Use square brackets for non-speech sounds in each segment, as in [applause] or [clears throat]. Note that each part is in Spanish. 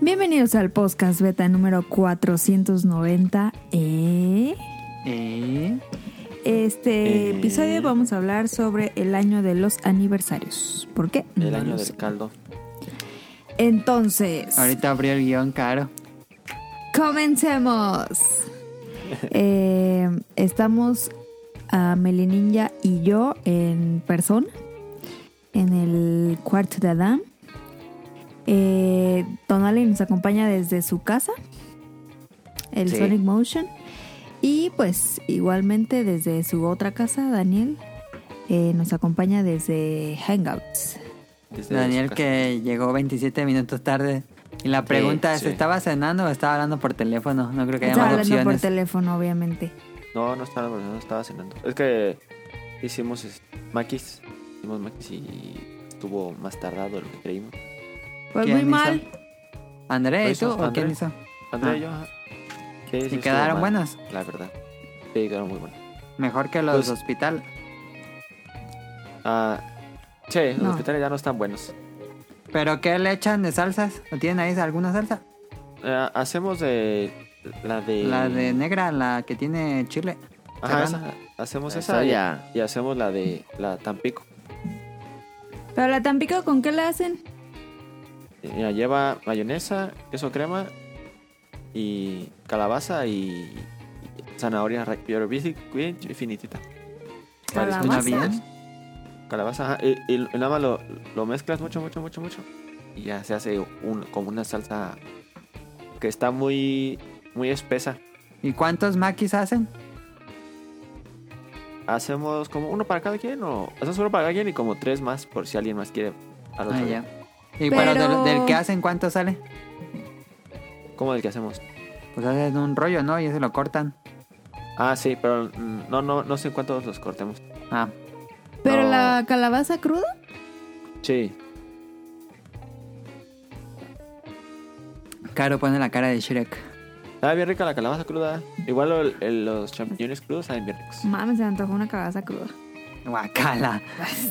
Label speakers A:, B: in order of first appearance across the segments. A: Bienvenidos al podcast beta número 490. ¿Eh?
B: Eh,
A: Este
B: Eh.
A: episodio vamos a hablar sobre el año de los aniversarios. ¿Por qué?
B: el
A: No
B: año
A: lo
B: del
A: sé.
B: caldo.
A: Entonces,
B: Ahorita abrí el guión caro.
A: comencemos. Eh, estamos a Melininja y yo en persona en el cuarto de Adam. Eh, Tonali nos acompaña desde su casa, el
B: Sí.
A: Sonic Motion. Y pues igualmente desde su otra casa, Daniel eh, nos acompaña desde Hangouts.
C: Desde
B: Daniel
C: su casa.
B: que llegó 27 minutos tarde. Y la pregunta es,
C: sí.
B: ¿estaba cenando o estaba hablando por teléfono? No creo que haya
A: Está
B: más
A: hablando por
B: opciones.
A: teléfono, obviamente.
C: No, no estaba conversando, estaba cenando. Es que hicimos es- maquis. Hicimos maquis y estuvo más tardado de lo que creímos.
A: Pues
B: ¿Quién
A: muy
B: hizo?
A: mal.
B: ¿André
C: Lo
B: y tú
C: hizo
B: o quién
C: Pues André.
B: hizo?
C: Andrea
B: Ah.
C: y yo. ajá. Sí, sí,
B: ¿Y
C: estuvo
B: quedaron
C: mal,
B: buenas?
C: La verdad. Sí, quedaron muy buenas.
B: Mejor que los
C: Pues-
B: de hospital.
C: Ah, che, los
A: No.
C: hospitales ya no están buenos.
B: ¿Pero qué le echan de salsas? ¿O tienen ahí alguna salsa?
C: Ah, hacemos de. La de.
B: La de negra, la que tiene chile.
C: Ajá,
B: serrana.
C: esa. Hacemos
D: Esa
C: esa y,
D: ya.
C: y hacemos la de. La Tampico.
A: Pero la Tampico, ¿con qué la hacen?
C: Eh, Mira, lleva mayonesa, queso crema y calabaza y y zanahoria re- pero bien bien finitita. Varios
B: ¿Suena
A: ¿Calabaza?
B: bien?
C: Calabaza, ajá, y, y nada más lo, lo mezclas mucho, mucho, mucho, mucho. Y ya se hace un, como una salsa que está muy, muy espesa.
B: ¿Y cuántos maquis hacen?
C: Hacemos como uno para cada quien o hacemos uno para cada quien y como tres más por si alguien más quiere al otro
B: Ah,
C: día.
B: ya. ¿Y pero,
A: Pero-
B: del, del que hacen cuánto sale?
C: Como el que hacemos.
B: Pues hacen un rollo, ¿no? Y se lo cortan.
C: Ah, sí, pero mm, no, no, no sé cuántos los cortemos.
B: Ah,
A: ¿Pero
C: No.
A: la calabaza cruda?
C: Sí,
B: Caro pone la cara de Shrek.
C: Estaba bien rica la calabaza cruda. Igual el- el- los champiñones crudos saben bien ricos.
A: Mames, se me antojó una calabaza cruda. [laughs]
B: Guacala.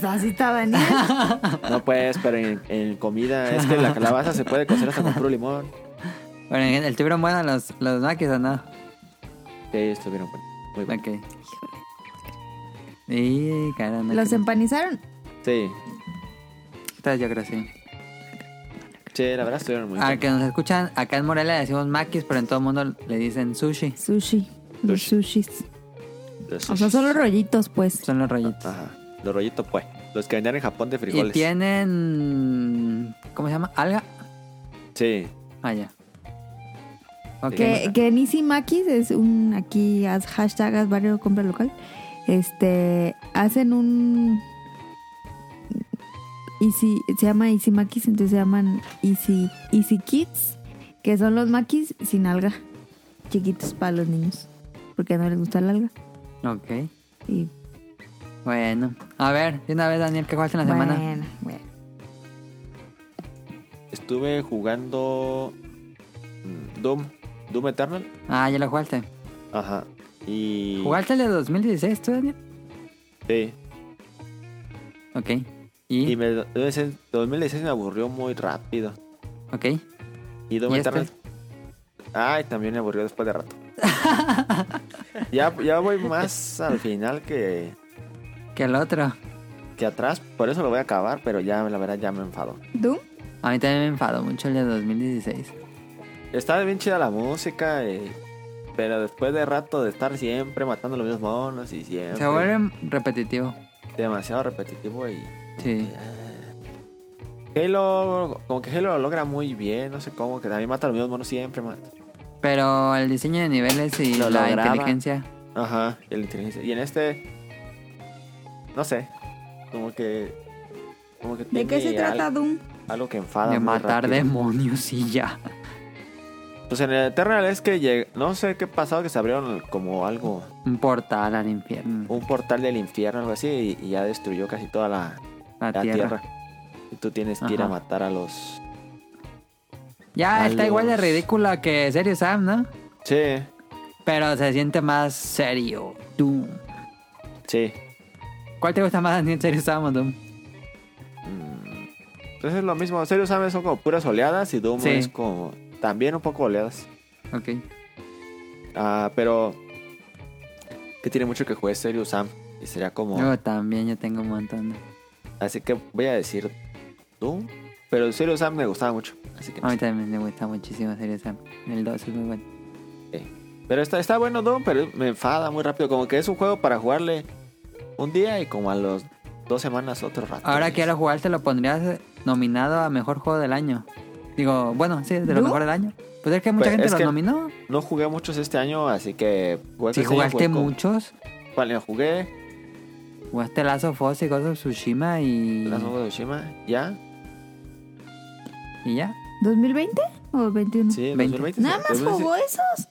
A: Así está Daniel.
C: No pues, pero en, en comida es que la calabaza se puede cocer hasta con puro limón.
B: Bueno, ¿el el tuvieron buenos los, los maquis o no?
C: Sí, estuvieron buenos. Muy buenos.
B: Ok. Y caramba.
A: Los empanizaron.
C: Sí,
B: Estas yo creo sí.
C: sí, la verdad estuvieron muy
B: A
C: buenos.
B: que nos escuchan, acá en Morelia le decimos maquis, pero en todo el mundo le dicen sushi.
A: Sushi. Los sushis.
C: Los-
A: O sea, solo rollitos, pues.
B: Son los rollitos.
C: Ajá, los rollitos pues. Los que vendían en Japón de
B: y
C: frijoles.
B: tienen... ¿Cómo se llama? ¿Alga?
C: Sí,
B: Ah, ya. Ok.
A: Que, que Nisi Makis es un. Aquí, haz hashtag, haz barrio, compra local. Este. Hacen un. Easy, se llama Easy Makis, entonces se llaman Easy, Easy Kids, que son los maquis sin alga, chiquitos para los niños, porque no les gusta la alga.
B: Ok.
A: Y
B: Bueno. A ver, de una vez, Daniel, ¿qué jugaste en la semana?
A: Bueno, bueno.
C: estuve jugando mm, Doom, Doom Eternal.
B: Ah, ya lo jugaste.
C: Ajá. Y...
B: ¿Jugaste el de 2016 tú, Daniel?
C: Sí.
B: Ok.
C: Y
B: ¿Y?
C: me, 2016 me aburrió muy rápido.
B: Ok.
C: Y Doom
B: ¿Y este?
C: Eternal. Ay, también me aburrió después
B: [laughs]
C: de rato. ya, ya voy más al final que,
B: Que el otro.
C: que atrás, por eso lo voy a acabar, pero ya la verdad ya me enfado.
A: ¿Doom?
B: A mí también me enfadó mucho el de 2016.
C: Está bien chida la música, eh, pero después de rato de estar siempre matando los mismos monos y siempre.
B: Se vuelve repetitivo.
C: demasiado repetitivo y.
B: Sí.
C: Halo, como que Halo lo logra muy bien, no sé cómo, que también mata a los mismos monos siempre, man.
B: Pero el diseño de niveles y
C: Lo
B: la
C: lograba.
B: inteligencia.
C: Ajá, el inteligencia. Y en este. No sé. Como que. Como que
A: ¿De qué se
C: tiene
A: trata
C: al-
A: Doom?
C: algo que enfada.
B: de
C: muy
B: matar
C: rápido.
B: demonios y ya.
C: Pues en el Eternal es que lleg- no sé qué pasado que se abrieron como algo.
B: Un portal al infierno.
C: Un portal del infierno, algo así, y, y ya destruyó casi toda la,
B: La,
C: la
B: tierra.
C: tierra. Y tú tienes que ir a
B: Ajá.
C: matar a los.
B: Ya
C: A
B: está igual de
C: los-
B: ridícula que Serio Sam, ¿no?
C: Sí,
B: Pero se siente más serio. Doom.
C: sí.
B: ¿Cuál te gusta más, Daniel? ¿Serio Sam o Doom?
E: Entonces es lo mismo. En serio, ¿sabes? Son como puras oleadas y Doom
B: Sí.
E: es como también un poco oleadas.
B: Ok.
E: Ah, pero que tiene mucho que juegue Serious Sam. Y sería como...
B: Yo también, yo tengo un montón. de-
E: Así que voy a decir Doom. Pero Serious Sam me gustaba mucho. Así que...
B: A mí también me gusta muchísimo Serious Sam. El 2 es muy bueno.
E: Pero está, está bueno Doom, pero me enfada muy rápido. Como que es un juego para jugarle un día y como a los dos semanas otro rato.
B: Ahora que ahora jugar te lo pondrías eh, nominado a mejor juego del año. Digo, bueno, sí, de lo
A: ¿No?
B: mejor del año. Pues es que mucha
E: Pues,
B: gente
E: es
B: lo
E: que- pues
B: nominó.
E: No jugué muchos este año, así que... jugué
B: Si
E: con Sega,
B: jugaste
E: jugué con-
B: muchos,
E: Vale, jugué
B: jugaste Last of Us y Ghost of Tsushima y,
E: Las de Tsushima, ya.
B: y ya.
A: ¿2020 o 21?
E: Sí,
B: 20.
E: 2020.
A: Nada más
E: 2020.
A: jugó esos.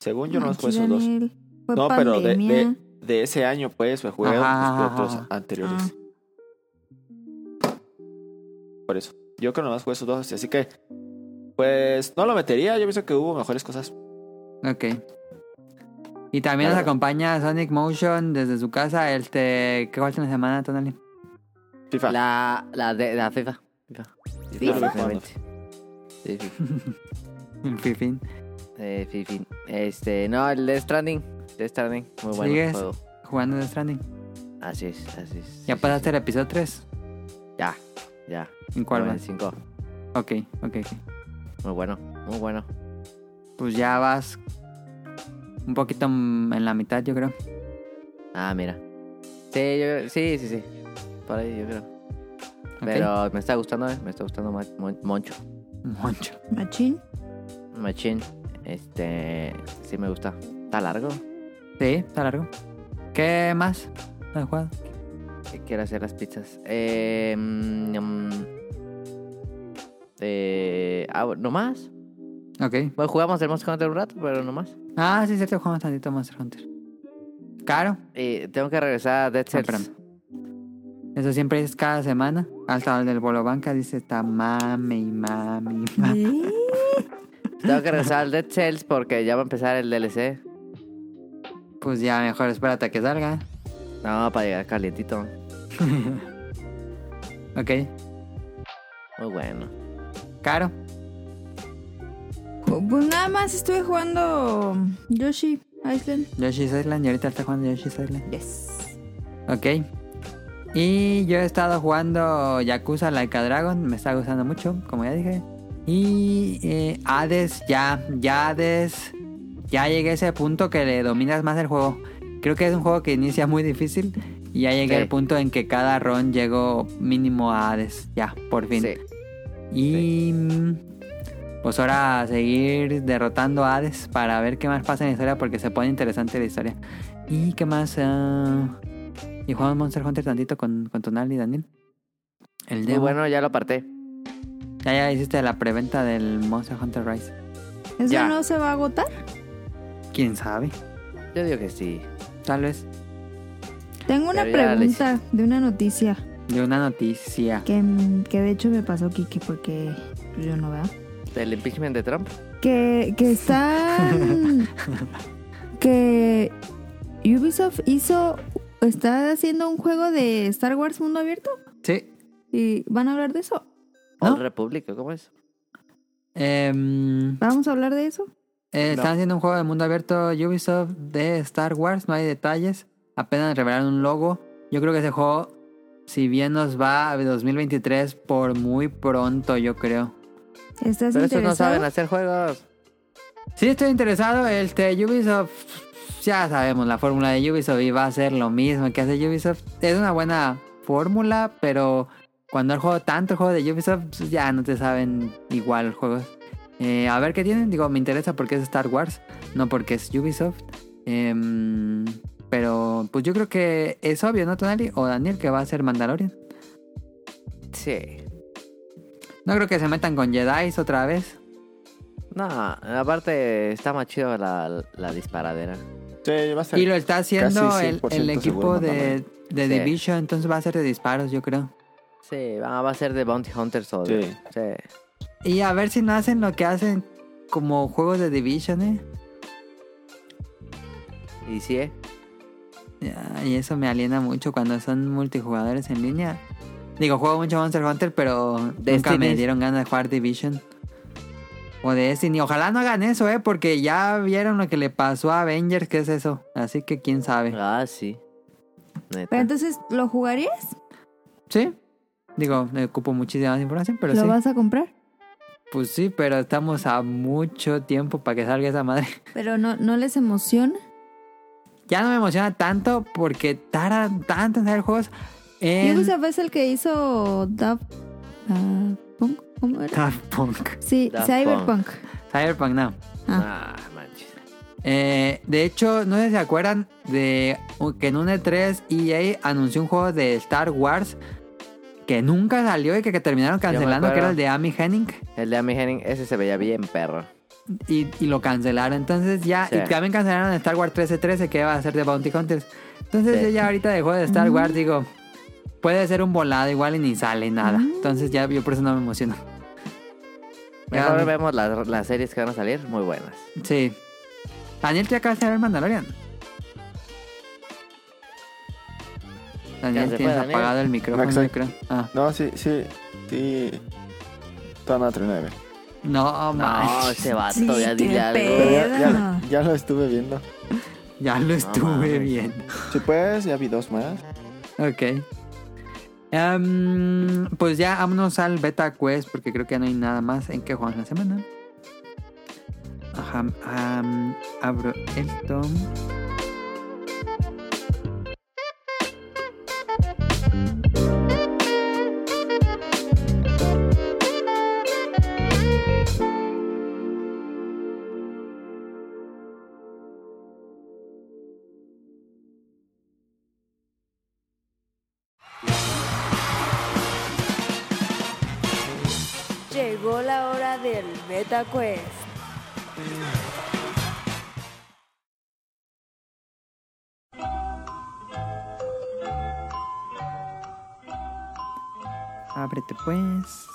E: Según yo no los
A: Manches,
E: jugué esos dos.
A: Daniel. Fue
E: No, pero de,
A: pandemia.
E: de, de ese año, pues, me jugué
B: Ajá,
E: los
B: ajá,
E: otros
B: ajá. Ah.
E: anteriores. Por eso. Yo creo que nomás jugué esos dos. Así que, pues, no lo metería. Yo pienso que hubo mejores cosas.
B: Ok. Y también
E: Claro.
B: nos acompaña Sonic Motion desde su casa. Este, ¿Qué cuál en la semana, Tonali?
E: FIFA.
F: La, la, de, la FIFA. FIFA.
E: FIFA.
F: La obviamente. Sí, [laughs] FIFA.
B: [laughs] En fin.
F: Eh, FIFA. Este, no, el Death Stranding. Death Stranding, muy bueno
B: ¿Sigues?
F: juego.
B: Jugando Death Stranding.
F: Así es, así es.
B: ¿Ya
F: Sí,
B: pasaste el episodio 3?
F: sí. Ya, ya.
B: ¿En cuál
F: Bueno,
B: vas?
F: el cinco.
B: Ok, ok, ok.
F: Muy bueno, muy bueno.
B: Pues ya vas un poquito mm, en la mitad, yo creo.
F: Ah, mira. Sí, yo, sí, sí, sí. Por ahí, yo creo.
B: Ok.
F: Pero me está gustando, eh. Me está gustando ma- mon- Moncho.
B: Moncho.
A: Machín.
F: Machín. Este, sí me gusta. Está largo.
B: Sí, está largo. ¿Qué más has jugado?
F: Eh, Quiero hacer las pizzas. Eh, mm, mm. eh, ah, bueno, no más.
B: Ok.
F: Bueno, jugamos el Monster Hunter un rato, pero no más.
B: Ah, sí, cierto, jugamos tantito Monster Hunter. Caro.
F: Eh, tengo que regresar a Dead
B: Ah,
F: Cells.
B: espérame. Eso siempre es cada semana. Hasta el del Bolo Banca dice está mame y mame y
E: Ah.
B: mame.
A: Sí.
F: tengo que regresar
B: [laughs]
F: al Dead Cells porque ya va a empezar el DLC.
B: Pues ya mejor espérate a que salga.
F: No, para llegar calientito.
B: Ok.
F: Muy bueno.
B: Caro.
A: Pues nada más estuve jugando Yoshi Island.
B: Yoshi's Island. Y ahorita está jugando Yoshi's Island.
A: Yes.
B: Ok. Y yo he estado jugando Yakuza Like a Dragon. Me está gustando mucho, como ya dije. Y eh, Hades, ya, ya Hades. Ya llegué a ese punto que le dominas más el juego. Creo que es un juego que inicia muy difícil. Y ya llegué
F: Sí.
B: al punto en que cada ron llego mínimo a Hades. Ya, por fin.
F: Sí.
B: Y mm, pues ahora seguir derrotando a Hades para ver qué más pasa en la historia porque se pone interesante la historia. Y qué más... Ah, y jugamos Monster Hunter tantito con, con Tonal y Daniel. El
F: Muy
B: demo.
F: bueno, ya lo aparté.
B: Ya, ya hiciste la preventa del Monster Hunter Rise.
A: ¿Eso
F: Ya.
A: no se va a agotar?
B: ¿Quién sabe?
F: Yo digo que sí.
B: Tal vez.
A: Tengo una
F: Pero ya le
A: pregunta de una noticia
B: De una noticia.
A: que, que de hecho me pasó Kike porque yo no veo.
F: ¿Del impeachment de Trump?
A: Que, que
F: [laughs]
A: están. que Ubisoft hizo. Está haciendo un juego de Star Wars mundo abierto.
B: Sí.
A: ¿Y van a hablar de eso?
F: ¿O
B: ¿No?
F: el República? ¿Cómo es?
B: Em,
A: ¿Vamos a hablar de eso?
B: Eh,
F: No.
B: Están haciendo un juego de mundo abierto Ubisoft de Star Wars, no hay detalles. Apenas revelaron un logo. Yo creo que ese juego, si bien nos va a 2023, por muy pronto, yo creo.
A: ¿Estás
F: Pero esos no
A: interesado?
F: saben hacer juegos.
B: Sí, estoy interesado. El de Ubisoft, ya sabemos la fórmula de Ubisoft y va a ser lo mismo que hace Ubisoft. Es una buena fórmula, pero cuando el juego tanto el juego de Ubisoft, pues, ya no te saben igual los juegos. Eh, a ver qué tienen. Digo, me interesa porque es Star Wars, no porque es Ubisoft. Em, pero pues yo creo que es obvio, ¿no, Tonali? O Daniel, que va a ser Mandalorian.
F: Sí.
B: No creo que se metan con Jedi otra vez.
F: No, aparte está más chido la, la disparadera.
E: Sí, va a ser.
B: Y lo está haciendo
E: Casi
B: el,
E: 100%
B: el equipo
E: seguro,
B: de, de
F: Sí.
B: Division, entonces va a ser de disparos, yo creo.
F: Sí, va, va a ser de Bounty Hunters o de...
E: Sí.
F: Sí.
B: Y a ver si no hacen lo que hacen como juegos de Division, ¿eh?
F: Y sí, ¿eh?
B: Ya, Y eso me aliena mucho cuando son multijugadores en línea. Digo, juego mucho Monster Hunter, pero nunca me
F: Destiny.
B: dieron ganas de jugar Division. O de Destiny. Ojalá no hagan eso, ¿eh? Porque ya vieron lo que le pasó a Avengers, ¿qué es eso? Así que quién sabe.
F: Ah, sí. Neta.
A: Pero entonces, ¿lo jugarías?
B: Sí. Digo, me ocupo muchísima más información, pero
A: ¿Lo
B: sí.
A: vas a comprar?
B: Pues sí, pero estamos a mucho tiempo para que salga esa madre. [laughs]
A: Pero no, no les emociona.
B: Ya no me emociona tanto porque tardan tanto en salir juegos. En...
A: Ubisoft es el que hizo Daft Daft Punk, ¿cómo era?
B: Daft Punk.
A: Sí,
F: Daft
A: Cyberpunk.
B: [laughs] Cyberpunk, no.
A: Ah,
F: Ah, manches.
B: Eh, de hecho, no sé si se acuerdan de que en un E E3 EA anunció un juego de Star Wars que nunca salió y que, que terminaron
F: me
B: cancelando, que era
F: acuerdo.
B: el de Amy Henning.
F: El de Amy Henning, ese se veía bien perro.
B: Y, y lo cancelaron. Entonces ya,
F: Sí.
B: y también cancelaron Star Wars 1313 que va a ser de Bounty Hunters. Entonces
F: Sí. Mm.
B: yo ya ahorita de juego de Star Wars digo, puede ser un volado igual y ni sale nada.
F: Mm.
B: Entonces ya yo por eso no me emociono. Ya,
F: Mejor vemos las, las series que van a salir, muy buenas.
B: Sí. Daniel, ¿tú ya acabas de ver Mandalorian?
F: Ya
B: Daniel,
F: se
B: tienes
F: fue, Daniel.
B: apagado el micrófono,
E: Max,
B: yo creo. Ah.
E: No, sí, sí, sí. Todavía no la terminé de ver.
B: No,
F: No,
B: manches.
F: ese vato,
A: Sí,
F: ya
A: qué
F: dile
E: Pero
A: pedo.
F: algo.
E: ya,
A: Verga.
E: ya, ya lo estuve viendo.
B: Ya lo estuve
F: mames.
B: bien.
E: Sí, pues, ya vi dos más.
B: Ok. Em, pues ya vámonos al Beta Quest porque creo que ya no hay nada más en que juegan la semana. Ajá. am, abro esto.
G: Llegó la hora del Beta Quest.
B: Ábrete pues.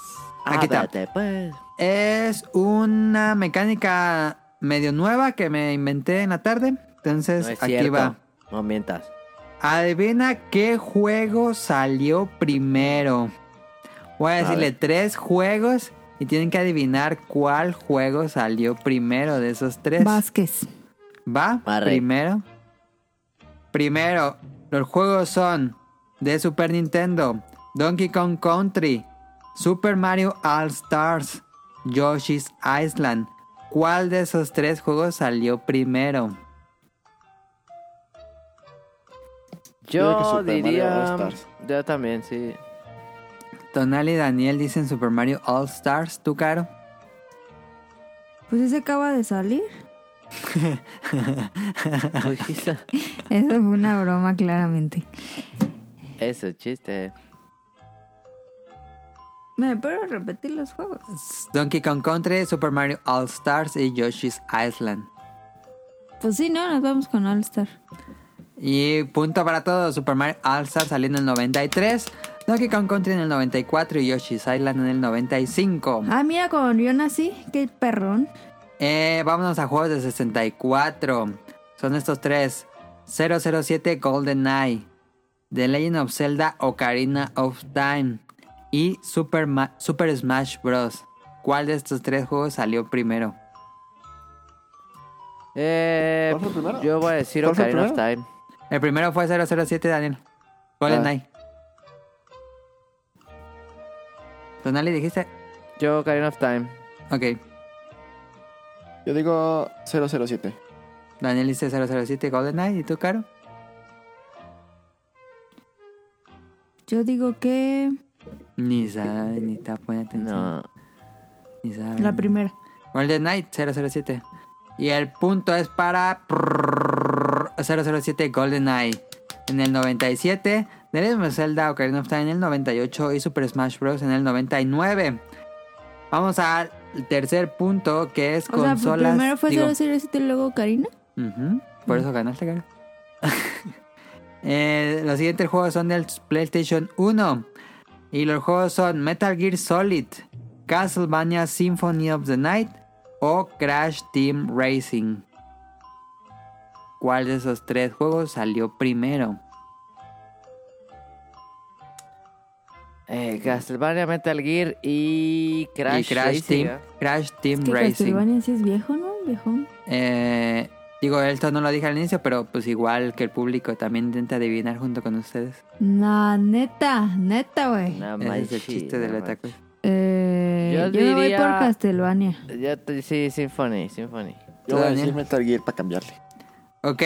F: Ah,
B: Aquí está.
F: espérate, pues.
B: Es una mecánica medio nueva que me inventé en la tarde. Entonces,
F: No es
B: aquí
F: cierto.
B: va.
F: No mientas.
B: Adivina qué juego salió primero. Voy a decirle
F: ver.
B: tres juegos y tienen que adivinar cuál juego salió primero de esos tres.
A: Vázquez.
B: ¿Va?
F: Arre.
B: Primero. Primero, los juegos son de Super Nintendo, Donkey Kong Country, Super Mario All Stars, Yoshi's Island. ¿Cuál de esos tres juegos salió primero?
E: diría que
F: Yo
E: Super Mario
F: diría.
E: All-Stars.
F: Yo también, sí.
B: Tonal y Daniel dicen Super Mario All Stars. ¿Tú, Caro?
A: Pues ese acaba de salir. Eso fue una broma, claramente.
F: Eso, chiste.
A: Me puedo repetir los juegos.
B: Donkey Kong Country, Super Mario All Stars y Yoshi's Island.
A: Pues sí, no, nos vamos con All Star.
B: Y punto para todos. Super Mario All Stars salió en el 93, Donkey Kong Country en el 94 y Yoshi's Island en el 95.
A: Ah, mira, con yo nací, qué perrón.
B: Eh, vámonos a juegos de 64. Son estos tres. 007 GoldenEye, The Legend of Zelda Ocarina of Time y Super, Ma- Super Smash Bros. ¿Cuál de estos tres juegos salió primero?
F: Eh,
E: ¿Cuál fue el primero?
F: Yo voy a decir
E: ¿Cuál fue
F: Ocarina
E: el
F: of Time.
B: El primero fue 007, Daniel. GoldenEye. Tonali, dijiste.
F: Yo Ocarina of Time.
B: Ok.
E: Yo digo 007.
B: Daniel dice 007 GoldenEye. ¿Y tú, Caro?
A: Yo digo que
B: Ni sabe, ni está poniendo atención.
F: No.
B: Ni sabe.
A: la primera.
B: GoldenEye 007. Y el punto es para 007 GoldenEye. En el 97, The Legend of Zelda Ocarina of Time en el 98 y Super Smash Bros. en el 99. Vamos al tercer punto que es
A: O sea, pues,
B: consolas.
A: primero fue
B: digo,
A: 007 y luego Karina.
B: Ujú,
F: Mm.
B: Por eso ganaste, cara. [laughs] Eh, los siguientes juegos son del PlayStation 1. Y los juegos son Metal Gear Solid, Castlevania Symphony of the Night o Crash Team Racing. ¿Cuál de esos tres juegos salió primero?
F: Eh, Castlevania, Metal Gear y Crash.
B: y Crash
F: Racing, ¿eh?
B: Team,
F: ¿verdad?
B: Crash Team
A: Es que
B: Racing.
A: Castlevania sí es viejo, ¿no? Viejón.
B: Eh, digo, esto no lo dije al inicio, pero pues igual que el público también intenta adivinar junto con ustedes.
A: Nah, neta, neta, güey.
B: Ese
F: No
B: es el
F: manches,
B: chiste
F: no
B: del
F: manches.
B: ataque.
A: Eh,
F: Yo
A: yo me voy
F: diría-
A: por Castlevania.
F: Ya te- sí, Symphony, Symphony.
E: Yo voy a
B: Daniel.
E: decir Metal Gear para cambiarle.
B: Ok.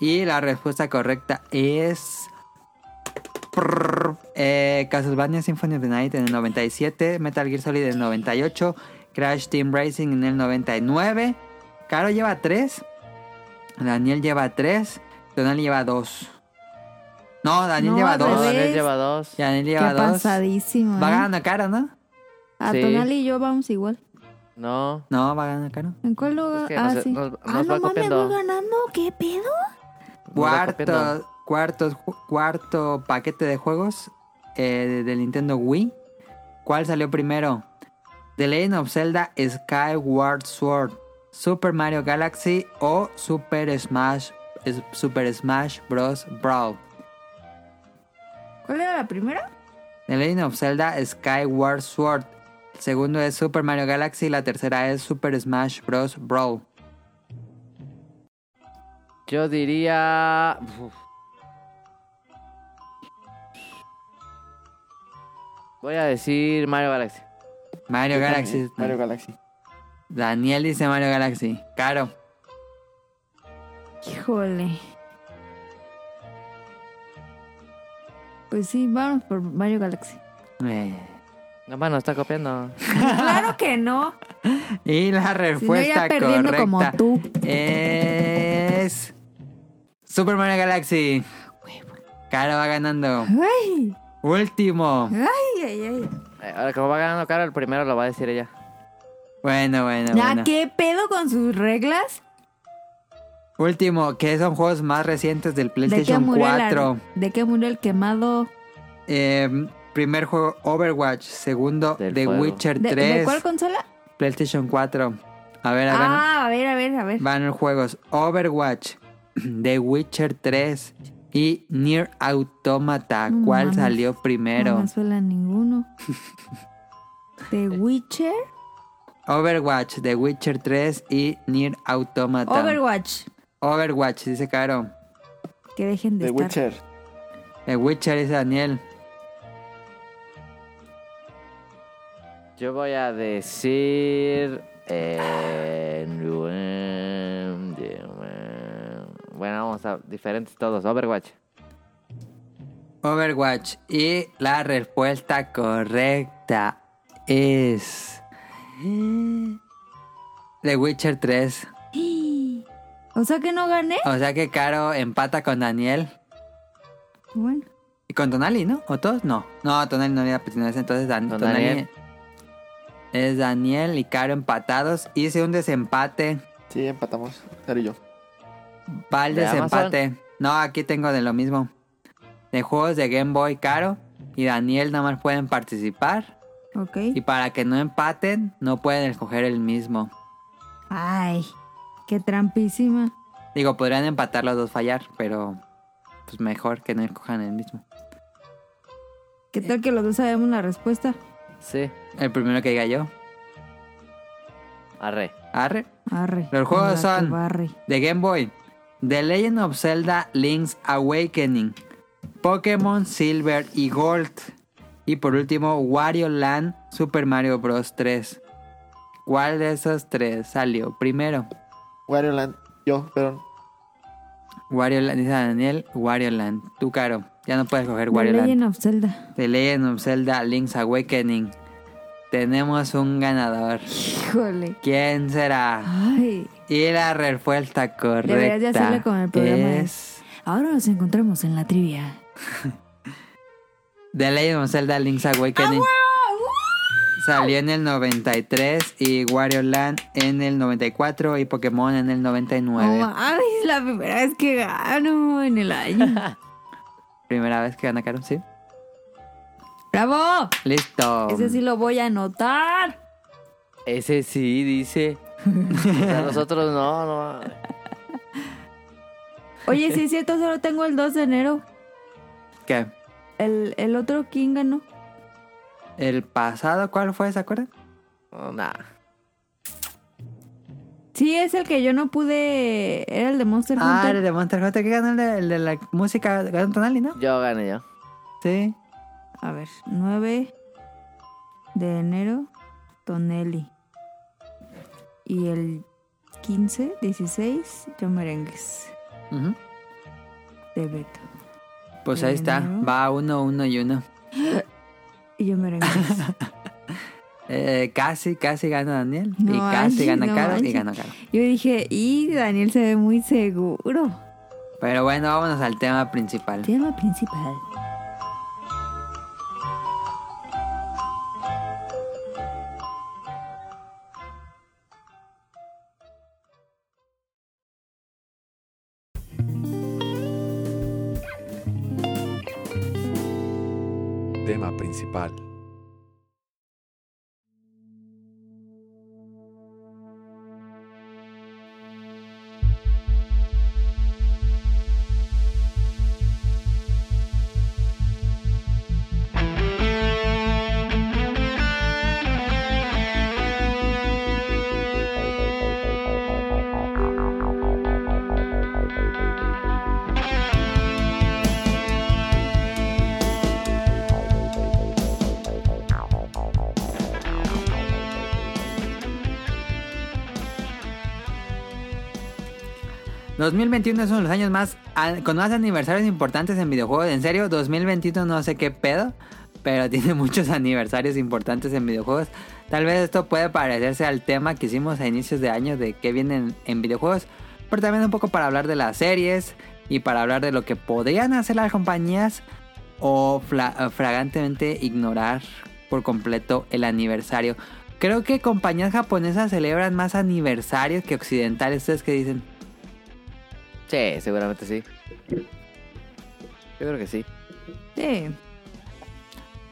B: Y la respuesta correcta es. Prrr. Eh, Castlevania Symphony of the Night en el 97, Metal Gear Solid en el 98, Crash Team Racing en el 99. Caro lleva 3. Daniel lleva 3. Donald lleva 2. No, Daniel
A: No,
B: lleva
A: al
F: No,
B: 2.
A: revés.
F: Daniel lleva dos.
B: Daniel
A: Qué
B: lleva 2. Va
A: pasadísimo. ¿eh?
B: ganando Caro, ¿no?
A: A
F: Sí.
A: Tonali y yo vamos igual.
F: No.
B: No, va ganando Caro.
A: ¿En cuál lugar?
F: Es que
A: ah,
F: nos-
A: sí.
F: nos-
A: ah,
F: nos
A: no
F: va
A: mames,
F: copiando.
A: voy ganando. ¿Qué pedo?
F: nos va copiando.
B: Cuarto, cuarto, cuarto paquete de juegos eh, del Nintendo Wii. ¿Cuál salió primero? The Legend of Zelda Skyward Sword, Super Mario Galaxy o Super Smash es- Super Smash Bros. Brawl.
A: ¿Cuál era la primera?
B: The Legend of Zelda Skyward Sword. El segundo es Super Mario Galaxy y la tercera es Super Smash Bros. Brawl.
F: Yo diría. Uf. Voy a decir Mario Galaxy.
B: Mario Galaxy.
E: Mario Galaxy.
B: Daniel dice Mario Galaxy. Caro.
A: Híjole. Pues sí, vamos por Mario [laughs] Galaxy.
B: Eh.
F: Nomás nos está copiando.
A: claro que no.
B: Y la
A: Si no, ya
B: respuesta
A: perdiendo
B: correcta
A: como tú.
B: es Super Mario Galaxy. Caro va ganando.
A: Ay,
B: Último.
A: ay, ay, ay.
F: Eh, Ahora, como va ganando Caro, el primero lo va a decir ella.
B: Bueno, bueno,
A: Ya,
B: bueno.
A: ¿Qué pedo con sus reglas?
B: Último, que son juegos más recientes del
A: ¿De qué,
B: PlayStation
A: murió la-
B: 4.
A: ¿De qué murió el quemado?
B: Eh, primer juego Overwatch, segundo
F: Del
B: The
F: fuego.
B: Witcher
A: ¿De,
B: 3,
A: de cuál consola?
B: PlayStation 4. A ver, a ver.
A: Ah, a ver, a ver, a ver.
B: van los juegos Overwatch, [clears throat] The Witcher 3 y Near Automata.
A: No
B: ¿Cuál
A: mames.
B: salió primero?
A: No me suena
B: [laughs]
A: ninguno. The Witcher,
B: Overwatch, The Witcher 3 y Near Automata.
A: Overwatch.
B: Overwatch, dice Caro.
A: Que dejen de
E: The
A: estar.
E: Witcher.
B: The Witcher dice Daniel.
F: Yo voy a decir. eh, Bueno, vamos a diferentes todos. Overwatch.
B: Overwatch. Y la respuesta correcta es. [gasps] The Witcher 3.
A: [gasps] O sea que no gané.
B: O sea que Caro empata con Daniel.
A: Bueno,
B: Y con Tonali, ¿no? ¿O todos? No. No, Tonali no había pertenecido. Entonces, Dan-
F: Con
B: Tonali
F: Daniel.
B: es Daniel y Caro empatados. Hice un desempate.
E: Sí, empatamos. Caro y yo.
B: Va el
F: ¿De
B: desempate. No, aquí tengo de lo mismo. De juegos de Game Boy Caro y Daniel nada más pueden participar.
A: ok.
B: Y para que no empaten, no pueden escoger el mismo.
A: Ay, qué trampísima.
B: Digo, podrían empatar los dos fallar, pero pues mejor que no escojan el mismo.
A: ¿Qué tal que los dos sabemos la respuesta?
F: Sí.
B: El primero que diga yo.
F: Arre.
B: Arre.
A: Arre.
B: Los juegos
A: con la
B: son-
A: que barre.
B: de Game Boy, The Legend of Zelda Link's Awakening, Pokémon Silver y Gold, y por último Wario Land Super Mario Bros. 3. ¿Cuál de esos tres salió primero?
E: Wario Land. Yo, perdón.
B: Wario Land, dice Daniel, Wario Land. Tú, Caro, ya no puedes coger Wario
A: The
B: Land.
A: Legend of Zelda.
B: The Legend of Zelda Link's Awakening. Tenemos un ganador.
A: Híjole.
B: ¿Quién será?
A: Ay.
B: Y la respuesta correcta
A: Deberías de hacerle como el programa ¿eh? de-
B: es...
A: Ahora nos encontramos en la trivia.
B: The Legend of Zelda Link's
A: ¡Ah,
B: Awakening salió en el 93 y Wario Land en el 94 y Pokémon en el
A: No
B: 99.
A: mames, la primera vez que gano en el
B: [laughs]
A: año.
B: Primera vez que gana Caro, sí.
A: ¡Bravo!
B: Listo.
A: Ese sí lo voy a anotar.
F: Ese sí, dice.
B: [laughs]
F: O sea, nosotros no, no.
A: Oye, sí es cierto, solo tengo el 2 de enero.
B: ¿Qué?
A: El, el otro, ¿quién ganó?
B: el pasado, ¿cuál fue? ¿Se acuerdan?
F: Oh, nah.
A: Sí, es el que yo no pude. Era el de Monster
B: Ah,
A: Hunter.
B: el de Monster Hunter, que ganó el de, el de la música, ganó Tonali, ¿no?
F: Yo gané yo.
B: Sí.
A: A ver, 9 de enero, Tonelli. Y el 15, 16, yo merengues
B: Ujú.
A: de Beto.
B: Pues ahí está,
A: Bueno.
B: va uno, uno y uno.
A: Y yo merengues.
C: [laughs]
B: Eh, casi, casi gana Daniel. y
A: No manches,
B: casi gana
A: no
B: Caro y
A: manches.
B: ganó Caro.
A: yo dije, y Daniel se ve muy seguro.
B: Pero bueno, vámonos al tema principal.
A: Tema principal.
H: Tema principal.
B: Los 2021 es uno de los años más a- con más aniversarios importantes en videojuegos. En serio, 2021 no sé qué pedo, pero [laughs] tiene muchos aniversarios importantes en videojuegos. Tal vez esto puede parecerse al tema que hicimos a inicios de año de qué vienen en videojuegos, pero también un poco para hablar de las series y para hablar de lo que podrían hacer las compañías o fla- fragantemente ignorar por completo el aniversario. Creo que compañías japonesas celebran más aniversarios que occidentales. Ustedes que dicen,
F: Sí, seguramente sí. Yo creo que sí.
A: Sí.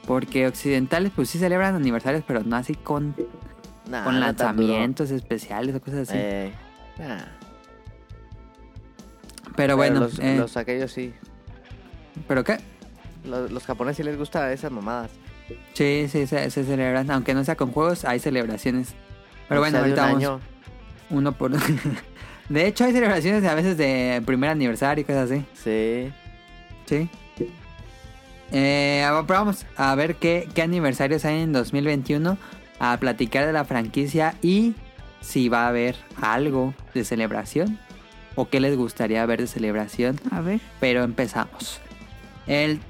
B: Porque occidentales pues sí celebran aniversarios, pero no así con,
F: Nah,
B: con
F: Ah, no tan duro.
B: lanzamientos especiales o cosas así.
F: Eh, nah.
B: pero
F: Pero
B: bueno,
F: los,
B: eh,
F: los aquellos sí.
B: ¿pero qué?
F: Los, los japoneses sí les gusta esas mamadas.
B: Sí, sí, se, se celebran, aunque no sea con juegos, hay celebraciones. Pero
F: O
B: bueno,
F: sea, de un
B: ahorita vamos
F: año.
B: uno [laughs] por... de hecho hay celebraciones a veces de primer aniversario y cosas así.
F: Sí.
B: Sí. Eh, ah, pero vamos a ver qué, qué aniversarios hay en 2021. A platicar de la franquicia y si va a haber algo de celebración. O qué les gustaría ver de celebración.
A: A ver.
B: Pero empezamos. El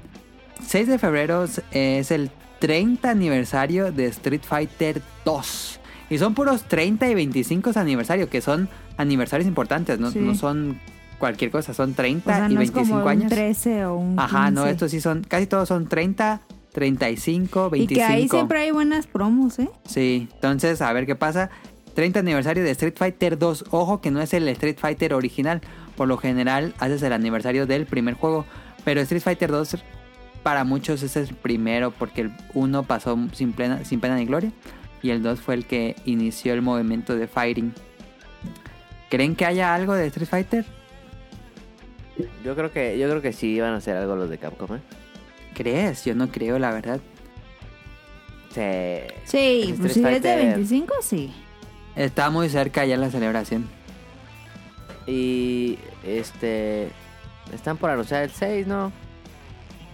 B: 6 de febrero es- es el 30 aniversario de Street Fighter 2. Y son puros 30 y 25 aniversario, que son aniversarios importantes, no,
A: Sí.
B: no son cualquier cosa, son
A: O
B: 30
C: Ah,
A: sea,
B: y
A: no es
B: 25
A: como un
B: años.
A: 13 o un.
B: Ajá, no,
A: 15.
B: estos sí son, casi todos son 30, 35, 25.
A: Y que ahí siempre hay buenas promos, ¿eh?
B: Sí, entonces a ver qué pasa. 30 aniversario de Street Fighter 2. Ojo que no es el Street Fighter original. Por lo general haces el aniversario del primer juego. Pero Street Fighter 2 para muchos es el primero porque el 1 pasó sin, plena- sin pena ni gloria. Y el 2 fue el que inició el movimiento de fighting. ¿Creen que haya algo de Street Fighter?
F: Yo creo que, yo creo que sí iban a hacer algo los de Capcom, ¿eh?
B: ¿Crees? Yo no creo, la verdad.
F: Sí.
A: Sí,
C: Este
F: Es
A: pues
F: Street
A: si es de
F: Fighter.
A: 25, sí.
B: Está muy cerca ya la celebración.
F: Y este están por anunciar el 6, ¿no?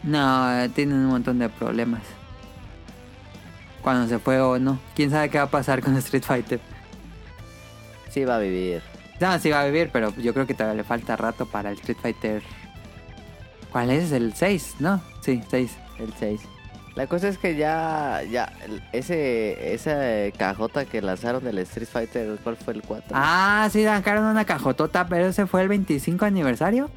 B: No, eh, tienen un montón de problemas. Cuando se fue o no. Quién sabe qué va a pasar con Street Fighter.
F: Sí va a vivir.
B: No, sí va a vivir, pero yo creo que todavía le falta rato para el Street Fighter. ¿Cuál es? El 6, ¿no? Sí, 6.
F: El 6. La cosa es que ya ya el- ese esa eh, cajota que lanzaron del Street Fighter, ¿cuál fue el 4?
B: Ah, sí, sacaron una cajotota, pero ese fue el 25 aniversario.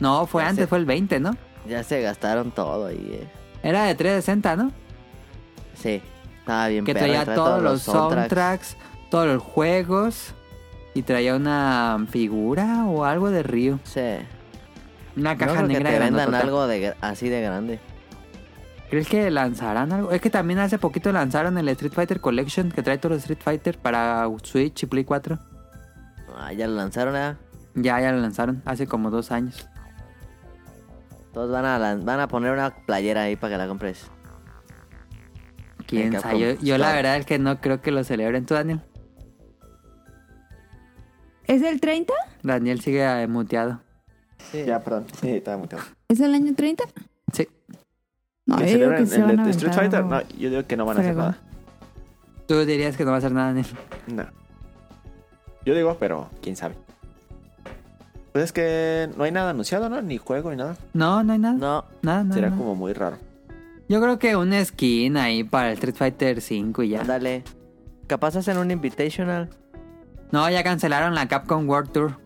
B: No, fue
F: Ya
B: antes,
F: sé.
B: fue el 20, ¿no?
F: Ya se gastaron todo ahí, eh.
B: Era de 360, ¿no?
F: Sí. Estaba bien
B: Que
F: perro,
B: traía
F: trae
B: todos, los soundtracks, todos los juegos. Y traía una figura o algo de Ryu.
F: Sí.
B: Una
F: no
B: caja
F: creo
B: negra
F: que te vendan
B: grandotota.
F: algo de, gra- así de grande.
B: ¿Crees que lanzarán algo? Es que también hace poquito lanzaron el Street Fighter Collection que trae todos los Street Fighter para Switch y Play 4.
F: Ah, ya lo lanzaron, ¿eh?
B: Ya, ya lo lanzaron hace como dos años.
F: Todos van a lan- van a poner una playera ahí para que la compres.
B: quién
F: En
B: sabe. Yo,
F: Capcom,
B: yo la
F: pues, claro.
B: verdad es que no creo que lo celebren. ¿Tú, Daniel?
A: ¿Es el 30?
B: Daniel sigue eh, muteado.
F: Sí.
C: Ya, perdón. Sí, estaba muteado.
A: ¿Es el año 30?
B: Sí.
A: No,
C: ¿Que
A: yo digo que
C: celebren
A: se van
C: el
A: a
C: de Street
A: aventar
C: Fighter?
A: algo.
C: No, yo digo que no van a hacer
A: fregón.
C: nada.
B: Tú dirías que no va a hacer nada, Daniel. [laughs]
C: No. Yo digo, pero quién sabe. Pues es que no hay nada anunciado, ¿no? Ni juego ni nada.
B: No, no hay nada.
F: No,
B: Nada, nada,
C: Sería
B: nada.
C: como muy raro.
B: Yo creo que una skin ahí para el Street Fighter 5 y ya.
F: dale. Capaz hacen un invitational.
B: No, ya cancelaron la Capcom World Tour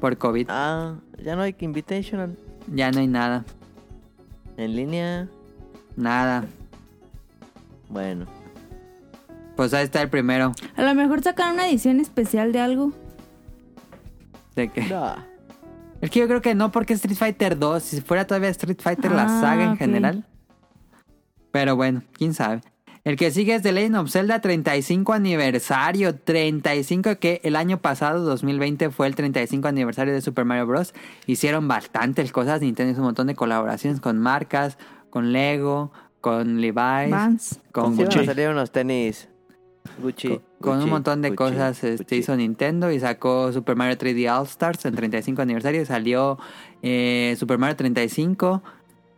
B: por COVID.
F: Ah, ya no hay que invitational.
B: Ya no hay nada.
F: En línea.
B: Nada. [laughs]
F: Bueno.
B: Pues ahí está el primero.
A: A lo mejor sacan una edición especial de algo.
B: De que...
F: No.
B: Es que yo creo que no, porque Street Fighter 2, si fuera todavía Street Fighter, la
A: Ah,
B: saga en
A: ok.
B: general. Pero bueno, quién sabe. El que sigue es The Legend of Zelda 35 aniversario. 35 que el año pasado, 2020, fue el 35 aniversario de Super Mario Bros. Hicieron bastantes cosas. Nintendo hizo un montón de colaboraciones con marcas, con Lego, con Levi's,
A: Vans.
B: con
C: Con
B: Gucci.
F: Sí, van a
C: Gucci.
F: salir unos tenis. Gucci.
B: Co- con un
F: Gucci,
B: montón de
F: Gucci,
B: cosas este,
F: Gucci.
B: hizo Nintendo y sacó Super Mario 3D All Stars en 35 aniversario y salió eh, Super Mario 35.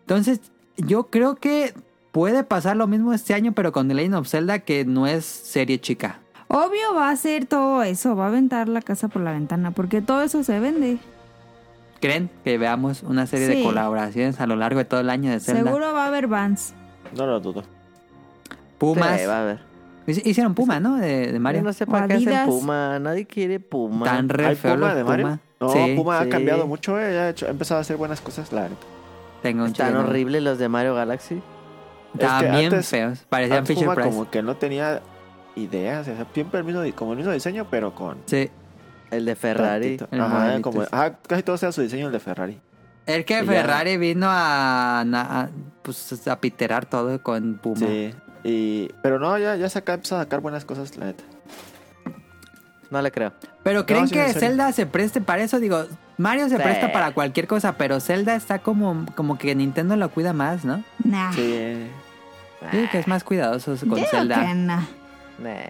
B: Entonces, yo creo que puede pasar lo mismo este año, pero con The Legend of Zelda, que no es serie chica.
A: Obvio va a hacer todo eso, va a aventar la casa por la ventana, porque todo eso se vende.
B: ¿Creen que veamos una serie de
A: Sí.
B: colaboraciones a lo largo de todo el año de Zelda?
A: Seguro va a haber Vans.
C: No lo dudo.
B: Pumas.
F: Sí, va a ver.
B: Hic- Hicieron Puma, ¿no? De, de
F: Yo
B: Mario.
F: no sé para qué
A: Adidas.
F: hacen Puma. Nadie quiere Puma.
B: Tan re
C: ¿Hay
B: feo
C: Puma
B: los
C: de Mario?
B: Puma.
C: No,
B: Sí,
C: Puma
F: sí.
C: ha cambiado mucho, eh. Ha, hecho- ha empezado a hacer buenas cosas, la neta.
B: Tengo un
F: Tan
B: chile, ¿no?
F: horribles los de Mario Galaxy.
C: Es que
B: También
C: antes-
B: feos. Parecían
C: Antes
B: Fisher
C: Puma
B: Price.
C: como que no tenía ideas. O sea, siempre el mismo, di- como el mismo diseño, pero con...
B: Sí.
F: El de Ferrari.
C: tantito-
B: el
C: Ajá,
B: modelito
C: como,
B: ese.
C: ajá, casi todo sea su diseño el de Ferrari.
B: Es que
F: Y ya.
B: Ferrari vino a, na- a, pues, a piterar todo con Puma.
C: Sí. Y, pero no, ya, ya saca, empieza a sacar buenas cosas, la neta.
F: No le creo.
B: Pero creen
C: sí,
B: que
C: en serio.
B: Zelda se preste para eso, digo, Mario se
F: Sí.
B: presta para cualquier cosa, pero Zelda está como, como que Nintendo lo cuida más, ¿no?
A: Nah.
C: Sí,
B: Yo Digo que es más cuidadoso
A: Digo
B: con
A: que
B: Zelda.
A: nah.
F: Nah.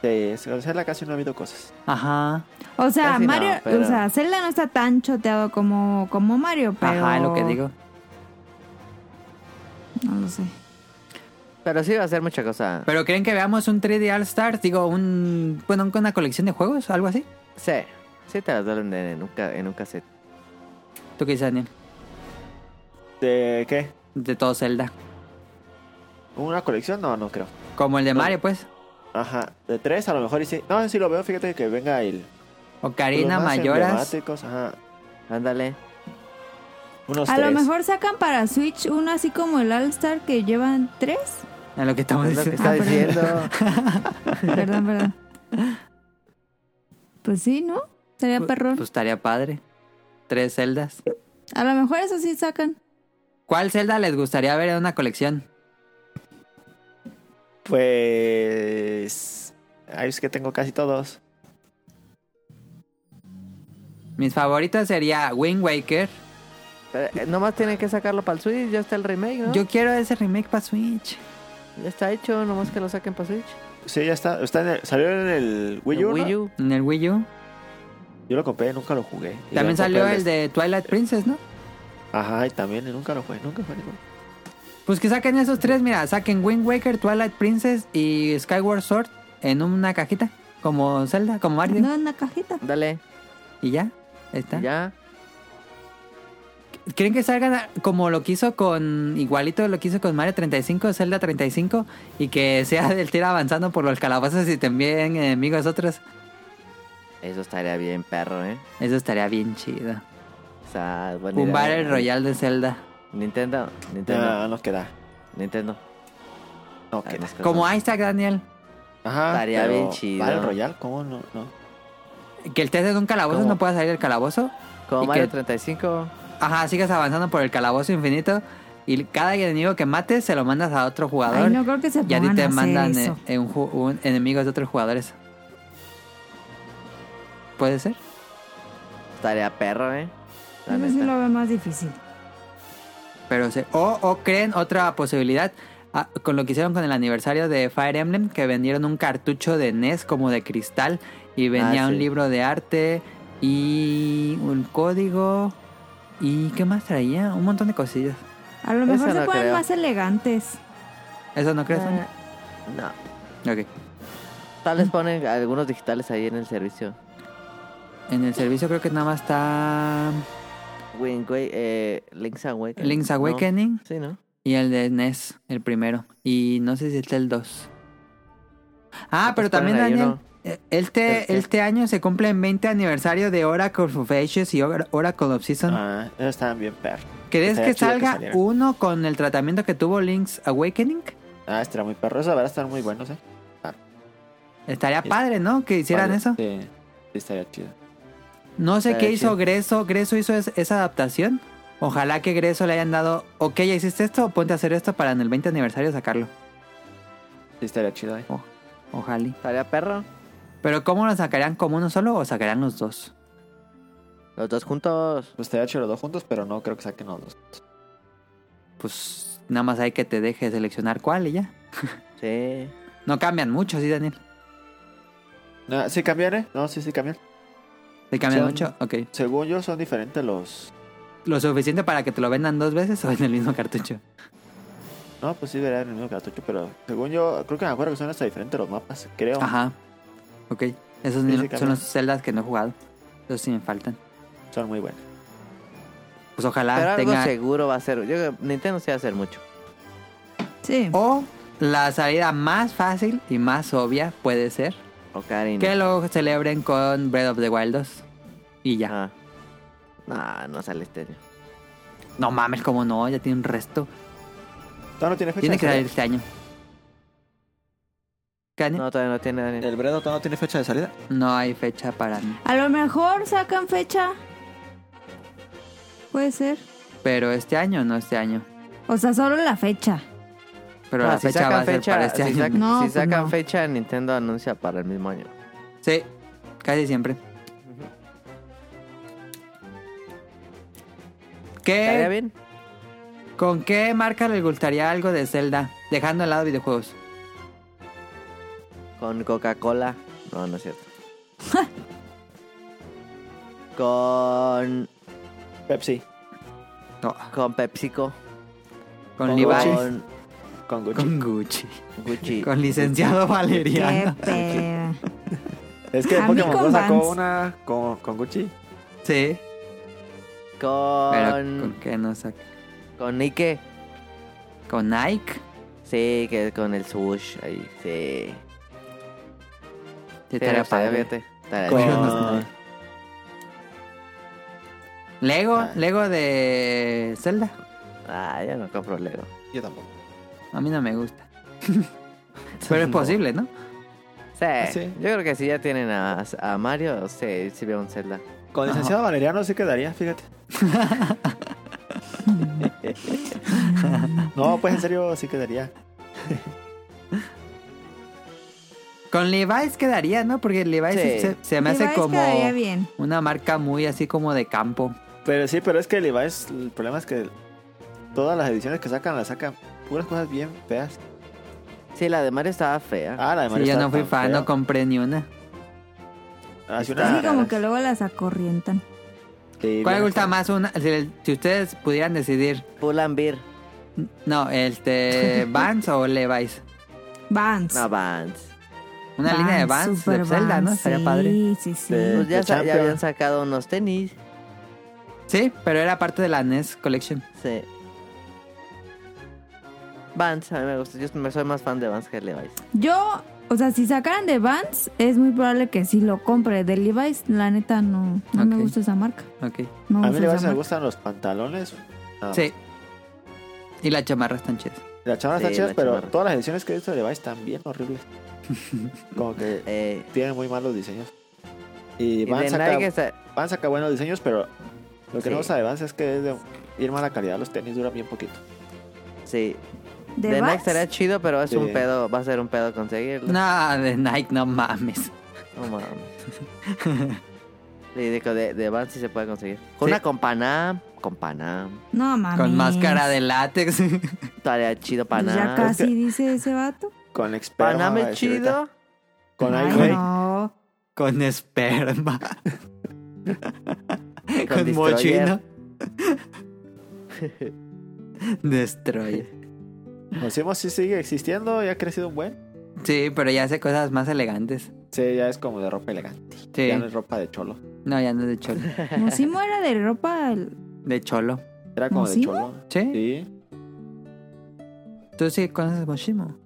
C: sí. O sea, la casi no ha habido cosas.
B: Ajá.
A: O sea,
F: Casi no,
A: Mario,
F: pero-
A: o sea, Zelda no está tan choteado como, como Mario, pero
B: Ajá, es lo que digo.
A: No lo sé.
F: Pero sí va a ser mucha cosa.
B: Pero creen que veamos un 3D All Stars, digo, un bueno, una colección de juegos, algo así.
F: Sí. Sí te las duelen en un, ca- en un cassette.
B: ¿Tú qué dices, Daniel?
C: ¿De qué?
B: De todo Zelda.
C: ¿Una colección? No, no creo.
B: Como el de
C: No.
B: Mario, pues.
C: Ajá. De tres a lo mejor y sí. No, sí lo veo, fíjate que venga el...
B: Ocarina,
C: los pues, más
B: Mayoras.
C: emblemáticos, Ajá.
F: Ándale.
C: Unos
A: A
C: tres.
A: lo mejor sacan para Switch uno así como el All Star que llevan tres.
B: Es lo que estamos
F: Es lo que
B: diciendo.
F: está
A: Ah,
B: [laughs]
A: perdón.
F: diciendo.
A: Perdón, perdón. Pues sí, ¿no? Sería perrón.
B: Pues estaría padre. Tres celdas.
A: A lo mejor eso sí sacan.
B: ¿Cuál celda les gustaría ver en una colección?
C: Pues... Ay, es que tengo casi todos.
B: Mis favoritas sería Wind Waker.
F: Pero, eh, nomás tienen que sacarlo para el Switch. Ya está el remake, ¿no?
B: Yo quiero ese remake para Switch.
F: Ya está hecho. Nomás que lo saquen para Switch.
C: Sí, ya está. está en el- salió en el Wii
F: El
C: U, ¿no?
F: Wii U.
B: En el Wii U.
C: Yo lo compré, nunca lo jugué.
B: También
C: Y lo compré
B: salió el de Twilight Princess, ¿no?
C: Ajá, y también nunca lo jugué, nunca jugué. ninguno.
B: Pues que saquen esos tres, mira, saquen Wind Waker, Twilight Princess y Skyward Sword en una cajita. Como Zelda, como Mario.
A: No en la cajita.
F: Dale.
B: Y ya. Está.
F: Ya.
B: ¿Creen que salgan a- como lo que hizo con. Igualito lo que hizo con Mario 35, Zelda 35? Y que sea del tiro avanzando por los calabazos y también enemigos otros.
F: Eso estaría bien, perro, ¿eh?
B: Eso estaría bien chido.
F: O sea, buena
B: Un
F: idea.
B: Battle Royale de Zelda.
F: Nintendo. Nintendo.
C: Ya, Ah, no queda.
F: Nintendo.
C: No
F: Hay
C: queda.
F: más cosas.
B: Como Isaac, Daniel.
C: Ajá.
F: Estaría
C: pero
F: bien chido.
C: Battle Royale, ¿cómo no? no?
B: Que el test en un calabozo
F: ¿Cómo?
B: no pueda salir del calabozo.
F: Como
B: ¿Y
F: Mario
B: qué?
F: 35.
B: Ajá, sigas avanzando por el calabozo infinito. Y cada enemigo que mates se lo mandas a otro jugador.
A: Ay, no creo que se
B: y a ti
A: pongan a
B: te
A: hacer
B: mandan eh,
A: eso.
B: eh, un, ju- un- enemigos de otros jugadores. ¿Puede ser?
F: Estaría perro, ¿eh? La
A: Eso sí
F: neta.
A: lo veo más difícil.
B: Pero se- o, o creen otra posibilidad. ah, con lo que hicieron con el aniversario de Fire Emblem, que vendieron un cartucho de NES como de cristal y venía
F: Ah, sí.
B: un libro de arte y un código y qué más traía, un montón de cosillas.
A: A lo
F: Eso
A: mejor se
F: no
A: ponen
F: creo.
A: más elegantes.
B: ¿Eso no crees? Sonia?
F: No. Ah.
B: Ok.
F: Tal vez ponen algunos digitales ahí en el servicio.
B: En el servicio creo que nada más está
F: Wind Wa- eh, Link's Awakening.
B: Link's
F: ¿no?
B: Awakening
F: Sí, ¿no?
B: y el de NES, el primero. Y no sé si está el 2. Ah,
F: Ah,
B: pero
F: pues
B: también
F: ponen ahí
B: Daniel,
F: uno.
B: eh, este,
F: ¿El qué?
B: este año se cumple el 20 aniversario de Oracle of Ages y Or- Oracle of Season.
C: Ah, esos estaban bien perros.
B: ¿Crees
C: estaría
B: que
C: chido que
B: salga
C: saliera.
B: uno con el tratamiento que tuvo Link's Awakening?
C: Ah, estará muy perro. Esos van a estar muy buenos, ¿eh?
B: Estaría
C: Sí.
B: padre, ¿no? Que hicieran
C: Vale,
B: eso.
C: Sí, sí, estaría chido.
B: No sé
F: Estaría
B: qué hizo
F: chido.
B: Greso. Greso hizo es- esa adaptación. Ojalá que Greso le hayan dado, ok, ya hiciste esto, ponte a hacer esto para en el 20 aniversario sacarlo.
C: Sí, estaría chido, ¿eh?
B: Ojalá.
F: ¿Estaría perro?
B: Pero ¿cómo lo sacarían? ¿Como uno solo o sacarían los dos?
F: Los dos juntos.
C: Pues estaría chido los dos juntos, pero no creo que saquen los dos.
B: Pues nada más hay que te deje seleccionar cuál y ya.
F: Sí.
B: No cambian mucho, ¿sí, Daniel?
C: No, sí cambian, ¿eh? No, sí, sí cambian.
B: ¿Sí cambian
C: Son-
B: mucho? Ok.
C: Según yo, son diferentes los...
B: ¿Lo suficiente para que te lo vendan dos veces o en el mismo cartucho?
C: No, pues sí, verán el mismo cartucho, pero según yo, creo que me acuerdo que son hasta diferentes los mapas, creo.
B: Ajá. Ok. Esos
C: Sí,
B: ni-
C: sí
B: son
C: cambian.
B: las celdas que no he jugado. Esos sí me faltan.
C: Son muy buenos.
B: Pues ojalá
F: pero algo
B: tenga...
F: seguro va a ser. Yo creo que Nintendo sí va a hacer mucho.
A: Sí.
B: O la salida más fácil y más obvia puede ser
F: Ocarina.
B: que lo celebren con Breath of the Wild 2. Y ya.
F: Ah. No, no sale este
B: ¿Eh?
F: año.
B: No mames, como no, ya tiene un resto.
C: No, no tiene fecha.
B: Tiene que
C: de
B: salir
C: salida.
B: este año. ¿Qué, Daniel?
F: No, todavía no tiene Daniel.
C: ¿El Bredo no tiene fecha de salida?
B: No hay fecha para mí.
A: A lo mejor sacan fecha. Puede ser.
B: Pero este año, no este año.
A: O sea, solo la
B: [laughs]
A: fecha.
B: Pero
F: No,
B: la
F: si
B: fecha
F: Ah, sacan
B: va a ser
F: fecha-
B: para este
F: si
B: año.
F: sac-
A: No,
F: si
A: pues
F: sacan
A: no.
F: fecha, Nintendo anuncia para el mismo año.
B: Eh, Sí, casi siempre.
F: ¿Estaría
B: ¿Qué,
F: bien?
B: ¿Con qué marca les gustaría algo de Zelda? Dejando al lado videojuegos.
F: Con Coca-Cola. No, no es cierto. con,
C: Pepsi.
B: No,
F: con PepsiCo.
B: con,
C: Con
B: Levi's.
C: Con
F: Con
C: Gucci.
B: [laughs] Con Gucci.
F: Gucci.
B: Con licenciado
A: Qué
B: Valeriano.
A: pedo.
C: Es que
B: Ah,
A: A mí
C: Pokémon
A: con
C: Go sacó
A: Vans.
C: una con, con Gucci.
B: Sí. Pero [laughs] ¿con
F: Con,
B: qué no saca?
F: con Nike.
B: ¿Con Nike?
F: Sí, que con el swoosh ahí. Sí.
B: Sí,
F: Sí,
B: estaría
F: estaría
B: padre.
F: bien, te- estaría
C: Con...
F: chido.
B: Lego,
C: Ah.
B: Lego de Zelda.
F: Ah, yo no compro Lego.
C: Yo tampoco.
B: A mí no me gusta. Pero es
F: No.
B: posible, ¿no?
F: Sí,
C: sí.
F: yo creo que si ya tienen a, a Mario, sí, sí veo un Zelda.
C: Con licenciado Valeriano sí quedaría, fíjate. no, pues en serio sí quedaría.
B: Con Levi's quedaría, ¿no? Porque Levi's
F: Sí.
B: se, se me hace
A: Levi's
B: como
A: quedaría bien.
B: una marca muy así como de campo.
C: Pero sí, pero es que Levi's, el problema es que todas las ediciones que sacan las sacan puras cosas bien feas.
F: Sí, la de Mario estaba fea.
C: Ah, la de
B: Sí,
C: Mario
B: yo
C: está
B: no fui
C: tan
B: fan,
C: fea.
B: no compré ni una.
C: Hace
F: Ah,
A: Sí,
C: una-
A: como que luego las acorrientan.
C: Sí,
B: ¿Cuál
C: bien
B: le gusta
C: fea.
B: más? Una, si, si ustedes pudieran decidir,
F: Pull and Beer.
B: no, este, Vans o Levi's.
A: Vans.
F: No, Vans.
B: Una línea de Vans, de
A: super
B: Zelda, ¿no?
A: Vans,
B: Estaría
A: sí,
B: padre.
A: Sí, sí,
C: Sí.
F: Pues ya,
C: The
F: sa- ya
C: Champion.
F: habían sacado unos tenis.
B: Sí, pero era parte de la NES Collection.
F: Sí. Vans, a mí me gusta. Yo me- soy más fan de Vans que de Levi's.
A: Yo, o sea, si sacaran de Vans, es muy probable que sí lo compre. De Levi's, la neta, no, no me
B: Ok.
A: gusta esa marca.
B: Ok.
A: No
C: A mí
A: uso esa
C: Levi's me
A: marca.
C: gustan los pantalones. nada más.
B: Sí. Y las chamarras están chidas.
C: Las chamarras
F: Sí,
C: están chidas,
F: la
C: pero
F: chamarra.
C: todas las ediciones que he visto de Levi's están bien horribles. como que
F: Eh,
C: tienen muy malos diseños.
F: y
C: Y
F: de
C: Vans saca,
F: Nike está-
C: Vans saca buenos diseños, pero lo que
F: Sí.
C: no nos avance es que es de bien mala calidad. Los tenis duran bien poquito.
F: Sí.
A: ¿De,
F: De, Nike
A: Vans?
F: estaría chido, pero es un
C: Sí.
F: pedo. Va a ser un pedo conseguirlo.
B: No, de Nike, no mames.
F: No mames. Sí, de, de, de Van sí se puede conseguir. Con
B: Sí.
F: una con Panam. Con Panam.
I: No mames.
B: Con máscara de látex.
F: Tarea chido
I: Pues
F: Panam.
I: Ya casi dice ese vato.
C: Con experto.
F: Panam es chido.
C: Con
I: Ay,
C: algo.
I: no.
B: con esperma.
F: Con,
B: con [laughs]
F: Destroyer.
B: mochino. Destroyer.
C: Nos hemos- sí sigue existiendo, ya ha crecido un buen.
B: Sí, pero ya hace cosas más elegantes.
C: Sí, ya es como de ropa elegante.
B: Sí.
C: Ya no es ropa de cholo.
B: No, ya no es de cholo.
I: Mosimo era de ropa.
B: De cholo.
C: Era como de
I: ¿Nocivo?
C: cholo.
B: ¿Oh, ¿Sí?
C: Sí.
B: ¿Tú sí conoces Moshimo?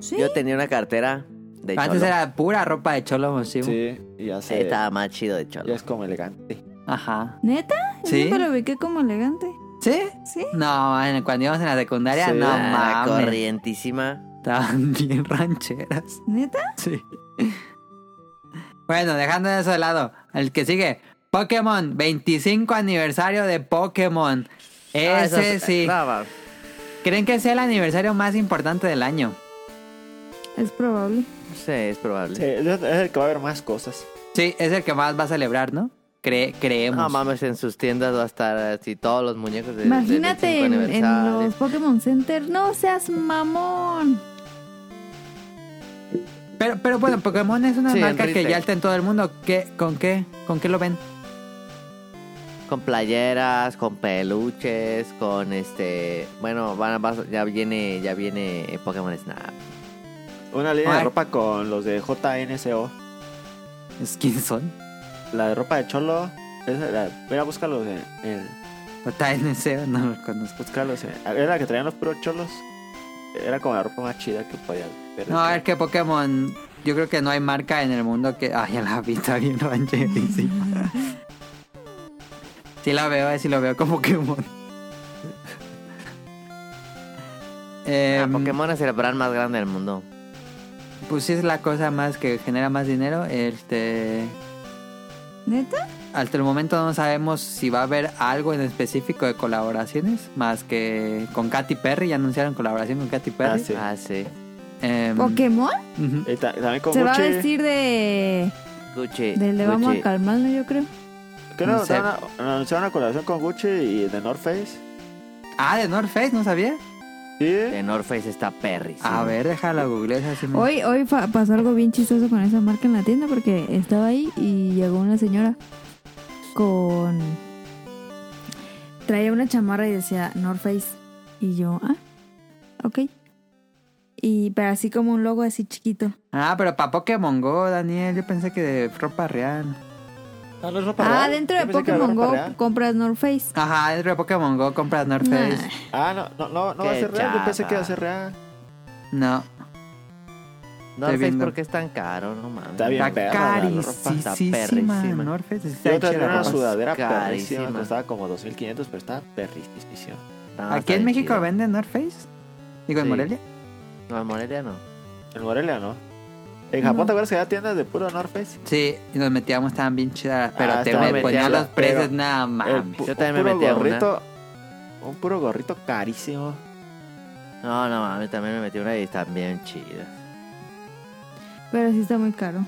I: Sí.
F: Yo tenía una cartera de
B: Antes
F: cholo.
B: era pura ropa de cholo Moshimo.
C: Sí. Y ya
F: Sí,
C: se.
F: estaba más chido de
C: Ya
F: cholo.
C: es como elegante.
B: Ajá.
I: ¿Neta? Yo
B: Sí.
I: Nunca lo ubiqué como elegante.
B: ¿Sí?
I: Sí.
B: No, bueno, cuando íbamos en la secundaria,
C: Sí.
B: no
F: Ah,
B: mames.
F: corrientísima.
B: Estaban [laughs] bien rancheras.
I: ¿Neta?
B: Sí. Bueno, dejando eso de lado, el que sigue. Pokémon, 25 aniversario de Pokémon.
F: Ah, eso
B: Ese
F: es-
B: sí.
F: no, va.
B: ¿Creen que sea el aniversario más importante del año?
I: Es probable.
F: Sí, es probable.
C: Sí, es es el que va a haber más cosas.
B: Sí, es el que más va a celebrar, ¿no? Cre- creemos.
F: No mames, en sus tiendas va a estar así todos los muñecos de
A: Imagínate en,
F: del 25
A: en
F: aniversario.
A: los Pokémon Center. No seas mamón.
B: Pero, pero bueno, Pokémon es una
F: Sí, en
B: marca que
F: retail.
B: ya está en todo el mundo. ¿Qué, ¿Con qué? ¿Con qué lo ven?
F: Con playeras, con peluches, con este... Bueno, van a- vas- ya viene ya viene Pokémon Snap. Ah,
C: Una línea
B: Ay.
C: de ropa con los de JNSO.
B: ¿Skins son?
C: La de ropa de cholo. Es la, mira, búscalos en. en
B: ¿O TNC? No lo conozco.
C: búscalos en- Era la que traían los puros cholos. Era como la ropa más chida que podías ver.
B: No, a ver qué Pokémon. Yo creo que no hay marca en el mundo que. Ay, a la pista bien [laughs] rancherísima. sí la veo, eh, sí lo veo con
F: [laughs]
B: Pokémon.
F: Ah,
B: Em,
F: Pokémon es el brand más grande del mundo.
B: Pues sí es la cosa más que genera más dinero. Este.
I: ¿Neta?
B: Hasta el momento no sabemos si va a haber algo en específico de colaboraciones. Más que con Katy Perry. Ya anunciaron colaboración con Katy Perry.
C: Ah, sí.
F: Ah, sí.
B: Em,
A: ¿Pokémon?
B: ujú.
C: Y ta- también con
A: Se va a
C: Gucci.
A: vestir de.
F: Gucci.
A: Del de vamos
F: Gucci.
A: a calmarlo, yo creo.
C: ¿Qué no,
B: No sé.
C: anunciaron una- anunciaron una colaboración con Gucci y de North Face?
B: Ah, de North Face, no sabía.
C: Sí.
F: De North Face está Perry. sí.
B: A ver, déjala googlear así me-
A: Hoy, hoy fa- pasó algo bien chistoso con esa marca en la tienda porque estaba ahí y llegó una señora con... Traía una chamarra y decía North Face. Y yo, ah, ok. Y pero así como un logo así chiquito.
B: Ah, pero para Pokémon Go, Daniel, yo pensé que de ropa real.
C: Ah, no es ropa
A: Ah,
C: real.
A: dentro
C: Yo
A: de
C: pensé que era
A: Pokémon
C: ropa
A: Go
C: real.
A: compras North Face.
B: Ajá, dentro de Pokémon Go compras North
A: Nah.
B: Face.
C: Ah, no, no, no, no va a
F: Qué
C: ser real. Yo pensé que iba a
F: chafa.
C: ser real.
B: No,
F: North Face,
B: viendo.
F: ¿por qué es tan caro? No mames.
C: Está bien,
B: está
C: perra, la ropa
F: está
B: carísima
F: perrísima.
B: North Face. está
C: Yo
B: chida
C: tenía
B: la
C: una
B: ropa.
C: sudadera
F: carísima.
C: perrísima. Costaba como 2.500, pero estaba perrísima.
F: No, está
B: ¿Aquí
F: bien
B: en México
F: chido.
B: venden North Face? Digo, en
F: Sí.
B: Morelia.
F: No, en Morelia no.
C: En Morelia, ¿no? En Japón, ¿te acuerdas que había tiendas de puro North Face?
B: Sí, y nos metíamos, estaban bien chidas, pero
C: Ah,
B: te
C: estaban
B: me
C: bien
B: ponían
C: chidas,
B: los precios,
C: pero-
B: nada
C: El
B: mames.
C: pu-
F: Yo también me
C: puro
F: metí a una.
C: gorrito, Un puro gorrito carísimo.
F: No, no, mami, también me metí una y están bien chidas.
A: Pero sí está muy caro.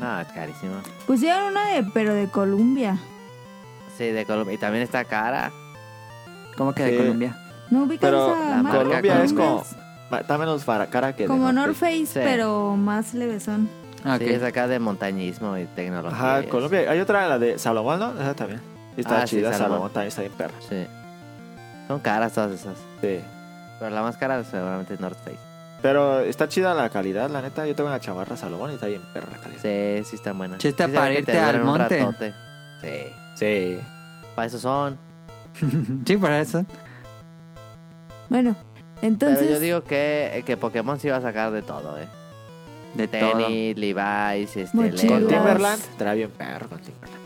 F: No, es carísima.
A: Pusieron una de, pero de Colombia.
F: Sí, de Colombia. Y también está cara.
B: ¿Cómo que de
C: Sí.
B: Colombia?
A: No ubicas
C: Pero
A: esa
F: la
A: marca.
C: Colombia es como.
A: Colombia
C: ma- Está menos fara- cara que.
A: es
C: de
A: Como
C: North
A: North
C: Face.
A: Face,
F: Sí.
A: pero más levesón.
B: Ah,
F: Sí,
B: Okay.
F: es acá de montañismo y tecnología.
C: Ajá,
F: y eso.
C: Colombia. Hay otra, la de Salomón, ¿no? Esa también. Y está
F: Ah, sí,
C: chida,
F: Salomón.
C: Salomón. también está bien perra.
F: Sí. Son caras todas esas.
C: Sí.
F: Pero la más cara seguramente es North Face.
C: Pero está chida la calidad, la neta. Yo tengo una chamarra Salomón y está bien perra la calidad.
F: Sí, sí están buenas.
B: Sí, está
F: se
B: para
F: ve que
B: irte
F: te duran
B: al
F: un
B: monte.
F: ratote. Sí.
C: Sí.
F: Para eso son.
B: sí, por eso.
A: Bueno, entonces...
F: Pero yo digo que, que Pokémon sí va a sacar de todo, eh.
B: De todo.
F: Tenis, Levi's, este,
A: Mochilas.
C: Con
A: Los-
F: Lego.
C: Timberland. Está bien perro con Timberland.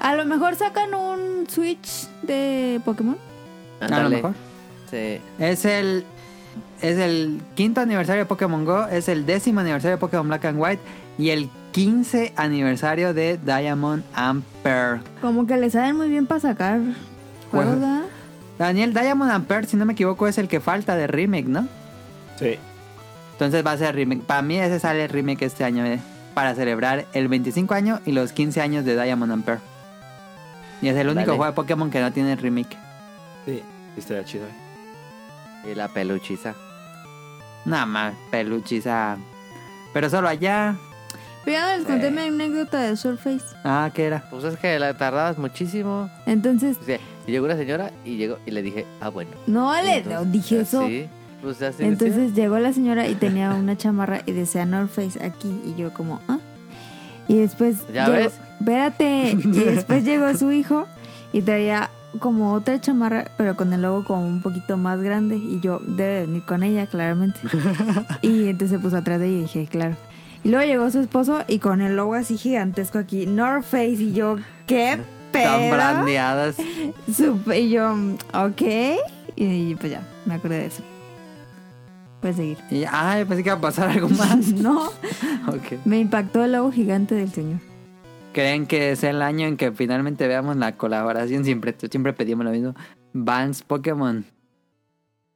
A: A lo mejor sacan un Switch de Pokémon.
B: A lo
F: Ándale.
B: mejor.
F: Sí.
B: Es el. Es el quinto aniversario de Pokémon Go, es el décimo aniversario de Pokémon Black and White y el 15 aniversario de Diamond and Pearl.
A: Como que le saben muy bien para sacar juegos,
B: Juegos.
A: ¿verdad?
B: Daniel, Diamond and Pearl, si no me equivoco, es el que falta de remake, ¿no?
C: Sí.
B: Entonces va a ser remake. Para mí ese sale el remake este año. eh. para celebrar el 25 año y los 15 años de Diamond and Pearl. Y es el único
F: Dale.
B: juego de Pokémon que no tiene remake.
E: Sí, estaría chido. eh.
F: Y la peluchiza.
B: Nada más, peluchiza. Pero solo allá.
J: Pero ya les
F: Eh.
J: conté mi anécdota de Surface.
B: Ah, ¿qué era?
F: Pues es que la tardabas muchísimo.
A: Entonces,
F: O sea, y llegó una señora y llegó y le dije, ah, bueno.
A: no le
F: Entonces,
A: dije eso.
F: Sí, pues así decía.
A: Entonces llegó la señora y tenía una chamarra y decía North Face aquí y yo como, ¿ah? Y después...
F: ¿Ya
A: llegó-
F: ves?
A: Espérate.
F: [laughs]
A: Y después llegó su hijo y traía como otra chamarra, pero con el logo como un poquito más grande y yo debe de venir con ella,
F: [laughs]
A: claramente. y entonces se puso atrás de ella y dije, claro. Y luego llegó su esposo y con el logo así gigantesco aquí, North Face y yo, ¿qué
B: Tan
A: pedo?
B: brandeadas.
A: Sup- Y yo, mm, ok. Y, pues ya, me acordé de eso. Puedes seguir.
B: Y, ay, pensé que iba a pasar algo más.
A: [laughs] no,
B: [laughs] Ok.
A: me impactó el logo gigante del señor.
B: ¿Creen que es el año en que finalmente veamos la colaboración? Siempre, siempre pedimos lo mismo. Vans Pokémon.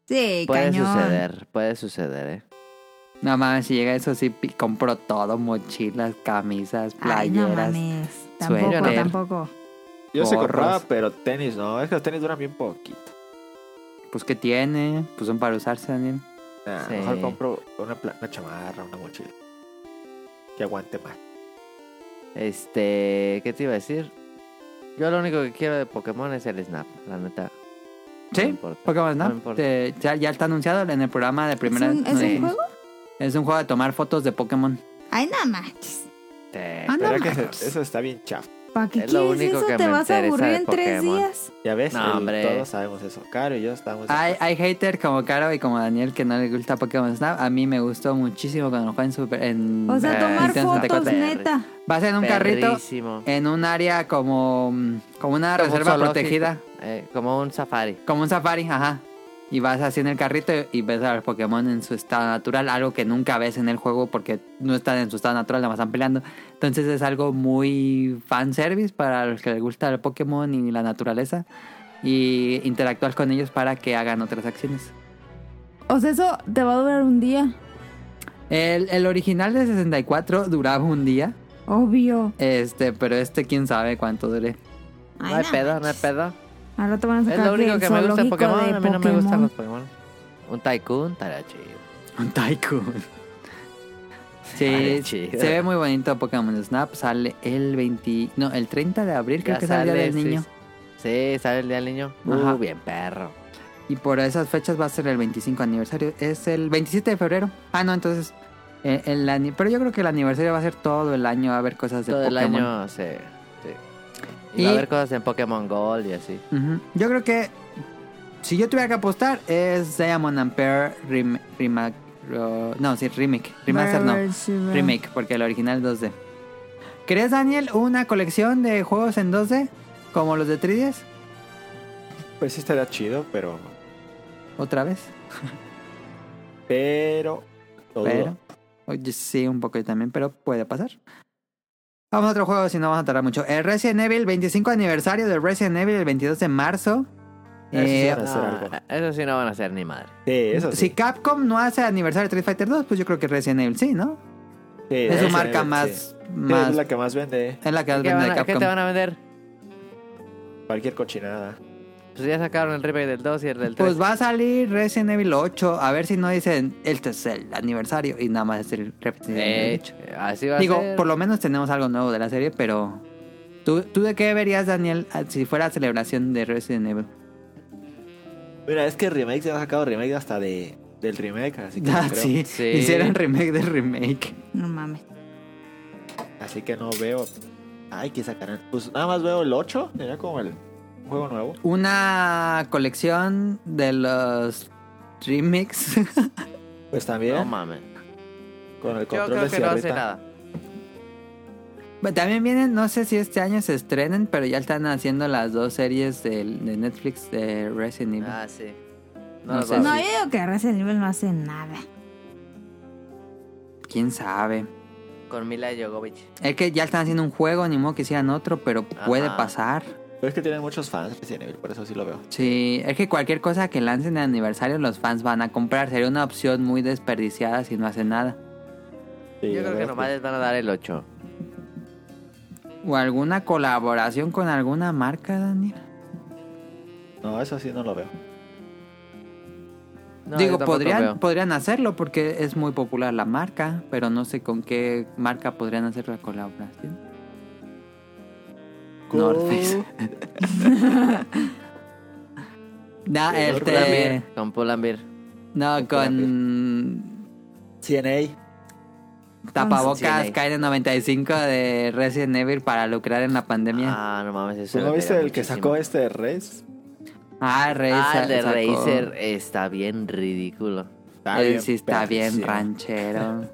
A: Sí,
F: Puede
A: cañón.
F: suceder, puede suceder, eh.
B: No mames, si llega eso sí pi- compro todo, mochilas, camisas,
A: Ay, no
B: playeras.
A: mames. Tampoco,
B: suéter.
A: tampoco.
E: Yo se
B: Gorros.
E: compraba, pero tenis no. Es que los tenis duran bien poquito.
B: pues que tiene, pues son para usarse, Daniel.
E: Nah,
F: Sí.
E: Mejor compro una, pla- una chamarra, una mochila. Que aguante más.
F: Este, ¿qué te iba a decir? Yo lo único que quiero de Pokémon es el Snap, la neta. No me
B: Sí,
F: importa.
B: Pokémon
F: No
B: Snap.
F: me importa.
B: Te- ya, ya está anunciado en el programa de primera.
A: ¿Es un, es
B: no
A: un
B: dijimos.
A: juego?
B: Es un juego de tomar fotos de Pokémon.
A: Ay, no manches.
F: Te-
B: Ah,
E: Pero
B: no
E: es que
B: manches.
E: eso, eso está bien chaf.
A: ¿Para qué
F: Es lo
A: quieres
F: único
A: eso?
F: que
A: Te
F: me
A: vas a
F: interesa
A: aburrir
F: de
A: en tres
F: Pokémon.
A: días.
E: Ya ves,
F: No,
E: El-
F: hombre.
E: todos sabemos eso. Caro y yo estábamos.
B: Hay,
F: pues
B: hay hater como Caro y como Daniel que no le gusta Pokémon Snap. A mí me gustó muchísimo cuando lo jugué en Super. En,
A: O
B: eh,
A: sea, tomar
B: Nintendo
A: fotos,
B: 64.
A: neta.
B: Vas en un carrito
F: perrísimo.
B: en un área como, mm, como una
F: Como un
B: reserva
F: zoológico,
B: protegida,
F: eh, como un safari.
B: como un safari, ajá. Y vas así en el carrito y- y ves a los Pokémon en su estado natural, algo que nunca ves en el juego porque no están en su estado natural, nada más están peleando. Entonces es algo muy fanservice para los que les gusta el Pokémon y la naturaleza. Y interactuar con ellos para que hagan otras acciones.
A: O sea, eso te va a durar un día.
B: El, el original de 64 duraba un día,
A: Obvio.
B: este, pero este quién sabe cuánto dure.
A: Ay,
F: no hay
A: no
F: pedo, no hay pedo.
A: Al rato van a
F: Es
A: sacar
F: lo único
A: el
F: que me gusta de
A: zoológico
F: Pokémon.
A: de
F: A mí no me gustan
A: Pokémon.
F: los Pokémon. Un Tycoon, estaría chido.
B: Un Tycoon. Sí,
F: Estaría chido.
B: se ve muy bonito Pokémon Snap. Sale el 20. No, el 30 de abril, creo
F: Ya
B: que es el día
F: sale,
B: del
F: sí,
B: niño.
F: Sí, sale el día del niño.
B: Ajá.
F: Uh, bien perro.
B: Y por esas fechas va a ser el 25 aniversario. Es el 27 de febrero. Ah, no, entonces. eh, el ani- Pero yo creo que el aniversario va a ser todo el año. Va a haber cosas de
F: Todo el
B: Pokémon.
F: año se... sí. Y, va a
B: Y-
F: haber cosas en Pokémon Gold y así.
B: Ujú. Yo creo que. Si yo tuviera que apostar, es Diamond and Pearl Rem- Remake. ro- No, sí, Remake. Remaster no.
A: Barbarshira.
B: Remake, porque el original es 2D. ¿Crees, Daniel, una colección de juegos en 2D? Como los de 3DS,
E: Pues sí estaría chido, pero.
B: otra vez.
E: Pero. lo dudo.
B: Pero. Oye, sí, un poco yo también, pero puede pasar. Vamos a otro juego, si no vamos a tardar mucho. El Resident Evil, 25 aniversario de Resident Evil, el 22 de marzo.
E: Eso Ah, sí
B: Eh,
E: van a hacer
F: No,
E: algo.
F: eso sí no van a hacer ni madre.
E: Sí, eso sí.
B: Si Capcom no hace aniversario de Street Fighter 2, pues yo creo que Resident Evil sí, ¿no?
E: Sí,
B: es su
E: Resident
B: marca
E: Evil,
B: más.
E: sí. Sí,
B: más
E: Es la que más vende eh.
B: es la que más
F: ¿Qué,
B: vende
F: van
B: de
F: a- qué
B: Capcom.
F: te van a vender?
E: cualquier cochinada.
F: Pues ya sacaron el remake del 2 y el del 3.
B: Pues va a salir Resident Evil 8. A ver si no dicen este es el aniversario y nada más es el Resident
F: De
B: Evil
F: hecho, así Eh, va a
B: Digo,
F: ser.
B: por lo menos tenemos algo nuevo de la serie, pero. ¿Tú, tú de qué verías, Daniel, a- si fuera celebración de Resident
F: [laughs]
B: Evil?
E: Mira, es que remake se ha sacado remake hasta de, del remake, así que, no
B: Ah,
E: creo-
B: sí.
F: Sí.
B: Hicieran remake del remake.
A: No mames.
E: así que no veo. Ay, que sacarán. Pues nada más veo el 8, sería como el un juego nuevo.
B: Una colección de los remakes. [laughs]
E: Pues también
F: No mames.
E: con el
F: Yo
E: control
F: creo
E: de
F: que no hace
E: cierrita.
F: nada.
B: Pero También vienen, no sé si este año se estrenen, pero ya están haciendo las dos series del- de, Netflix de Resident Evil.
F: Ah, sí.
B: No
F: los
B: sé.
C: Pues
F: va a
J: No,
F: hacer.
J: yo digo que Resident Evil no hace nada.
B: ¿Quién sabe?
F: Con Mila Jovovich.
B: Es que ya están haciendo un juego, ni modo que hicieran otro, pero puede
F: Ajá.
B: pasar.
E: Pero es que tienen muchos fans Resident Evil, por eso sí lo veo.
B: Sí, es que cualquier cosa que lancen de aniversario los fans van a comprar. Sería una opción muy desperdiciada si no hacen nada.
E: Sí, la
F: Yo creo que
E: verdad
F: nomás les van a dar el 8.
B: O alguna colaboración con alguna marca, Daniel.
C: No, eso sí no lo veo.
F: No, yo
B: Digo,
F: tampoco
B: podrían,
F: veo.
B: podrían hacerlo porque es muy popular la marca, pero no sé con qué marca podrían hacer la colaboración. North Face. no, este,
F: Pull&Bear, Con Pull&Bear.
B: no, con
C: CNA.
B: tapabocas
F: Cienay.
B: KN95 de Resident Evil para lucrar en la pandemia.
F: Ah, no mames, eso.
C: ¿Tú no
F: me
C: viste
F: pega
C: el que
F: muchísimo.
C: sacó este Rez?
B: Ah, Razer.
F: Ah, el de
B: sacó-
F: Razer está bien ridículo.
B: Él sí está bien
C: perrísimo.
F: [laughs]
B: ranchero.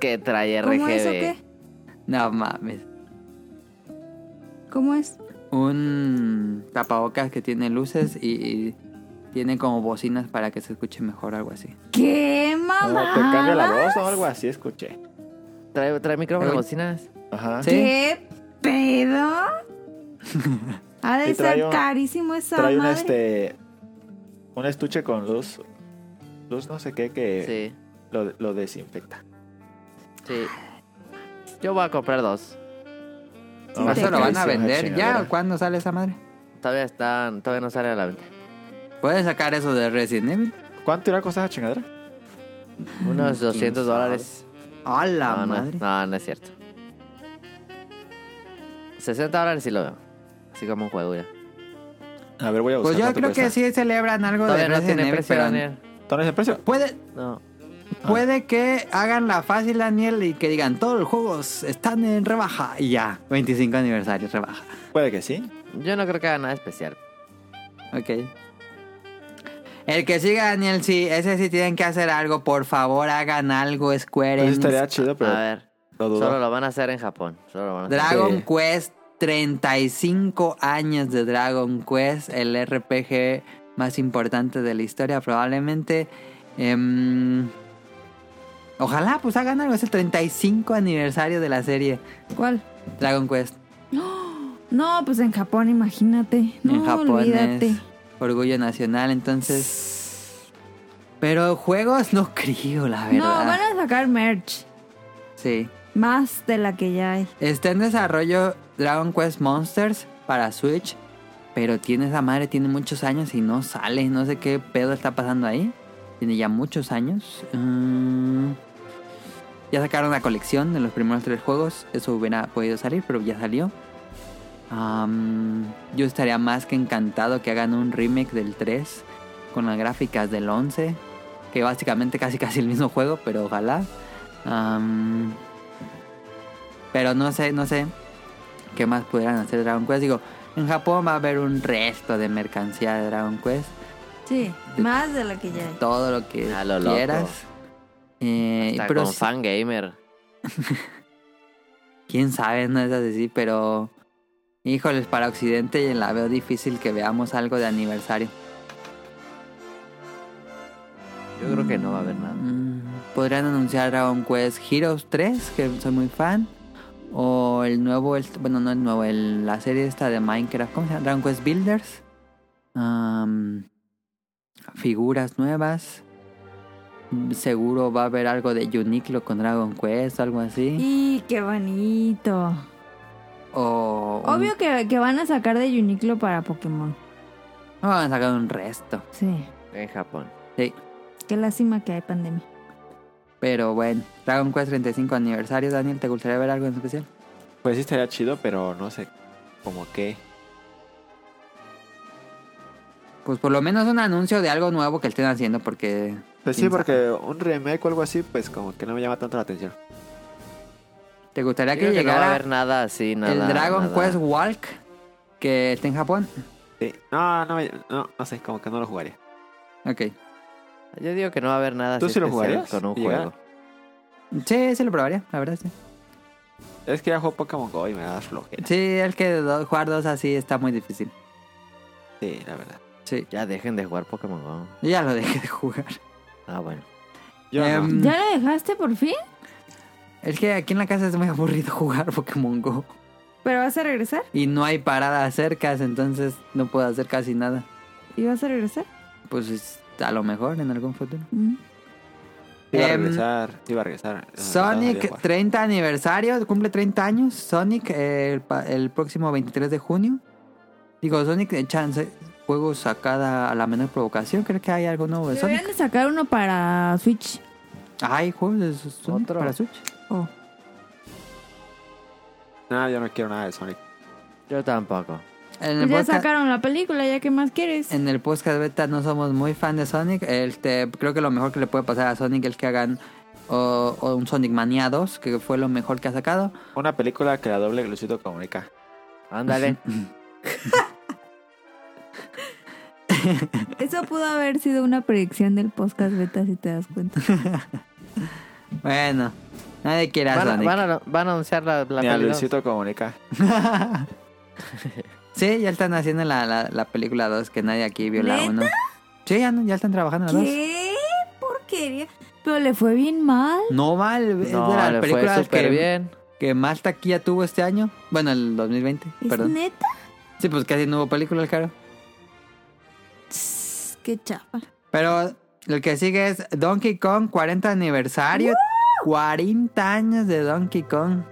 F: Que trae RGB.
J: ¿Cómo es o qué?
B: No mames.
J: ¿Cómo es?
B: un tapabocas que tiene luces y, y tiene como bocinas para que se escuche mejor, algo así.
J: ¿Qué
C: No,
J: mamá?
C: te cambia la voz o algo así, escuché.
F: ¿Trae, trae micrófono
B: Uy.
F: bocinas?
C: Ajá.
B: Sí.
J: ¿Qué pedo? Ha de
C: Sí, trae
J: ser
C: un-
J: carísimo esa
C: Trae un
J: madre.
C: este. Un estuche con luz. Luz no sé qué que
F: Sí,
C: lo, lo desinfecta.
F: sí. Yo voy a comprar dos.
C: No,
B: ¿Eso lo van a
C: carísimo,
B: vender
C: chingadera.
B: ya o cuándo sale esa madre?
F: Todavía están, todavía no sale a la venta.
B: Puedes sacar eso de Resident Evil.
C: ¿Cuánto irá a costar esa chingadera?
F: Unos 200 dólares.
B: ¡A la
F: No, no,
B: madre!
F: no, no es cierto. 60 dólares sí lo veo. Así como un juego, ya.
C: A ver, voy a buscar.
B: Pues yo
C: cuánto
B: creo que
C: cuesta.
B: sí celebran algo de
F: Todavía no
B: Resident
F: tiene
B: Evil,
F: precio,
B: pero
F: Daniel. Ah.
C: ¿Entonces el precio?
B: puede,
F: No.
B: puede que hagan la fácil, Daniel, y que digan todos los juegos están en rebaja. Y ya, 25 aniversario, rebaja.
C: Puede que sí.
F: Yo no creo que haga nada especial.
B: Ok. El que siga, Daniel, sí, ese sí tienen que hacer algo. Por favor, hagan algo, Square
C: Entonces
B: Enix.
C: Pues estaría chido, pero
F: a ver,
C: lo dudo.
F: solo lo van a hacer en Japón. Solo lo van a hacer.
B: Dragon
C: Sí.
B: Quest, 35 años de Dragon Quest, el RPG más importante de la historia probablemente. Em, ojalá pues hagan algo, es el 35 aniversario de la serie
J: ¿Cuál?
B: Dragon Quest
J: No, pues en Japón, imagínate. No,
B: en Japón.
J: olvídate.
B: Es orgullo nacional, entonces... Pero juegos no [laughs] creo, la verdad.
J: No, van a sacar merch.
B: Sí.
J: Más de la que ya hay.
B: Está en desarrollo Dragon Quest Monsters para Switch, pero tiene esa madre, tiene muchos años y no sale. No sé qué pedo está pasando ahí. Tiene ya muchos años. Mm. ya sacaron la colección de los primeros tres juegos. Eso hubiera podido salir, pero ya salió. Am, yo estaría más que encantado que hagan un remake del 3 con las gráficas del 11, que básicamente casi casi el mismo juego, pero ojalá. Am, pero no sé, no sé qué más pudieran hacer Dragon Quest. Digo, en Japón va a haber un resto de mercancía de Dragon Quest.
J: Sí, más de la que ya hay.
B: Todo lo que
F: A lo loco.
B: quieras. Eh,
F: Está
B: pero
F: con
B: sí-
F: fan gamer.
B: quién sabe, no es así, pero... Híjoles, para Occidente la veo difícil que veamos algo de aniversario.
F: Yo creo que no va a haber nada.
B: Mm, Podrían anunciar Dragon Quest Heroes 3, que soy muy fan. O el nuevo, el- bueno, no el nuevo, el- la serie esta de Minecraft, ¿cómo se llama? Dragon Quest Builders. Am, figuras nuevas. Mm, Seguro va a haber algo de Uniclo con Dragon Quest, algo así.
J: Y qué bonito.
B: O. un-
J: Obvio que, que van a sacar de Uniclo para Pokémon.
B: Van a sacar un resto.
J: Sí.
F: En Japón.
J: Qué lástima que hay pandemia.
B: Pero bueno, Dragon Quest 35 aniversario, Daniel, ¿te gustaría ver algo en especial?
C: Pues sí estaría chido, pero no sé como qué.
B: Pues por lo menos un anuncio de algo nuevo que estén haciendo, porque
C: Pues sí,
B: ¿Quién
C: porque un remake o algo así, pues como que no me llama tanto la atención.
B: ¿Te gustaría
F: Yo
B: que
F: creo que no va a
B: llegara
F: haber nada así, nada.
B: el Dragon
F: nada.
B: Quest Walk que está en Japón?
C: Sí. No, no, me- no, no sé, como que no lo jugaría.
B: Ok.
F: Yo digo que no va a haber nada
C: ¿Tú
F: así
C: sí lo
F: especial
C: jugarías?
F: con un
C: ¿Y llegara?
F: juego.
B: Sí, sí lo probaría, la verdad, sí.
C: Es que ya juego Pokémon Go y me da flojera.
B: Sí, el que do- jugar dos así está muy difícil.
C: Sí, la verdad.
B: Sí.
F: Ya dejen de jugar Pokémon Go.
B: Yo ya lo dejé de jugar.
F: Ah, bueno.
C: Yo no.
B: Em,
J: ¿Ya lo dejaste por fin?
B: Es que aquí en la casa es muy aburrido [laughs] jugar Pokémon Go.
J: ¿Pero vas a regresar?
B: Y no hay paradas cercas, entonces no puedo hacer casi nada.
J: ¿Y vas a regresar?
B: Pues es- a lo mejor en algún futuro.
J: Mm.
E: iba a
B: Em,
E: regresar, sí iba a regresar. Ah, no, no,
B: Sonic
E: no,
B: 30 aniversario, cumple 30 años. Sonic eh, el, pa- el próximo 23 de junio. Digo, Sonic eh, chance, juego sacada a la menor provocación. Creo que hay algo nuevo de
J: Deberían
B: Pues Sonic.
J: de sacar uno para Switch.
B: Hay juegos de Sonic
F: Otro.
B: para Switch.
E: No, yo no quiero nada de Sonic.
F: Yo tampoco.
B: En
J: Pues
B: el,
J: ya
B: podcast,
J: sacaron la película, ¿ya qué más quieres?
B: en el podcast beta no somos muy fan de Sonic. Este, creo que lo mejor que le puede pasar a Sonic es que hagan o, o un Sonic Mania 2, que fue lo mejor que ha sacado.
E: Una película que la doble Luisito comunica.
F: [laughs] Ándale.
A: Eso pudo haber sido una predicción del podcast beta, si te das cuenta.
B: Bueno, nadie quiere a
F: Van a,
B: Sonic.
F: van a- van a anunciar la, la
E: Ni a
F: peli dos.
E: Luisito comunica.
B: Sí, ya están haciendo la, la, la película 2 que nadie aquí vio la
A: ¿Neta?
B: 1. Sí, ya, no- ya están trabajando en la 2.
A: ¿Qué porquería? Pero le fue bien mal.
B: No mal, es
F: No,
B: de las
F: le fue
B: películas
F: súper
B: que,
F: bien.
B: que más taquilla tuvo este año. Bueno, el 2020,
A: ¿Es
B: perdón.
A: neta?
B: Sí, pues casi no hubo película, claro.
A: Tss, Qué chapa.
B: Pero lo que sigue es Donkey Kong 40 aniversario. 40 años de Donkey Kong.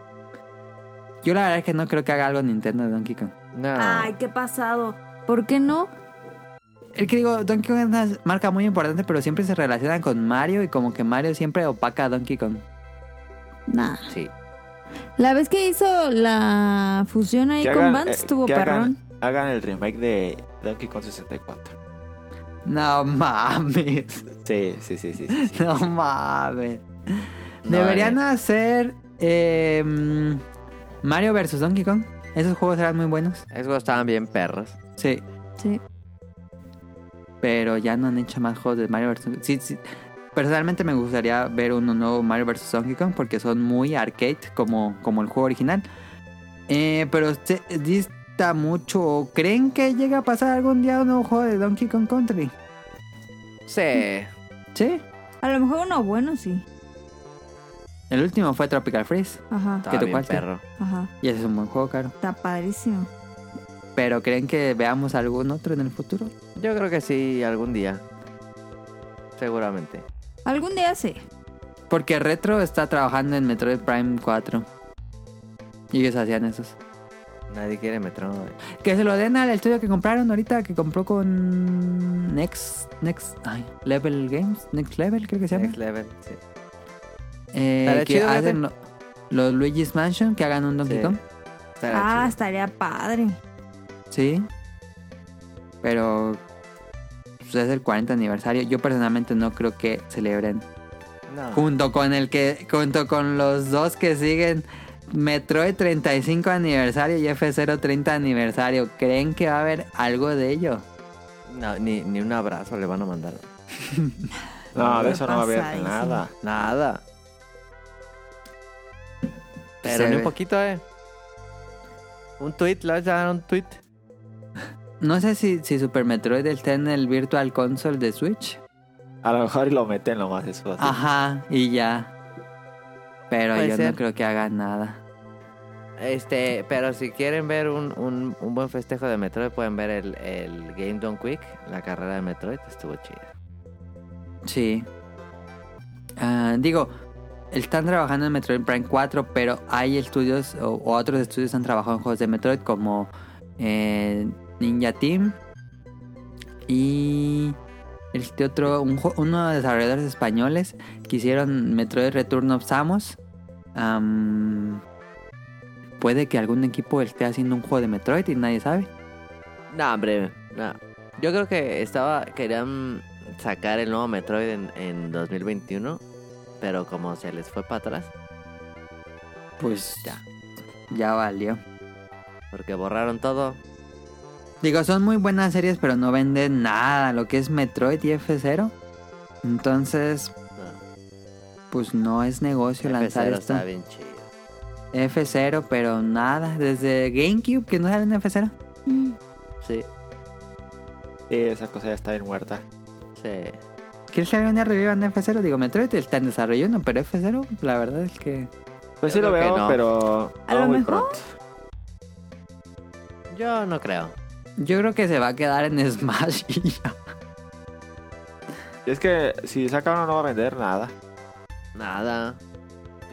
B: Yo la verdad es que no creo que haga algo Nintendo de Donkey Kong.
F: No.
A: Ay, qué pasado. ¿Por qué no?
B: El que digo, Donkey Kong es una marca muy importante, pero siempre se relacionan con Mario y como que Mario siempre opaca a Donkey Kong.
A: Nah.
F: Sí.
J: La vez que hizo la fusión ahí
E: Que
J: con
E: hagan,
J: Vance
E: eh,
J: estuvo
E: que
J: perrón.
E: hagan, hagan el remake de Donkey Kong 64.
B: No mames. [laughs]
E: Sí, sí, sí, sí. sí, sí.
B: No mames.
F: No,
B: Deberían
F: eh.
B: hacer eh, mm, Mario vs. Donkey Kong. Esos juegos eran muy buenos.
F: Esos juegos estaban bien perros.
B: Sí.
J: Sí.
B: Pero ya no han hecho más juegos de Mario vs. Sí, sí. Personalmente me gustaría ver uno nuevo Mario vs. Donkey Kong porque son muy arcade como, como el juego original. Eh, pero se dista mucho. ¿O ¿Creen que llega a pasar algún día un nuevo juego de Donkey Kong Country?
F: Sí.
B: Sí.
J: A lo mejor uno bueno, sí.
B: El último fue Tropical Freeze.
J: Ajá,
F: Estaba
B: te
F: bien
B: cualte?
F: perro.
J: ajá.
B: Y ese es un buen juego, claro.
J: Está padrísimo.
B: Pero ¿creen que veamos algún otro en el futuro?
F: Yo creo que sí, algún día. Seguramente.
J: Algún día sí.
B: Porque Retro está trabajando en Metroid Prime 4. Y ellos hacían esos.
F: Nadie quiere metro.
B: Que se lo den al estudio que compraron ahorita, que compró con Next, Next, ay, Level Games, Next Level creo que se llama.
F: Next level. sí.
B: Eh,
F: Estaría
B: que
F: chido,
B: hacen lo- los Luigi's Mansion, que hagan un Donkey
F: Sí.
B: Kong.
F: Estará
J: Ah,
F: chido.
J: estaría padre.
B: Sí. Pero pues, es el 40 aniversario. Yo personalmente no creo que celebren
F: No.
B: Junto con el que. Junto con los dos que siguen. Metroid 35 aniversario y F0 30 aniversario. ¿Creen que va a haber algo de ello?
F: No, ni, ni un abrazo le van a mandar.
E: [laughs] No, de eso no va a haber
J: Pasadísimo.
E: nada.
F: Nada. Pero
B: Se
F: ni
B: ve.
F: Pues un poquito, eh. Un tweet, le vas a dar un tweet.
B: No sé si, si Super Metroid está en el Virtual Console de Switch.
E: A lo mejor y lo meten nomás eso. así.
B: Ajá, y ya. Pero
F: Puede
B: yo
F: ser.
B: no creo que hagan nada.
F: Este, pero si quieren ver un, un, un buen festejo de Metroid, pueden ver el, el Game Done Quick, la carrera de Metroid, estuvo chida.
B: Sí. Ah, digo, están trabajando en Metroid Prime 4, pero hay estudios o, o otros estudios han trabajado en juegos de Metroid como eh, Ninja Team y este otro, un, jue- uno de desarrolladores españoles que hicieron Metroid Return of Samus. Am, puede que algún equipo esté haciendo un juego de Metroid y nadie sabe.
F: No, hombre, no. Yo creo que estaba, querían sacar el nuevo Metroid en, en 2021, pero como se les fue para atrás,
B: Pues ya, ya valió.
F: porque borraron todo.
B: Digo, son muy buenas series, pero no venden nada. Lo que es Metroid y F0. Entonces,
F: No,
B: pues no es negocio lanzar
F: F0
B: esto.
F: está bien chido.
B: F0, pero nada. Desde GameCube que no salen F0.
J: Mm.
F: Sí,
E: Sí, esa cosa ya está bien muerta.
F: sí.
B: ¿Quieres que alguien revivan F0? Digo, Metroid está en desarrollo, no, pero F0, la verdad es que.
E: Pues
F: Yo
E: sí lo
F: creo que
E: veo,
F: no.
E: pero
A: A
E: no
A: lo
E: muy
A: mejor.
E: pronto.
F: Yo no creo.
B: Yo creo que se va a quedar en [laughs] Smash y ya.
E: Y es que si saca uno no va a vender nada.
F: Nada.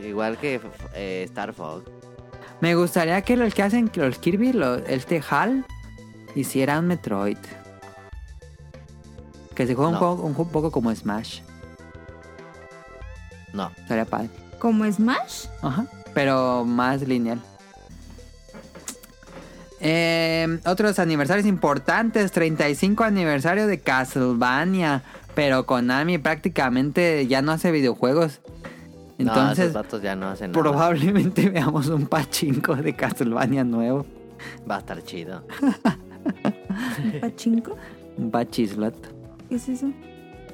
F: Igual que eh, Star Fox.
B: Me gustaría que los que hacen los Kirby, los, el Tejal, hicieran Metroid. Que se juega un,
F: No.
B: juego, un juego un poco como Smash.
F: No.
B: Estaría padre.
J: ¿Como Smash?
B: Ajá. Pero más lineal. Eh, otros aniversarios importantes. 35 aniversario de Castlevania. Pero Konami prácticamente ya no hace videojuegos.
F: no, esos
B: Entonces,
F: vatos ya no hacen nada.
B: probablemente [laughs] veamos un pachinko de Castlevania nuevo.
F: Va a estar chido.
J: ¿Pachinko?
B: Un pachislot.
J: ¿Qué es eso?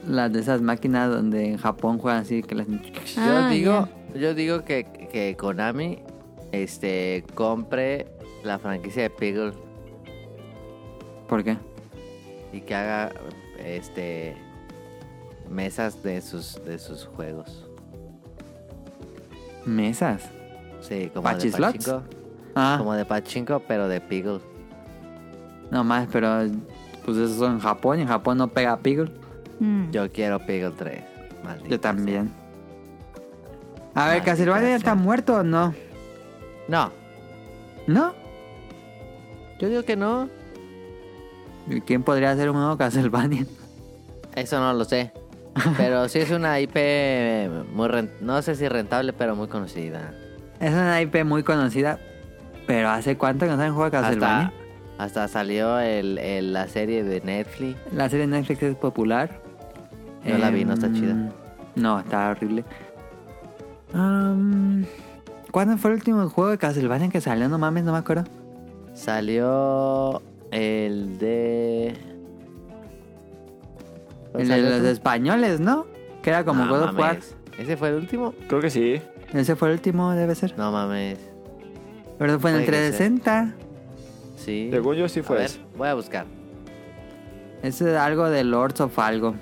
B: Las de esas máquinas donde en Japón juegan así que las... [laughs]
J: Ah,
F: yo digo, yo digo que, que Konami este compre la franquicia de Piggle
B: ¿Por qué?
F: y que haga este mesas de sus de sus juegos.
B: Mesas.
F: Sí, como
B: ¿Pachislots?
F: de pachinko,
B: Ah,
F: como de pachinko pero de Piggle.
B: no más, pero pues eso son en Japón. y En Japón no pega Piggle.
J: Mm.
F: Yo quiero Piggle 3. maldita
B: Yo también. A ver,
F: Maldita
B: Castlevania ya
F: sea.
B: está muerto o no?
F: sea. No,
B: ¿No?
F: yo digo que no.
B: ¿Y ¿Quién podría hacer un nuevo Castlevania?
F: Eso no lo sé. Pero sí es una IP muy ren- no sé si rentable, pero muy conocida.
B: [laughs] Es una IP muy conocida, pero ¿hace cuánto que no saben jugar Castlevania?
F: Hasta, hasta salió el, el- la serie de Netflix.
B: La serie de Netflix es popular.
F: Yo la vi, no está
B: Em,
F: chida.
B: No, está horrible. Am, ¿Cuándo fue el último juego de Castlevania que salió? No mames, no me acuerdo.
F: Salió el de.
B: El de los españoles, ¿no? Que era como
F: No
B: God of War.
F: mames. ¿Ese fue el último?
C: Creo que sí.
B: Ese fue el último, debe ser.
F: No mames.
B: Pero fue en el
F: Puede que sea.
B: 360.
F: Sí.
C: Según yo sí
F: a
C: fue
F: ver,
C: ese.
F: voy a buscar.
B: Ese es algo de Lords of algo.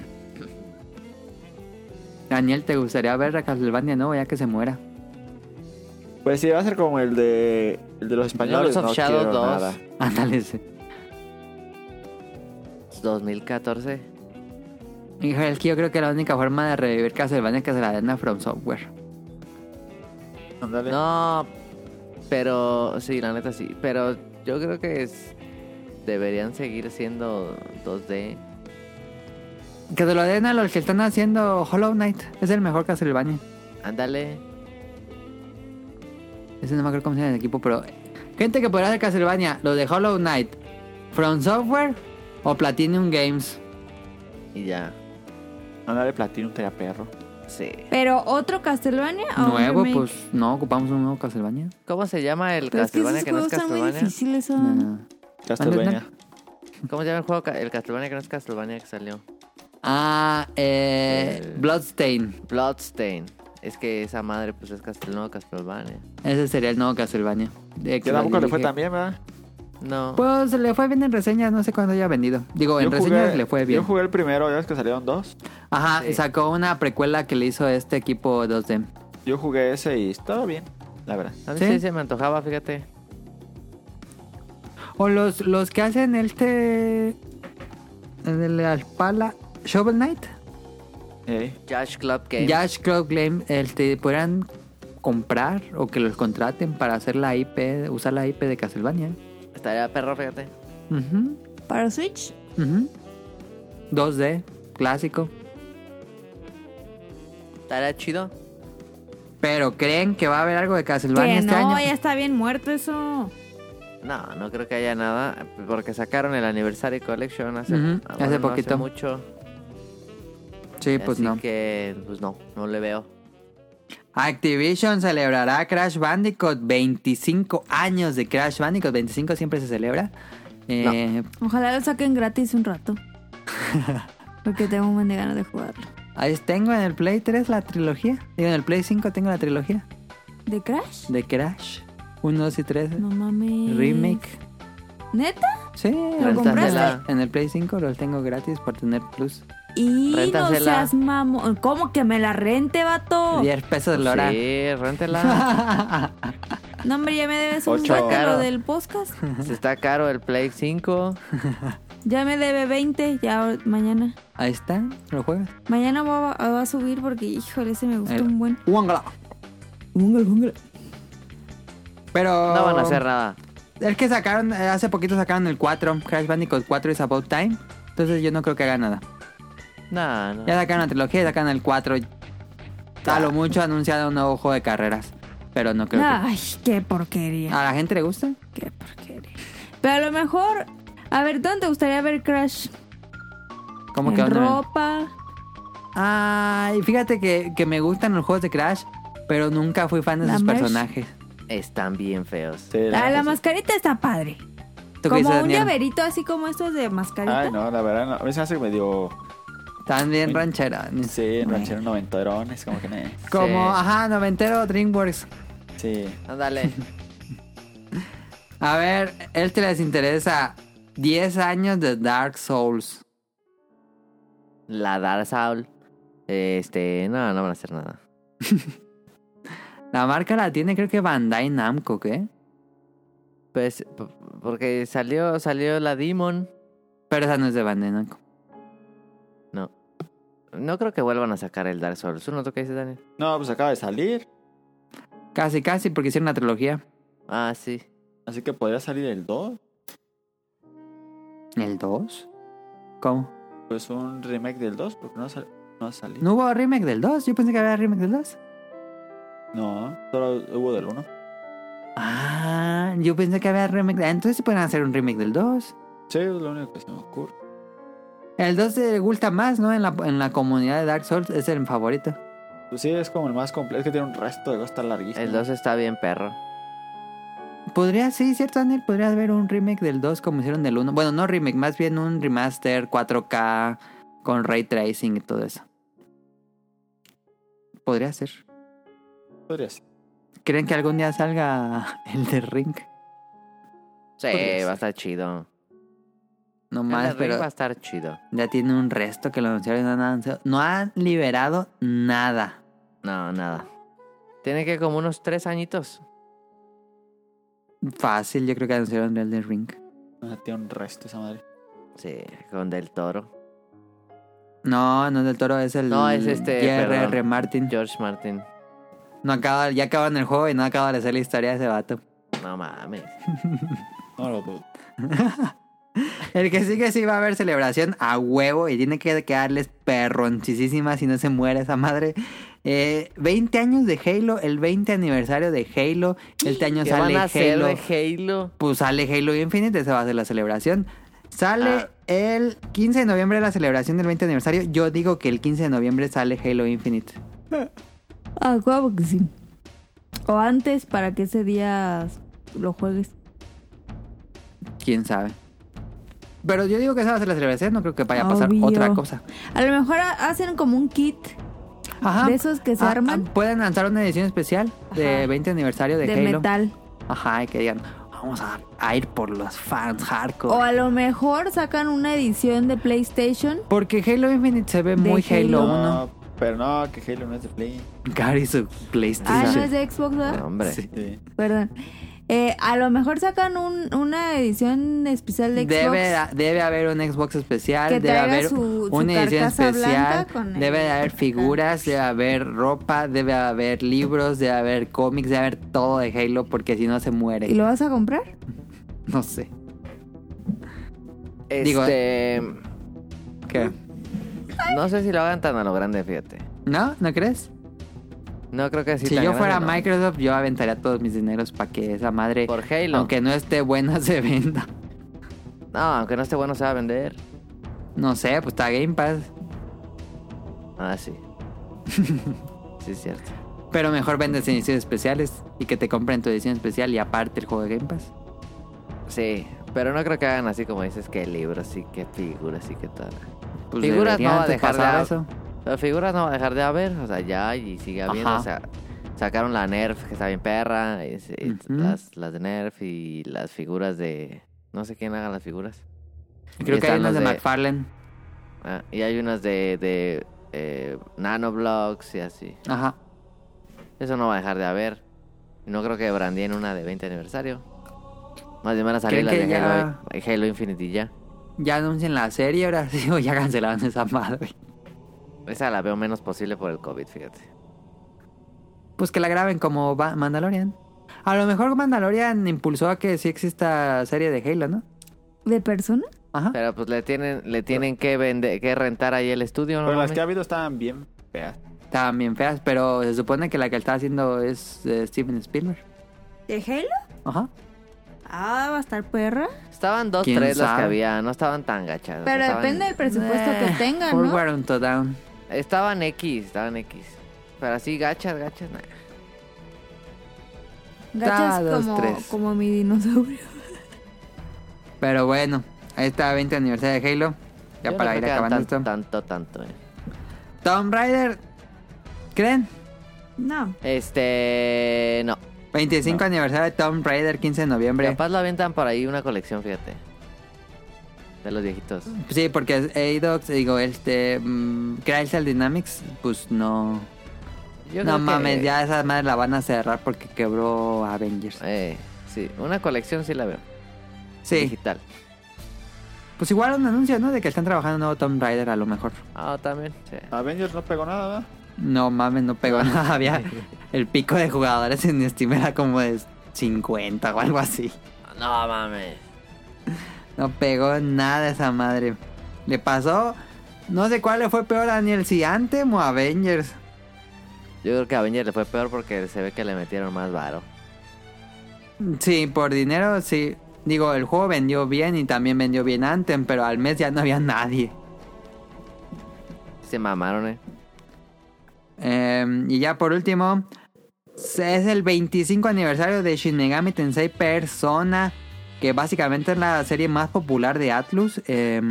B: Daniel, ¿te gustaría ver a Castlevania nuevo ya que se muera? [laughs]
C: Pues sí, va a ser como el de, el de los españoles.
F: Lords of
C: no
F: Shadow
C: quiero
F: 2.
C: nada.
B: Ándale. ese.
F: 2014.
B: Hijo, es que yo creo que la única forma de revivir Castlevania es que se la den a From Software.
C: Ándale.
F: No, pero sí, la neta sí. Pero yo creo que es- deberían seguir siendo 2D.
B: Que se lo den a los que están haciendo Hollow Knight. Es el mejor Castlevania.
F: Ándale.
B: Ese no me acuerdo cómo se llama el equipo, pero... Gente que podrá hacer Castlevania, los de Hollow Knight, From Software o Platinum Games.
F: Y ya.
C: Ándale, platino, estaría perro.
F: Sí.
J: ¿Pero otro Castlevania Ah,
A: Oh,
J: o un
B: Nuevo,
J: remake?
B: pues no, ocupamos un nuevo Castlevania.
F: ¿Cómo se llama el
J: Pero es que
F: Castlevania
J: esos
F: que no es
J: juegos están muy
F: Castlevania?
J: difíciles, ¿eh?
A: Oh.
J: ¿o?
B: No, no.
C: Castlevania.
F: ¿Cómo se llama el juego? ca- El Castlevania que no es Castlevania que salió.
B: Ah, eh,
F: Eh.
B: Bloodstain.
F: Bloodstain. Es que esa madre pues es Castel no, Castlevania.
B: Ese sería el nuevo Castlevania. De que
C: Yo tampoco le fue
B: dije-
C: tan bien, ¿verdad?
F: No.
B: Pues le fue bien en reseñas, no sé cuándo haya vendido. Digo, en
C: Yo
B: reseñas
C: jugué-
B: le fue bien.
C: Yo jugué el primero, ya ves que salieron dos.
B: Ajá,
F: Sí.
B: sacó una precuela que le hizo este equipo 2D.
C: Yo jugué ese y estaba bien, la verdad.
F: A mí
B: ¿sí?
F: ¿sí? se me antojaba, fíjate.
B: O los, los que hacen este. El de la espalda. Shovel Knight.
C: Ey.
F: Josh Club Games.
B: Yash Club Game. Este, podrían comprar o que los contraten para hacer la IP, usar la IP de Castlevania.
F: Estaría perro, fíjate.
B: Ujú,
J: ¿Para Switch?
B: ujú. 2D, clásico.
F: Estaría chido.
B: Pero creen que va a haber algo de Castlevania
J: Que
B: este
J: no,
B: año.
J: ya está bien muerto eso.
F: No, no creo que haya nada. Porque sacaron el Anniversary Collection hace,
B: Ujú,
F: ah,
B: hace
F: bueno, no
B: poquito.
F: mucho.
B: Sí, pues
F: así
B: no.
F: que, pues no, no le veo.
B: Activision celebrará Crash Bandicoot 25 años de Crash Bandicoot. 25 siempre se celebra. Eh,
J: Ojalá lo saquen gratis un rato. Porque tengo un buen de ganas de jugarlo.
B: ahí tengo en el Play 3 la trilogía. Digo, en el Play 5 tengo la trilogía
J: ¿De Crash?
B: de Crash 1, 2 y 3.
J: No mames.
B: Remake.
J: ¿Neta?
B: Sí,
J: ¿Lo compraste?
B: la- en el Play 5 los tengo gratis por tener plus.
J: Y no
F: Réntasela.
J: seas mamón. ¿Cómo que me la rente, vato?
B: 10 pesos la hora.
F: Oh. Pues Sí,
B: [laughs]
F: réntela.
J: No, hombre, ya me debes un
C: Ocho.
J: sácalo
F: Claro.
J: del podcast.
F: Se está caro el Play 5.
A: Ya me debe 20, ya mañana.
B: Ahí está, lo juegas.
A: Mañana va a, voy a subir porque, híjole, ese me gustó
B: Ahí va.
A: un buen.
B: Wangala. Wangala, wangala. Pero.
F: No van a hacer nada.
B: Es que sacaron, eh, hace poquito sacaron el 4, Crash Bandicoot 4 is about time. Entonces yo no creo que haga nada.
F: No, no.
B: Ya sacaron la trilogía y sacaron el 4. A lo mucho anunciado un nuevo juego de carreras. Pero no creo
A: Ay, qué
B: que.
A: porquería.
B: ¿A la gente le gusta?
A: Qué porquería. Pero a lo mejor, a ver, ¿dónde te gustaría ver Crash?
B: ¿Cómo que
A: en
B: onda?
A: ropa.
B: Ay, fíjate que, que me gustan los juegos de Crash, pero nunca fui fan de
A: La
B: sus
A: merch.
B: personajes.
F: Están bien feos.
C: Sí,
A: Ah, la
C: neta, sí.
A: mascarita está padre.
B: ¿Tú qué
A: Como
B: dices,
A: un
B: Daniel?
A: llaverito así como estos de mascarita.
C: Ay, no, la verdad, no. a mí se me hace medio.
B: Están bien rancheras.
C: Sí, ranchero noventerón, es como que no.
B: Como,
F: Sí.
B: ajá, noventero DreamWorks.
C: Sí.
B: [laughs]
F: Ándale.
B: A ver, él te les interesa 10 años de Dark Souls.
F: La Dark Soul. Este, no, no van a hacer nada.
B: La marca la tiene creo que Bandai Namco, ¿qué?
F: Pues, p- porque salió, salió la Demon.
B: Pero esa no es de Bandai Namco.
F: No creo que vuelvan a sacar el Dark Souls. ¿Uno tú qué dices, Daniel?
C: No, pues acaba de salir.
B: Casi, casi, porque hicieron la trilogía.
F: Ah, sí.
C: Así que podría salir el 2.
B: ¿El 2? ¿Cómo?
C: Pues un remake del 2, porque no ha, sal- no ha salido.
B: ¿No hubo remake del 2? Yo pensé que había remake del 2.
C: No, solo hubo del 1.
B: Ah, yo pensé que había remake. ah, Entonces se pueden hacer un remake del 2.
C: Sí, es lo único que se me ocurre.
B: El 2 se gusta más, ¿no? En la, en la comunidad de Dark Souls es el favorito.
C: Pues sí, es como el más complejo. Es que tiene un resto de cosas larguísimo.
F: El 2 está bien perro.
B: Podría, sí, cierto, Daniel, podría haber un remake del 2 como hicieron del 1. Bueno, no remake, más bien un remaster 4K con ray tracing y todo eso. Podría ser.
C: Podría ser.
B: ¿Creen que algún día salga [laughs] el de Ring?
F: Sí,
B: Podría ser.
F: va a estar chido.
B: No
F: El
B: más,
F: de Ring
B: pero
F: va a estar chido.
B: ya tiene un resto que lo anunciaron y no han anunciado- No han liberado nada.
F: No, nada. Tiene que como unos tres añitos.
B: Fácil, yo creo que anunciaron el de Ring.
C: Ah, tiene un resto esa madre.
F: Sí, con Del Toro.
B: No, no es del toro, es el
F: No, es este,
B: JRR
F: perdón.
B: Martin.
F: George Martin.
B: No acaba, ya acaban el juego y no acaba de hacer la historia de ese vato. [laughs]
F: No mames.
C: No lo dudo.
B: El que sí que sí va a haber celebración a huevo y tiene que quedarles perronchisísima si no se muere esa madre. Eh, 20 años de Halo, el 20 aniversario de Halo. Este año
F: ¿Qué
B: sale
F: van a hacer
B: Halo.
F: de Halo?
B: Pues sale Halo Infinite, esa va a ser la celebración. Sale
F: Ah.
B: el 15 de noviembre la celebración del 20 aniversario. Yo digo que el 15 de noviembre sale Halo Infinite.
A: Ah, huevo que sí. O antes para que ese día lo juegues.
B: Quién sabe. Pero yo digo que esa va a ser la celebración, no creo que vaya a pasar
A: Obvio.
B: otra cosa.
A: A lo mejor ha- hacen como un kit
B: Ajá.
A: de esos que se
B: Ah,
A: arman
B: ah, pueden lanzar una edición especial de
A: Ajá.
B: 20 aniversario de,
A: de,
B: Halo.
A: metal.
B: Ajá, y que digan, vamos a, a ir por los fans hardcore.
A: O a lo mejor sacan una edición de PlayStation.
B: Porque Halo Infinite se ve muy Halo,
A: Halo.
C: No, pero no, que Halo no es de Play.
B: 1. Gary su
A: Ah,
B: PlayStation.
A: no es de Xbox, ¿verdad?
F: No, hombre.
B: Sí.
C: Sí.
A: Perdón. Eh, a lo mejor sacan un- una edición especial de Xbox.
B: Debe, debe haber un Xbox especial,
A: Que
B: debe
A: traiga
B: haber
A: su- su
B: una edición
A: carcasa
B: especial,
A: blanca con el-
B: debe de haber figuras, debe haber ropa, debe haber libros, debe haber cómics, debe haber todo de Halo porque si no se muere.
A: ¿Y lo vas a comprar?
B: No sé.
F: Este.
B: Digo, ¿Qué?
F: No sé si lo hagan tan a lo grande, fíjate.
B: ¿No? ¿No crees?
F: No creo que sí.
B: si
F: tan
B: yo
F: grande,
B: fuera
F: no.
B: Microsoft, yo aventaría todos mis dineros para que esa madre,
F: Por Halo.
B: aunque no esté buena, se venda.
F: No, aunque no esté bueno, se va a vender.
B: No sé, pues está Game Pass.
F: Ah, [laughs] sí. sí, es cierto.
B: Pero mejor vendes ediciones especiales y que te compren tu edición especial y aparte el juego de Game Pass.
F: Sí, pero no creo que hagan así como dices que libros y que figuras y que tal.
B: Pues
F: Figuras
B: deberían
F: no va a
B: de
F: dejar de
B: pasar
F: haber.
B: eso.
F: Las figuras no va a dejar de haber, o sea, ya y sigue habiendo.
B: Ajá.
F: O sea, sacaron la Nerf, que está bien perra, y se- y
B: Ujú.
F: las, las de Nerf y las figuras de. No sé quién haga las figuras.
B: Creo que hay
F: están
B: unas de,
F: los de-
B: McFarlane.
F: Ah, y hay unas de, de eh, nanoblocks y así.
B: Ajá.
F: Eso no va a dejar de haber. No creo que brandien una de 20 aniversario. Más bien van a
B: ¿Creen
F: salir las
B: que
F: de Halo,
B: ya-
F: Halo Infinite y ya.
B: ya anuncian la serie, ahora sí, [laughs] o ya cancelaron esa madre.
F: Esa la veo menos posible por el COVID, fíjate.
B: Pues que la graben como Ba- Mandalorian. A lo mejor Mandalorian impulsó a que sí exista serie de Halo, ¿no?
A: ¿De persona?
B: Ajá.
F: Pero pues le tienen, le tienen que vender, que rentar ahí el estudio, ¿no?
C: Pero las
F: mames?
C: que ha habido estaban bien feas.
B: Estaban bien feas, pero se supone que la que está haciendo es eh, Steven Spielberg.
A: ¿De Halo?
B: Ajá.
A: Ah, va a estar perra.
F: Estaban dos,
B: ¿Quién
F: tres las
B: sabe?
F: que había, no estaban tan gachas.
J: Pero
F: estaban,
J: depende del presupuesto que tengan, ¿no?
B: Forward unto down.
F: Estaban X, estaban X. Pero así gachas, gachas, nah.
J: Gachas
B: Ah, dos,
J: como,
B: tres.
J: como mi dinosaurio.
B: Pero bueno, ahí está 20 aniversario de Halo. Ya
F: Yo
B: para
F: no
B: ir
F: creo que hagan
B: acabando esto.
F: Tanto, tanto, tanto, eh.
B: Tomb Raider. ¿Creen?
A: No.
F: Este, no.
B: 25 aniversario de Tomb Raider, 15 de noviembre.
F: Capaz lo avientan por ahí una colección, fíjate. De los viejitos.
B: Sí, porque Adox, digo, este. mm, Crystal Dynamics, pues no.
F: Yo creo
B: no
F: que-
B: mames, ya esa madre la van a cerrar porque quebró Avengers.
F: Eh, sí, una colección sí la veo.
B: sí,
F: Digital.
B: pues igual un anuncio, ¿no? De que están trabajando un nuevo Tomb Raider a lo mejor.
F: Ah, también. Sí.
C: Avengers no pegó nada, ¿verdad?
B: No mames, no
F: [laughs]
B: pegó nada. Había el pico de jugadores en Steam era como de 50 o algo así.
F: No mames.
B: No pegó nada esa madre. Le pasó. No sé cuál le fue peor a Daniel, si Anthem o Avengers.
F: Yo creo que a Avengers le fue peor porque se ve que le metieron más varo.
B: Sí, por dinero, sí. Digo, el juego vendió bien y también vendió bien Anthem, pero al mes ya no había nadie.
F: Se mamaron, eh.
B: Eh, y ya por último, se- es el 25 aniversario de Shin Megami Tensei Persona, que básicamente es la serie más popular de Atlus. Eh,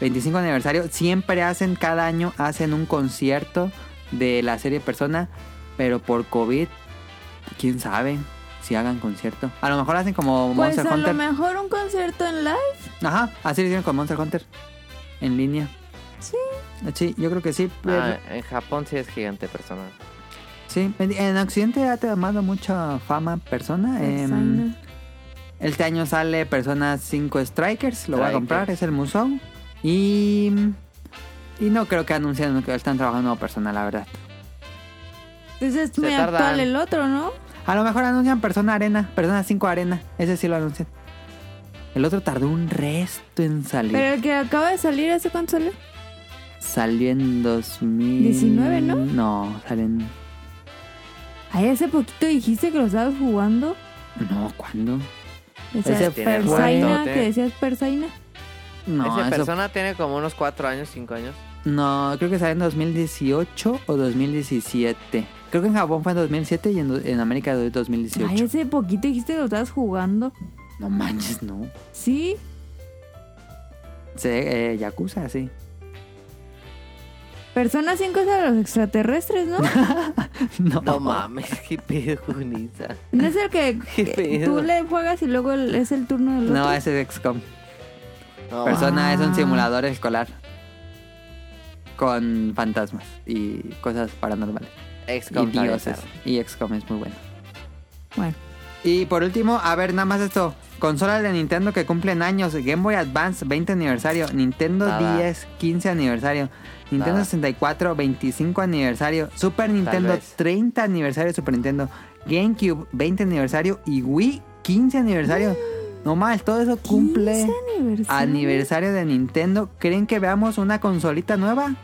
B: 25 aniversario, siempre hacen, cada año hacen un concierto de la serie Persona, pero por COVID, quién sabe si hagan concierto. A lo mejor hacen como
J: Pues
B: Monster
J: a lo
B: Hunter.
J: mejor un concierto en live.
B: Ajá, así lo hicieron con Monster Hunter, en línea. Sí. Sí, yo creo que sí. pero-
F: Ah, en Japón sí es gigante persona.
B: Sí, en, en Occidente ha tomado mucha fama Persona. em,
J: Persona.
B: este año sale Persona 5 Strikers, lo voy a
F: Strikers.
B: comprar, es el museo. Y, y no creo que anuncien que están trabajando nuevo Persona, la verdad.
J: Entonces es
F: Se
J: muy
F: tardan.
J: actual el otro, ¿no?
B: A lo mejor anuncian Persona Arena, Persona 5 Arena, ese sí lo anuncian. El otro tardó un resto en salir.
J: Pero el que acaba de salir hace cuánto salió?
B: Salió en 2000...
J: 19, ¿no?
B: No, salió en...
J: Ay, hace poquito dijiste que lo estabas jugando.
B: No, ¿cuándo?
J: Decías
F: tiene
J: Persaina,
F: rato,
J: que
F: tiene-
J: decías Persaina.
B: No,
F: Ese
B: eso
F: persona tiene como unos 4 años, 5 años.
B: No, creo que salió en 2018 o 2017. Creo que en Japón fue en 2007 y en, en América de 2018.
J: Ay, hace poquito dijiste que lo estabas jugando.
B: No manches, no.
J: Sí,
B: Se, eh, Yakuza, sí. [laughs]
J: Persona 5 es de los extraterrestres,
B: [laughs]
J: ¿no?
B: No,
F: No mames, [laughs] qué pedo con esa.
J: No es el que
F: Qué
J: que
F: pedo.
J: tú le juegas y luego el- es el turno del otro.
B: No, ese es XCOM.
F: No,
B: Persona es un
J: Ah.
B: simulador escolar. Con fantasmas y cosas paranormales.
F: XCOM
B: y
F: también
B: dioses.
F: está.
B: Y XCOM es muy bueno.
J: Bueno.
B: Y por último, a ver, nada más esto. Consolas de Nintendo que cumplen años. Game Boy Advance 20 aniversario. Nintendo
F: Nada.
B: 10 15 aniversario. Nintendo
F: Nada.
B: 64 25 aniversario. Super Nintendo
F: vez.
B: 30 aniversario. Super Nintendo. GameCube 20 aniversario. Y Wii 15 aniversario.
F: [gasps]
B: No más, todo eso cumple
J: 15 aniversario.
B: aniversario de Nintendo. ¿Creen que veamos una consolita nueva?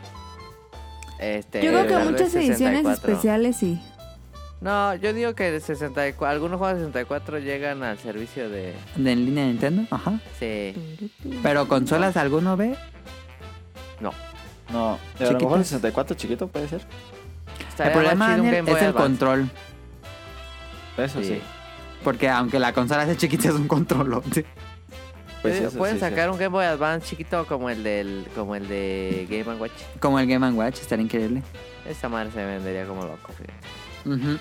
F: Este,
J: Yo creo
F: tal
J: que
F: vez
J: muchas ediciones
F: 64.
J: especiales sí.
F: No, yo digo que de 64, algunos juegos de 64 llegan al servicio de...
B: De en línea de Nintendo. Ajá.
F: Sí,
B: Pero consolas, ¿alguno ve?
C: No. A lo mejor el
B: Chiquitas.
C: 64 chiquito puede ser.
F: Estaría
B: el problema
F: más chido un
B: Daniel,
F: Game
B: es
F: Boy
B: el
F: Advance.
B: control.
C: Eso sí.
F: Sí.
B: Porque aunque la consola sea chiquita, es un controlote.
C: Pues
F: Eh,
C: eso
F: Pueden
C: sí,
F: sacar un Game Boy Advance chiquito como el del como el de Game and Watch.
B: Como el Game Watch, estaría increíble.
F: Esa madre se vendería como loco. fíjate.
B: Ujú.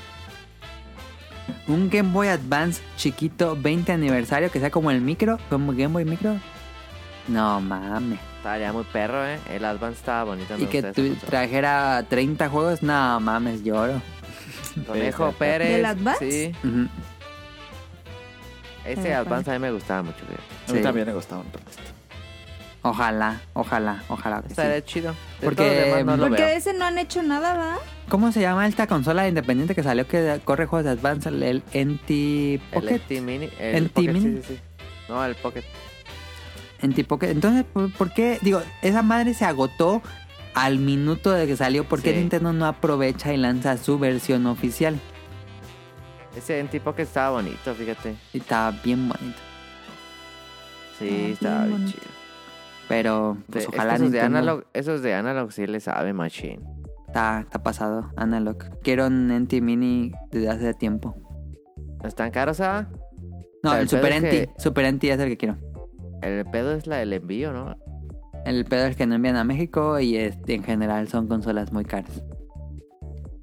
B: Un Game Boy Advance chiquito, 20 aniversario, que sea como el micro, como Game Boy micro. No mames.
F: Estaría muy perro, ¿eh? El Advance estaba bonito.
B: y
F: me
B: que
F: gusta esa
B: tu-
F: consola.
B: trajera 30 juegos, no mames, lloro.
F: Conejo Pérez.
J: ¿Del Advance?
F: Sí.
B: Ujú.
F: Ese Advance a mí me gustaba mucho. fíjate.
C: sí. A mí
B: Sí.
C: también me gustaba un resto.
B: Ojalá, ojalá, ojalá. que sí.
F: Estaría chido. De
B: Porque-
F: todo lo demás no lo
J: Porque de
F: veo.
J: ese no han hecho nada, ¿verdad?
B: ¿Cómo se llama esta consola independiente que salió que corre juegos de Advance? El, el NT
F: El
B: Pocket.
F: NT Mini.
B: ¿El
F: El Pocket,
B: T Mini?
F: sí, sí, sí. No, el Pocket.
B: NT Pocket. Entonces, ¿por, por qué? Digo, esa madre se agotó al minuto de que salió. ¿Por qué
F: Sí.
B: Nintendo no aprovecha y lanza su versión oficial?
F: Ese NT Pocket estaba bonito, fíjate.
B: Y estaba bien bonito.
F: Sí,
J: Ah,
F: estaba
J: bien
F: bien
J: bonito.
F: chido.
B: Pero, pues
F: De- es
B: ojalá
F: que esos, de
B: Nintendo-
F: analog, esos de Analog sí le sabe Machine.
B: Está, está pasado, Analog. Quiero un NT Mini desde hace tiempo.
F: ¿No están caros, ah?
B: No,
F: Pero
B: el,
F: el pedo
B: Super
F: es
B: NT.
F: que-
B: Super NT es el que quiero.
F: El pedo es la del envío, ¿no?
B: El pedo es que no envían a México y este, en general son consolas muy caras.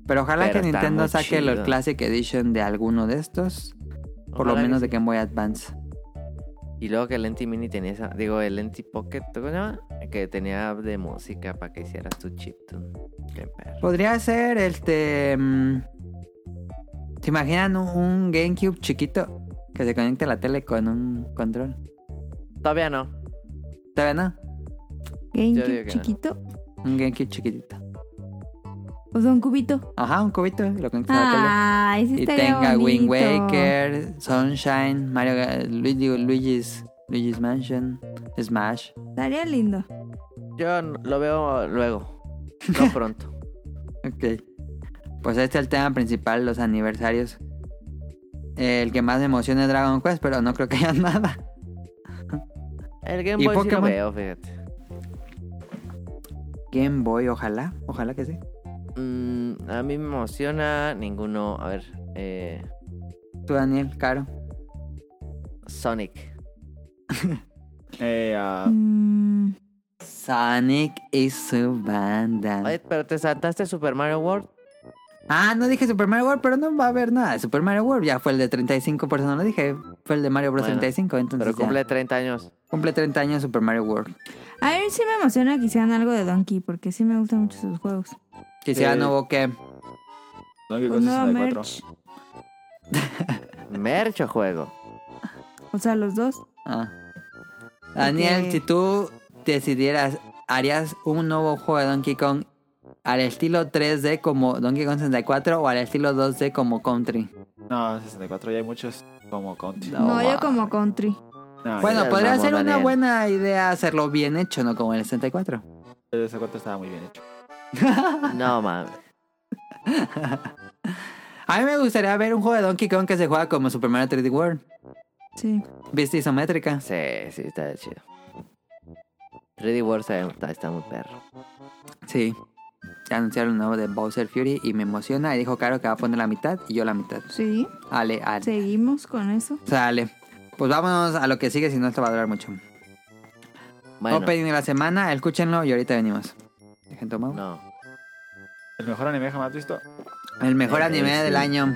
B: Pero ojalá
F: Pero
B: que
F: está
B: Nintendo
F: muy
B: saque
F: chido.
B: el Classic Edition de alguno de estos. Por lo
F: Ojalá que
B: menos de
F: sí.
B: Game Boy Advance.
F: Y luego que el NT Mini tenía esa... Digo, el NT Pocket, ¿tú cómo se llama? Que tenía de música para que hicieras tu chiptune. Qué perro.
B: Podría ser este. mm, ¿Se imaginan un, un GameCube chiquito que se conecte a la tele con un control?
F: Todavía no.
B: ¿Todavía no?
F: Yo digo
J: GameCube
F: que no.
J: chiquito.
B: Un GameCube chiquitito.
J: O sea, un cubito.
B: Ajá, un cubito y lo conectas a la tele.
J: Ah, ese
B: Y
J: estaría
B: tenga Wind
J: bonito.
B: Waker, Sunshine, Mario, Ga- Luigi, Luigi's, Luigi's Mansion, Smash.
J: Estaría lindo.
F: Yo n- lo veo luego. No [laughs] pronto.
B: Ok. Pues este es el tema principal, los aniversarios. El que más me emociona es Dragon Quest, pero no creo que haya [laughs] nada.
F: El Game
B: ¿Y
F: Boy sí lo
B: Pokémon?
F: veo, fíjate.
B: Game Boy, ojalá, ojalá que sí.
F: Mm, a mí me emociona ninguno. A ver, eh,
B: Tú, Daniel, Caro.
F: Sonic.
C: Eh, ah,
J: Mm,
B: Sonic y su banda.
F: Oye, pero te saltaste Super Mario World.
B: Ah, no dije Super Mario World, pero no va a haber nada. de Super Mario World ya fue el de 35, por eso no lo dije. Fue el de Mario Bros.
F: Bueno,
B: 35, entonces
F: Pero
B: ya.
F: cumple 30 años.
B: cumple 30 años Super Mario World.
J: A ver si me emociona que hicieran algo de Donkey, porque sí me gustan mucho sus juegos.
B: Quisiera
C: Eh,
B: nuevo que
C: Donkey Kong
J: Pues nueva
C: 64.
J: merch.
F: Mercho juego.
J: O sea, los dos.
B: Ah. Daniel,
J: Porque-
B: si tú decidieras, harías un nuevo juego de Donkey Kong al estilo 3D como Donkey Kong 64 o al estilo 2D como Country.
C: No, 64 ya hay muchos como Conti.
B: No,
J: No, yo
B: ma-
J: como country.
C: No,
B: Bueno,
F: ya
B: podría
F: mamón,
B: ser una
F: Daniel.
B: buena idea hacerlo bien hecho, no como el 64.
C: el 64 estaba muy bien hecho.
F: No, mames.
B: A mí me gustaría ver un juego de Donkey Kong que se juega como Super Mario 3D World,
J: Sí.
B: vista isométrica.
F: Sí, sí, está chido. 3D World se- está, está muy perro.
B: Sí. Ya anunciaron un nuevo de Bowser Fury y me emociona. Y dijo Caro que va a poner la mitad y yo la mitad.
J: Sí.
B: Ale, ale.
J: Seguimos con eso.
B: Sale. Pues vámonos a lo que sigue, si no esto va a durar mucho.
F: Bueno,
B: Opening de la semana, escúchenlo y ahorita venimos. Dejen tomar.
F: no.
C: ¿El mejor anime jamás visto?
B: El mejor anime
J: Eh,
F: sí.
B: del año.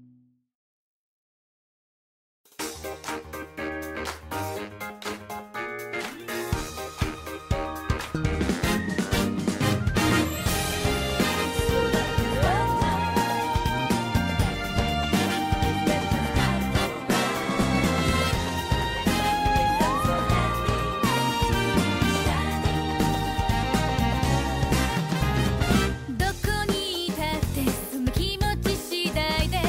K: 「どこにいたってその気持ち次第で」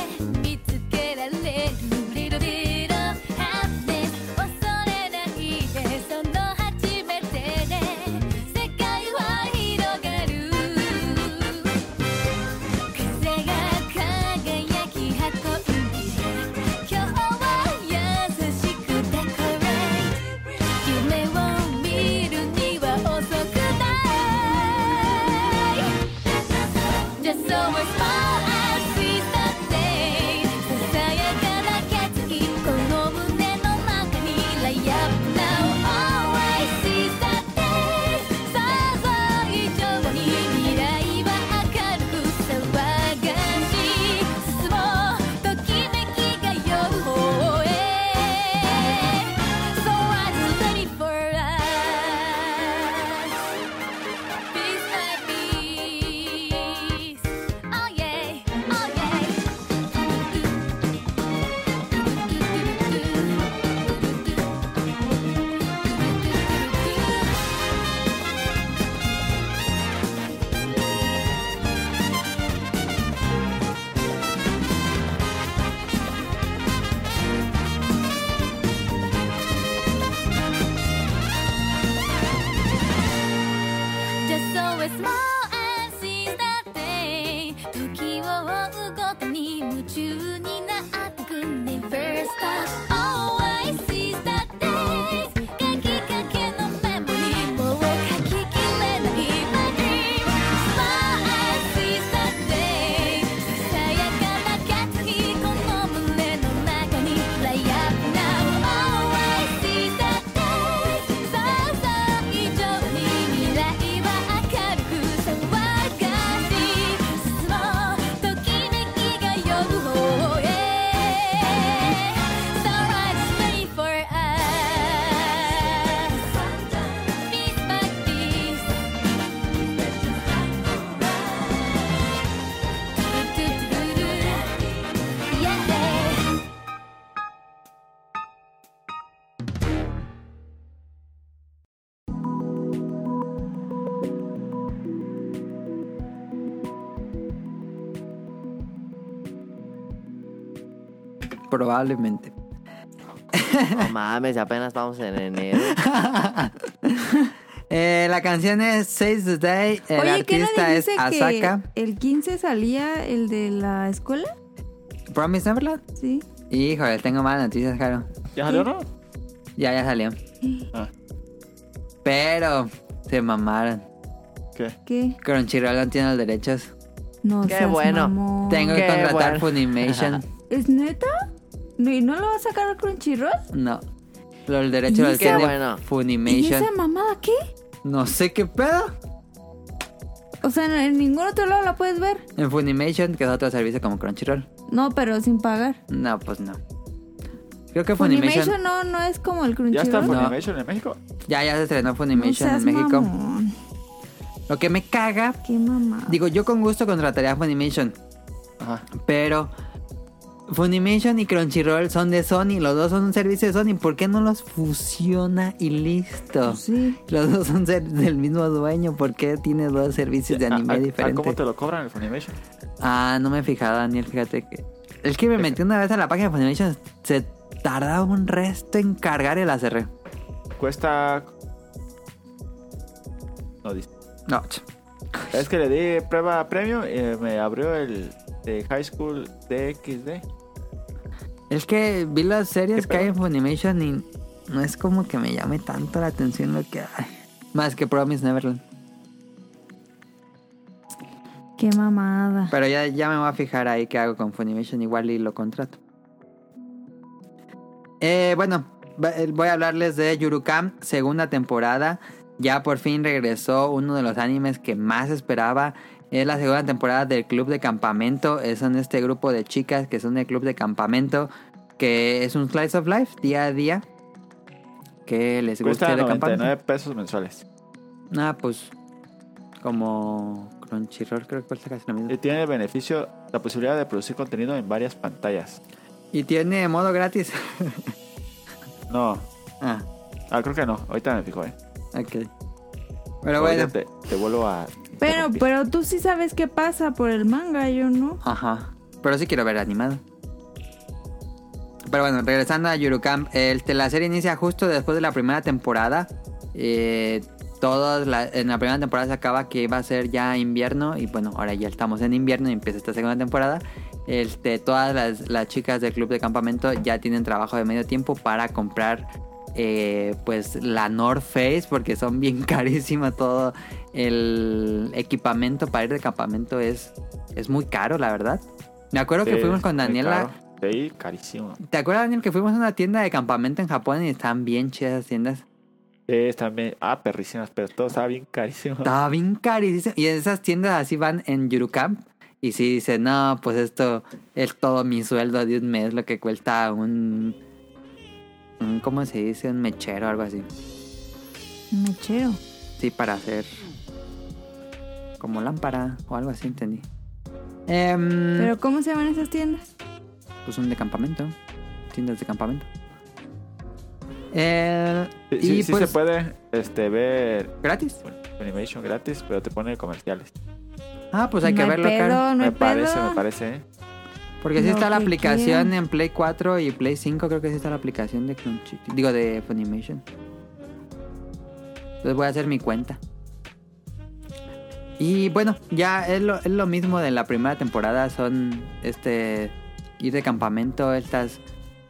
B: probablemente. [laughs]
F: No mames, apenas vamos en enero.
B: Eh, la canción es Says the Day, el
J: Oye, ¿qué
B: artista
J: nadie
B: es
J: dice que
B: Asaka.
J: el 15 salía el de la escuela?
B: ¿Promise Neverland?
J: Sí.
B: Híjole, tengo malas noticias, Jaro.
C: ¿Ya salió, no?
B: Ya, ya salió.
C: Ah.
B: Pero se mamaron.
C: ¿Qué?
J: ¿Qué?
B: Crunchyroll no tiene los derechos.
J: No
F: Qué
J: seas
F: bueno.
J: mamón.
B: Tengo que
F: Qué
J: [laughs]
B: contratar
F: bueno.
B: Funimation.
J: ¿Es neta? ¿No- ¿Y no lo va a sacar a Crunchyroll?
B: No. Los
J: ¿Y
B: derechos los
J: esa-
B: tiene
F: bueno.
J: ¿Y
B: Funimation.
J: esa mamada qué?
B: No sé qué pedo.
J: O sea, en, en ningún otro lado la puedes ver.
B: En Funimation, que es otro servicio como Crunchyroll.
J: No, pero sin pagar.
B: No, pues no. Creo que Funimation.
J: Funimation no, no es como el
C: ¿Ya está
J: Crunchyroll.
B: No.
C: Funimation en México?
B: Ya, ya se estrenó
J: No
B: Funimation
J: seas
B: en México.
J: mamón.
B: Lo que me caga.
J: Qué mamá.
B: Digo, yo con gusto contrataría a Funimation.
C: Ajá.
B: Pero Funimation y Crunchyroll son de Sony. Los dos son un servicio de Sony. ¿Por qué no los fusiona y
C: Pues
B: listo?
J: Sí.
B: Los dos son ser- del mismo dueño. ¿Por qué tiene dos servicios de
C: ¿A-
B: anime
C: a- a ¿Cómo
B: diferentes?
C: te lo cobran el Funimation?
B: Ah, no me he fijado, Daniel. Fíjate que. Es que me metí una vez a la página de Funimation. Se tardaba un resto en cargar el ACR.
C: Cuesta... No dice.
B: No, ch-
C: Es que le di prueba premio y eh, me abrió el de High School DXD.
B: Es que vi las series
C: ¿Qué
B: que hay
C: pedo?
B: en Funimation y no es como que me llame tanto la atención lo que hay. Más que Promise Neverland.
J: Qué mamada.
B: Pero ya, ya me voy a fijar ahí qué hago con Funimation igual y lo contrato. Eh, bueno, va- eh, voy a hablarles de Yurukam, segunda temporada. Ya por fin regresó uno de los animes que más esperaba. Es la segunda temporada del Club de Campamento. Eh, Son este grupo de chicas que son del Club de Campamento. Que es un slice of life día a día. Que les gusta
C: Cuesta
B: el campamento.
C: 99 pesos mensuales.
B: Ah, pues. Como Crunchyroll, creo que cuesta casi lo mismo.
C: Y tiene el beneficio, la posibilidad de producir contenido en varias pantallas.
B: Y tiene modo gratis. [laughs]
C: No,
B: ah,
C: ah, creo que no. Ahorita me fijo, eh.
B: ok. Pero
C: Ahorita
B: bueno.
C: Te, te vuelvo a...
J: Pero,
C: interrumpir.
J: pero tú sí sabes qué pasa por el manga, yo no.
B: Ajá. Pero sí quiero ver animado. Pero bueno, regresando a Yurukam. el- la serie inicia justo después de la primera temporada. Eh, todos la- en la primera temporada se acaba que iba a ser ya invierno. Y bueno, ahora ya estamos en invierno y empieza esta segunda temporada. Este, todas las, las chicas del club de campamento ya tienen trabajo de medio tiempo para comprar eh, pues la North Face porque son bien [laughs] carísimas todo el equipamiento para ir de campamento es, es muy caro la verdad. Me acuerdo que
C: Sí,
B: fuimos con
C: muy
B: Daniela
C: caro. Sí, carísimo.
B: ¿Te acuerdas, Daniel, que fuimos a una tienda de campamento en Japón y estaban bien chidas las tiendas?
C: Sí, están bien... Ah, perrísimas, pero todo estaba bien carísimo.
B: Estaba bien carísimo. Y esas tiendas así van en Yurukamp. Y sí dicen, no, pues esto es todo mi sueldo de un mes, lo que cuesta un... un- ¿Cómo se dice? Un mechero o algo así.
J: Mechero.
B: Sí, para hacer... Como lámpara o algo así, entendí. Em,
J: Pero ¿cómo se llaman esas tiendas?
B: Pues un de campamento. Tiendas de campamento. Eh,
C: Sí,
B: y
C: sí, sí
B: pues,
C: se puede este, ver
B: gratis.
C: Animation gratis, pero te pone comerciales.
B: Ah, pues hay que
J: no
B: verlo,
J: hay
B: Karen.
J: pedo, no hay
C: me parece,
J: pedo.
C: me parece. ¿eh?
B: Porque sí
J: Lo
B: está la
J: que
B: aplicación
J: quieran.
B: en Play 4 y Play 5, creo que sí está la aplicación de Crunchy. Digo, de Funimation. Entonces voy a hacer mi cuenta. Y bueno, ya es lo, es lo mismo de la primera temporada. Son este. ir de campamento, estas.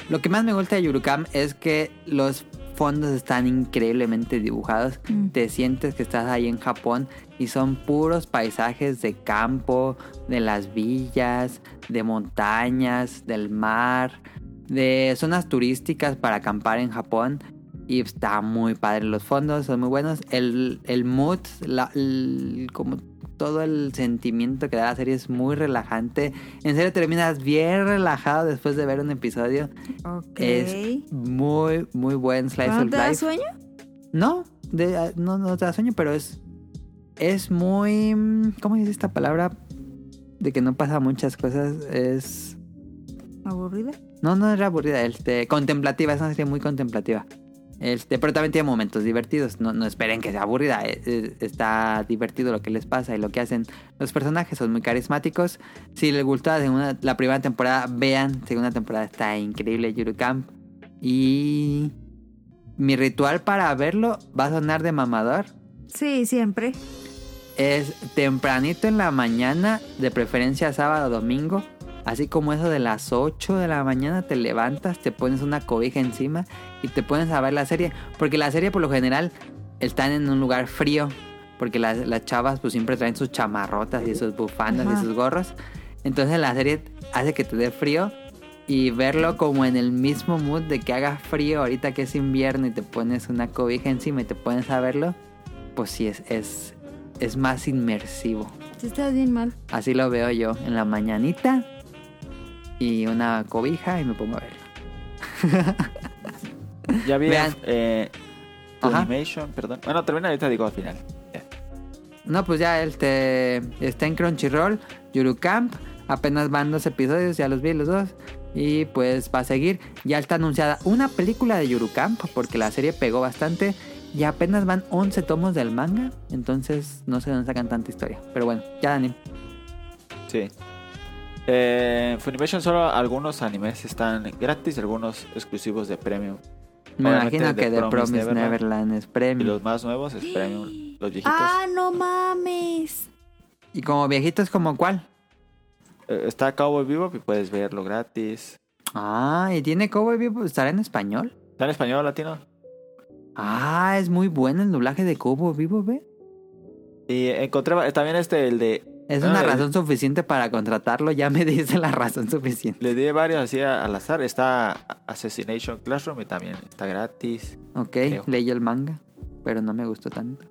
B: Lo que más me gusta de Yurukam es que los fondos están increíblemente dibujados.
J: Mm.
B: Te sientes que estás ahí en Japón y son puros paisajes de campo, de las villas, de montañas, del mar, de zonas turísticas para acampar en Japón. Y está muy padre, los fondos son muy buenos. El, el mood, la- el- como todo el sentimiento que da la serie es muy relajante. En serio, terminas bien relajado después de ver un episodio.
J: Ok.
B: Es muy, muy buen slice
J: ¿No
B: of
J: te da
B: life.
J: sueño?
B: No, de- ah, no, no te da sueño, pero es. Es muy. mm, ¿Cómo dice esta palabra? De que no pasa muchas cosas. Es.
J: ¿Aburrida?
B: No, no era aburrida. Este, contemplativa, es una serie muy contemplativa. Este, pero también tiene momentos divertidos. No, no esperen que sea aburrida. eh, eh, Está divertido lo que les pasa y lo que hacen. Los personajes son muy carismáticos. Si les gusta la segunda- la primera temporada, vean. Segunda temporada está increíble, Yuru Camp. Y mi ritual para verlo va a sonar de mamador.
A: Sí, siempre.
B: Es tempranito en la mañana, de preferencia sábado o domingo. Así como eso de las 8 de la mañana te levantas, te pones una cobija encima y te pones a ver la serie. Porque la serie por lo general están en un lugar frío. Porque las, las chavas pues siempre traen sus chamarrotas y sus bufandas
A: Ajá.
B: y sus gorros. Entonces la serie hace que te dé frío y verlo como en el mismo mood de que haga frío ahorita que es invierno y te pones una cobija encima y te pones a verlo. Pues sí, es, es, es más inmersivo.
J: Sí, estás bien mal.
B: Así lo veo yo en la mañanita y una cobija y me pongo a verlo.
C: Ya vi
B: Vean.
C: eh,
B: Ajá.
C: Animation, perdón. Bueno, termina ahorita, digo al final.
B: No, pues ya este, está en Crunchyroll, Yuru Camp. Apenas van dos episodios, ya los vi los dos. Y pues va a seguir. Ya está anunciada una película de Yuru Camp, porque la serie pegó bastante. Y apenas van 11 tomos del manga. Entonces no sé dónde sacan tanta historia. Pero bueno, ya Dani.
C: Sí. Eh, Funimation solo algunos animes están gratis, algunos exclusivos de premium.
B: Me
C: Obviamente,
B: imagino
C: The
B: que The
C: Promised
B: Promise Neverland,
C: Neverland.
B: es
C: Y
B: premio. Y,
C: los más nuevos es premium. Los viejitos.
J: ¡Ah, no mames!
B: como viejitos, como cuál?
C: Eh, está Cowboy Bebop y puedes verlo gratis.
B: Ah, y tiene Cowboy Bebop. ¿Estará en español?
C: ¿Está en español latino?
B: Ah, es muy bueno el doblaje de Cowboy Bebop, ¿eh?
C: Y encontré va- también este, el de...
B: Es
C: Ah,
B: una
C: el-
B: razón suficiente para contratarlo, ya me [laughs] dice la razón suficiente.
C: Le di varios así a- al azar. Está Assassination Classroom y también está gratis.
B: Ok,
C: Creo.
B: leí el manga, pero no me gustó tanto.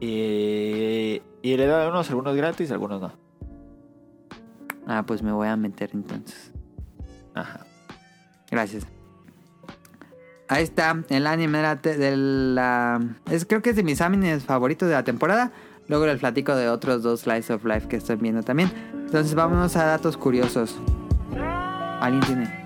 C: Y, y le da unos, algunos gratis, algunos no.
B: Ah, pues me voy a meter entonces.
C: Ajá.
B: Gracias. Ahí está, el anime de la... te- de la- es, creo que es de mis animes favoritos de la temporada. Luego les platico de otros dos Slice of Life que estoy viendo también. Entonces vámonos a datos curiosos. ¿Alguien tiene?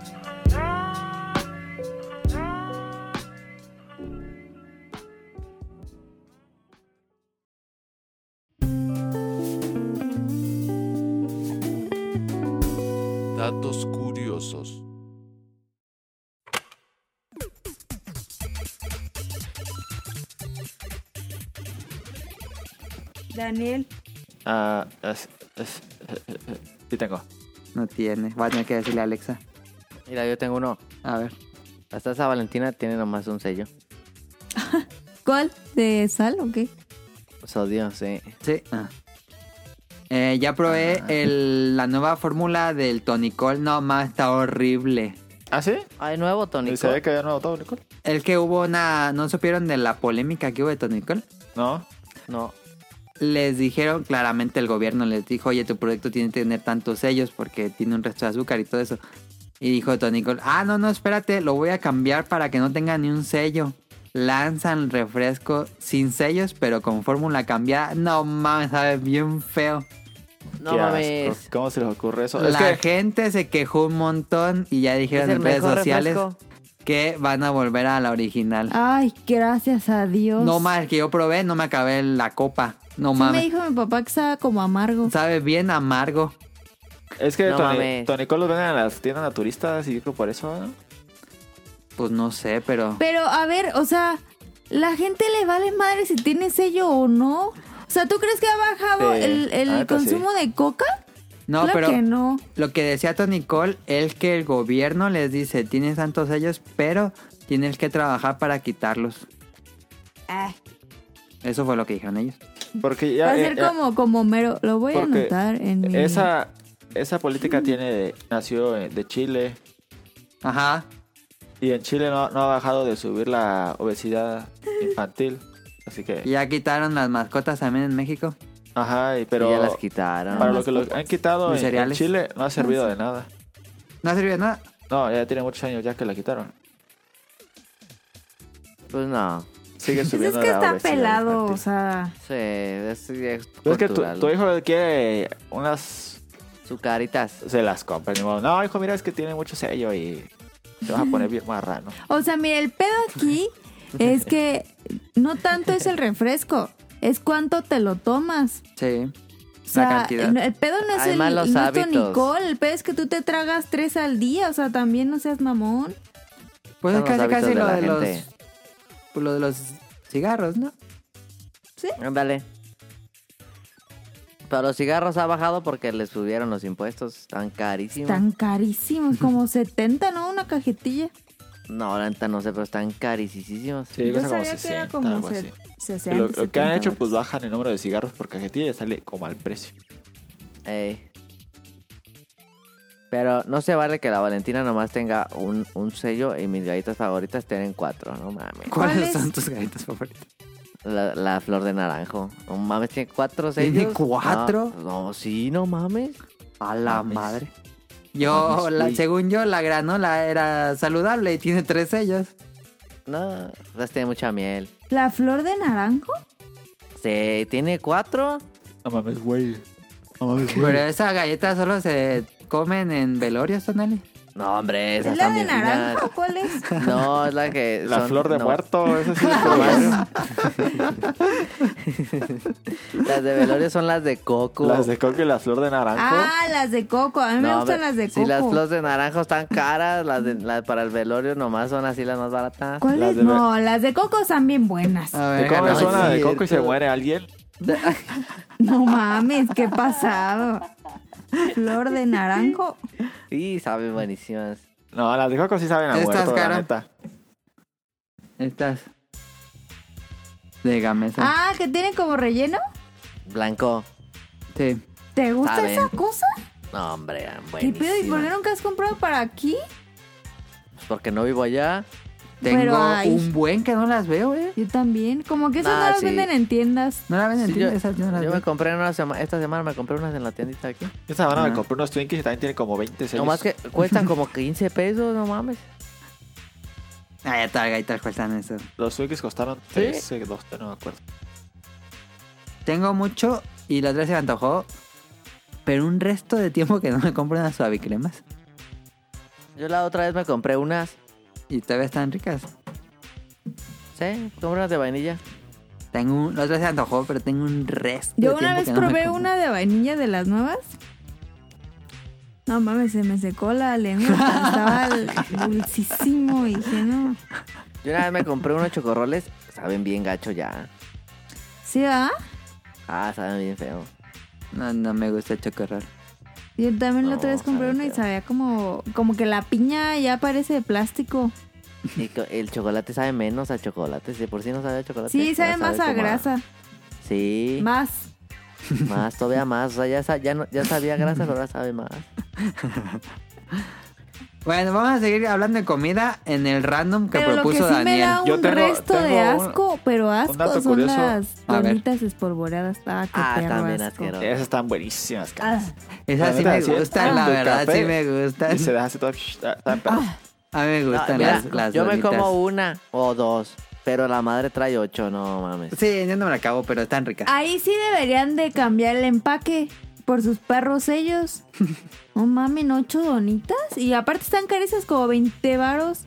H: Datos curiosos.
G: Daniel,
C: Ah, es- es- eh, sí tengo.
B: No tiene. Voy a tener que decirle a Alexa.
F: Mira, yo tengo uno.
B: A ver.
F: La taza Valentina tiene nomás un sello.
J: ¿Cuál? ¿De sal o qué?
F: Sodio, Pues sí.
B: Sí. Ah. Eh, ya probé el- la nueva fórmula del tonicol. No, más está horrible.
C: ¿Ah, sí?
F: Ay, nuevo
C: ¿Y
F: tónico.
C: se ve que había nuevo Nicole?
B: El que hubo una... ¿No supieron de la polémica que hubo de tonicol?
C: No.
F: No.
B: Les dijeron claramente, el gobierno les dijo, oye, tu proyecto tiene que tener tantos sellos porque tiene un resto de azúcar y todo eso. Y dijo Tonicol, ah, no, no, espérate, lo voy a cambiar para que no tenga ni un sello. Lanzan refresco sin sellos, pero con fórmula cambiada. No mames, sabe bien feo.
F: No
C: Qué asco.
F: mames.
C: ¿Cómo se les ocurre eso?
B: la
C: Es que
B: gente se quejó un montón y ya dijeron
F: Es el
B: en redes
F: mejor
B: sociales
F: refresco. Ah,
B: que van a volver a la original.
J: Ay, gracias a Dios.
B: no más que yo probé, no me acabé la copa. No
J: Sí me
B: mames.
J: dijo mi papá que estaba como amargo.
B: Sabe bien amargo.
C: Es que
F: No
C: Tony,
F: mames.
C: Tony Cole los venden a las tiendas naturistas y dijo por eso. ¿no?
B: Pues no sé, pero.
J: Pero a ver, o sea, la gente le vale madre si tiene sello o no. O sea, ¿tú crees que ha bajado
C: Sí,
J: el, el
C: la neta,
J: consumo de coca?
B: No,
J: claro
B: pero
J: que no.
B: lo que decía Tony Cole es que el gobierno les dice: tienes tantos sellos, pero tienes que trabajar para quitarlos.
G: Ah.
B: Eso fue lo que dijeron ellos.
C: Porque ya.
J: Va a
C: eh,
J: ser
C: ya-
J: como, como mero. Lo voy a
C: Porque
J: anotar en mi.
C: Esa, esa política tiene de- nació eh, de Chile.
B: Ajá.
C: Y en Chile no, no ha bajado de subir la obesidad infantil. Así
B: Y
C: que.
B: ya quitaron las mascotas también en México.
C: Ajá, y
F: Pero...
C: pero.
F: ya las quitaron.
C: Para lo que lo han quitado
B: Mis
C: en, en
B: cereales.
C: Chile no ha servido de nada.
B: No ha servido de nada.
C: No, ya tiene muchos años ya que la quitaron.
F: Pues no.
C: Sigue
A: Pues es
C: subiendo
A: que
C: la
A: está
C: obesidad
A: pelado,
C: infantil.
A: o sea.
F: Sí, es, es
C: Pero es que tu,
F: cultural.
C: tu hijo quiere unas...
F: Su caritas.
C: Se las compra, ni modo. No,
A: [laughs]
C: hijo, mira, es que tiene mucho sello y... Te vas a poner bien marrano. [laughs]
J: O sea, mira, el pedo aquí
A: es que no tanto es el refresco, es cuánto te lo tomas.
B: Sí.
A: O sea,
B: la cantidad.
A: el- el pedo no es el
F: Además, los
A: no es tu
F: hábitos.
A: Nicol, el pedo es que tú te tragas tres al día, o sea, también no seas mamón.
B: Pues es
F: Son los
B: casi, casi
F: hábitos
B: lo
F: de
B: de,
F: la
B: los,
F: gente.
B: pues lo de los cigarros, ¿no?
F: Ándale. Pero los cigarros ha bajado porque le subieron los impuestos. Están carísimos.
A: Tan carísimos,
C: [laughs]
A: como 70, ¿no? Una cajetilla.
F: No, ahorita no sé, pero están carísimos.
C: Sí,
A: Yo
C: cosa como
A: sabía que era
C: 60,
A: como
C: algo así.
A: se- 60.
C: Lo, lo que han
A: 70
C: hecho, pues
A: varos.
C: bajan el número de cigarros por cajetilla y sale como al precio.
F: Ey. Pero no se vale que la Valentina nomás tenga un, un sello y mis galletas favoritas tienen cuatro, no mames.
B: ¿Cuáles
A: es?
B: son tus galletas favoritas?
F: La, la flor de naranjo. No mames, tiene cuatro sellos.
B: ¿Tiene cuatro?
F: No, no, sí, no mames. A la madre.
B: Yo,
F: pues,
C: Mames,
B: la-
C: güey.
B: según yo, la granola era saludable y tiene tres sellos.
F: No, las tiene mucha miel.
A: ¿La flor de naranjo?
F: Sí, tiene cuatro.
C: No mames, güey. No mames, güey.
B: Pero esas galletas solo se comen en velorios, Tonali.
F: No, hombre, esas
A: ¿Es la
F: están
A: de
F: bien
A: naranjo o
F: finas.
A: cuál
C: [laughs]
A: es?
F: No, es la que.
C: La
F: son-
C: flor de
F: no,
C: muerto, esa
A: [laughs]
C: sí es por varios.
F: Las de velorio son las de coco.
C: Las de coco y la flor de naranjo.
A: Ah, las de coco. A mí me
F: No,
A: gustan
F: hombre,
A: las de coco.
F: Si las flores de naranjo están caras, las, de, las para el velorio nomás son así las más baratas.
A: ¿Cuáles?
C: Las de- Ah.
A: No, las de coco están bien buenas.
B: A
C: ¿Te
B: ver,
C: comes
B: ganó.
C: una de
B: Sí,
C: coco y se muere alguien?
A: No mames, qué pasado.
C: [laughs]
A: Flor de naranjo.
F: Sí, saben buenísimas.
C: No, las de coco sí saben a
B: Estas
C: muerto, la
B: caras.
C: neta.
B: Estas. De gamesa.
A: Ah, que tiene como relleno.
F: Blanco.
B: Sí.
A: ¿Te gusta
F: Saben.
A: esa cosa?
F: No, hombre, eran
A: ¿Qué pedo? ¿Y por qué
F: buenísimas.
A: nunca has comprado para aquí?
F: Pues Porque no vivo allá.
A: Pero,
B: Tengo
A: ay.
B: un buen que no las veo, eh.
A: Yo también. Como que esas
F: Ah,
A: no las
F: sí.
A: venden en tiendas.
B: No la ven en
F: Sí, yo,
B: tiendas, esas no las
F: yo
B: veo.
F: me compré una semana, esta semana me compré unas en la tiendita aquí.
C: Esta semana
B: Ah.
C: me compré unos Twinkies y también tiene como 20 sellos.
F: Nomás que
A: [laughs]
F: cuestan como 15 pesos, no mames.
B: Ah, ya todas las galletas cuestan eso.
C: Los Twinkies costaron 13, 12, no me acuerdo.
B: Tengo mucho y la otra vez se me antojó. Pero un resto de tiempo que no me compro unas suavicremas.
F: Yo la otra vez me compré unas,
B: Y todavía están ricas.
F: ¿sí? Compré unas de vainilla.
B: Tengo un, la otra vez se me antojó, pero tengo un resto
A: Yo
B: de
A: una
B: tiempo
A: vez
B: que no me
A: probé
B: compro.
A: una de vainilla de las nuevas. No mames, se me secó la lengua. Estaba dulcísimo y dije, no.
F: Yo una vez me compré unos chocorroles, saben bien gacho ya.
A: ¿Sí, ah?
F: Ah, saben bien feo.
B: No, no me gusta el chocorrol.
A: Yo también la
F: No,
A: otra vez compré
F: saben
A: uno y
F: feo.
A: sabía como, como que la piña ya parece de plástico.
F: Y co- el chocolate sabe menos a chocolate. Si de por Pues sí no sabe a chocolate.
A: Sí, sabe
F: ahora
A: más a
F: como
A: grasa.
F: Sí,
A: Más.
F: más, todavía más. O sea, ya, sa- ya, no- ya sabía grasa, pero ahora sabe más.
B: Bueno, vamos a seguir hablando de comida en el random que
A: Pero lo que sí
B: propuso
A: me
B: Daniel.
A: da un
C: Yo tengo-
A: resto
C: tengo
A: de
C: un-
A: asco, pero
C: dato
A: asco son
C: curioso.
A: las
B: A ver.
A: donitas espolvoreadas. Ah, qué
F: Ah,
A: perro
F: también
A: asco.
F: asqueroso.
C: Esas están buenísimas, caras.
A: Ah.
B: Esa
C: La
B: sí
C: neta,
B: me
C: sí,
B: gusta,
C: ah,
B: la
C: de
B: verdad,
C: café.
B: sí me gusta.
C: Y se deja así todo. Están perras.
A: Ah.
B: A mí me
F: No,
B: gustan
F: Ah, mira,
B: Pues las, las
F: yo me
B: donitas.
F: como una o dos, pero la madre trae ocho, no mames.
B: Sí, yo no me la acabo, pero están
F: Ah.
B: ricas.
A: Ahí sí deberían de cambiar el empaque por sus perros ellos. No mamen, ocho donitas. Y aparte están carísimas como 20 varos.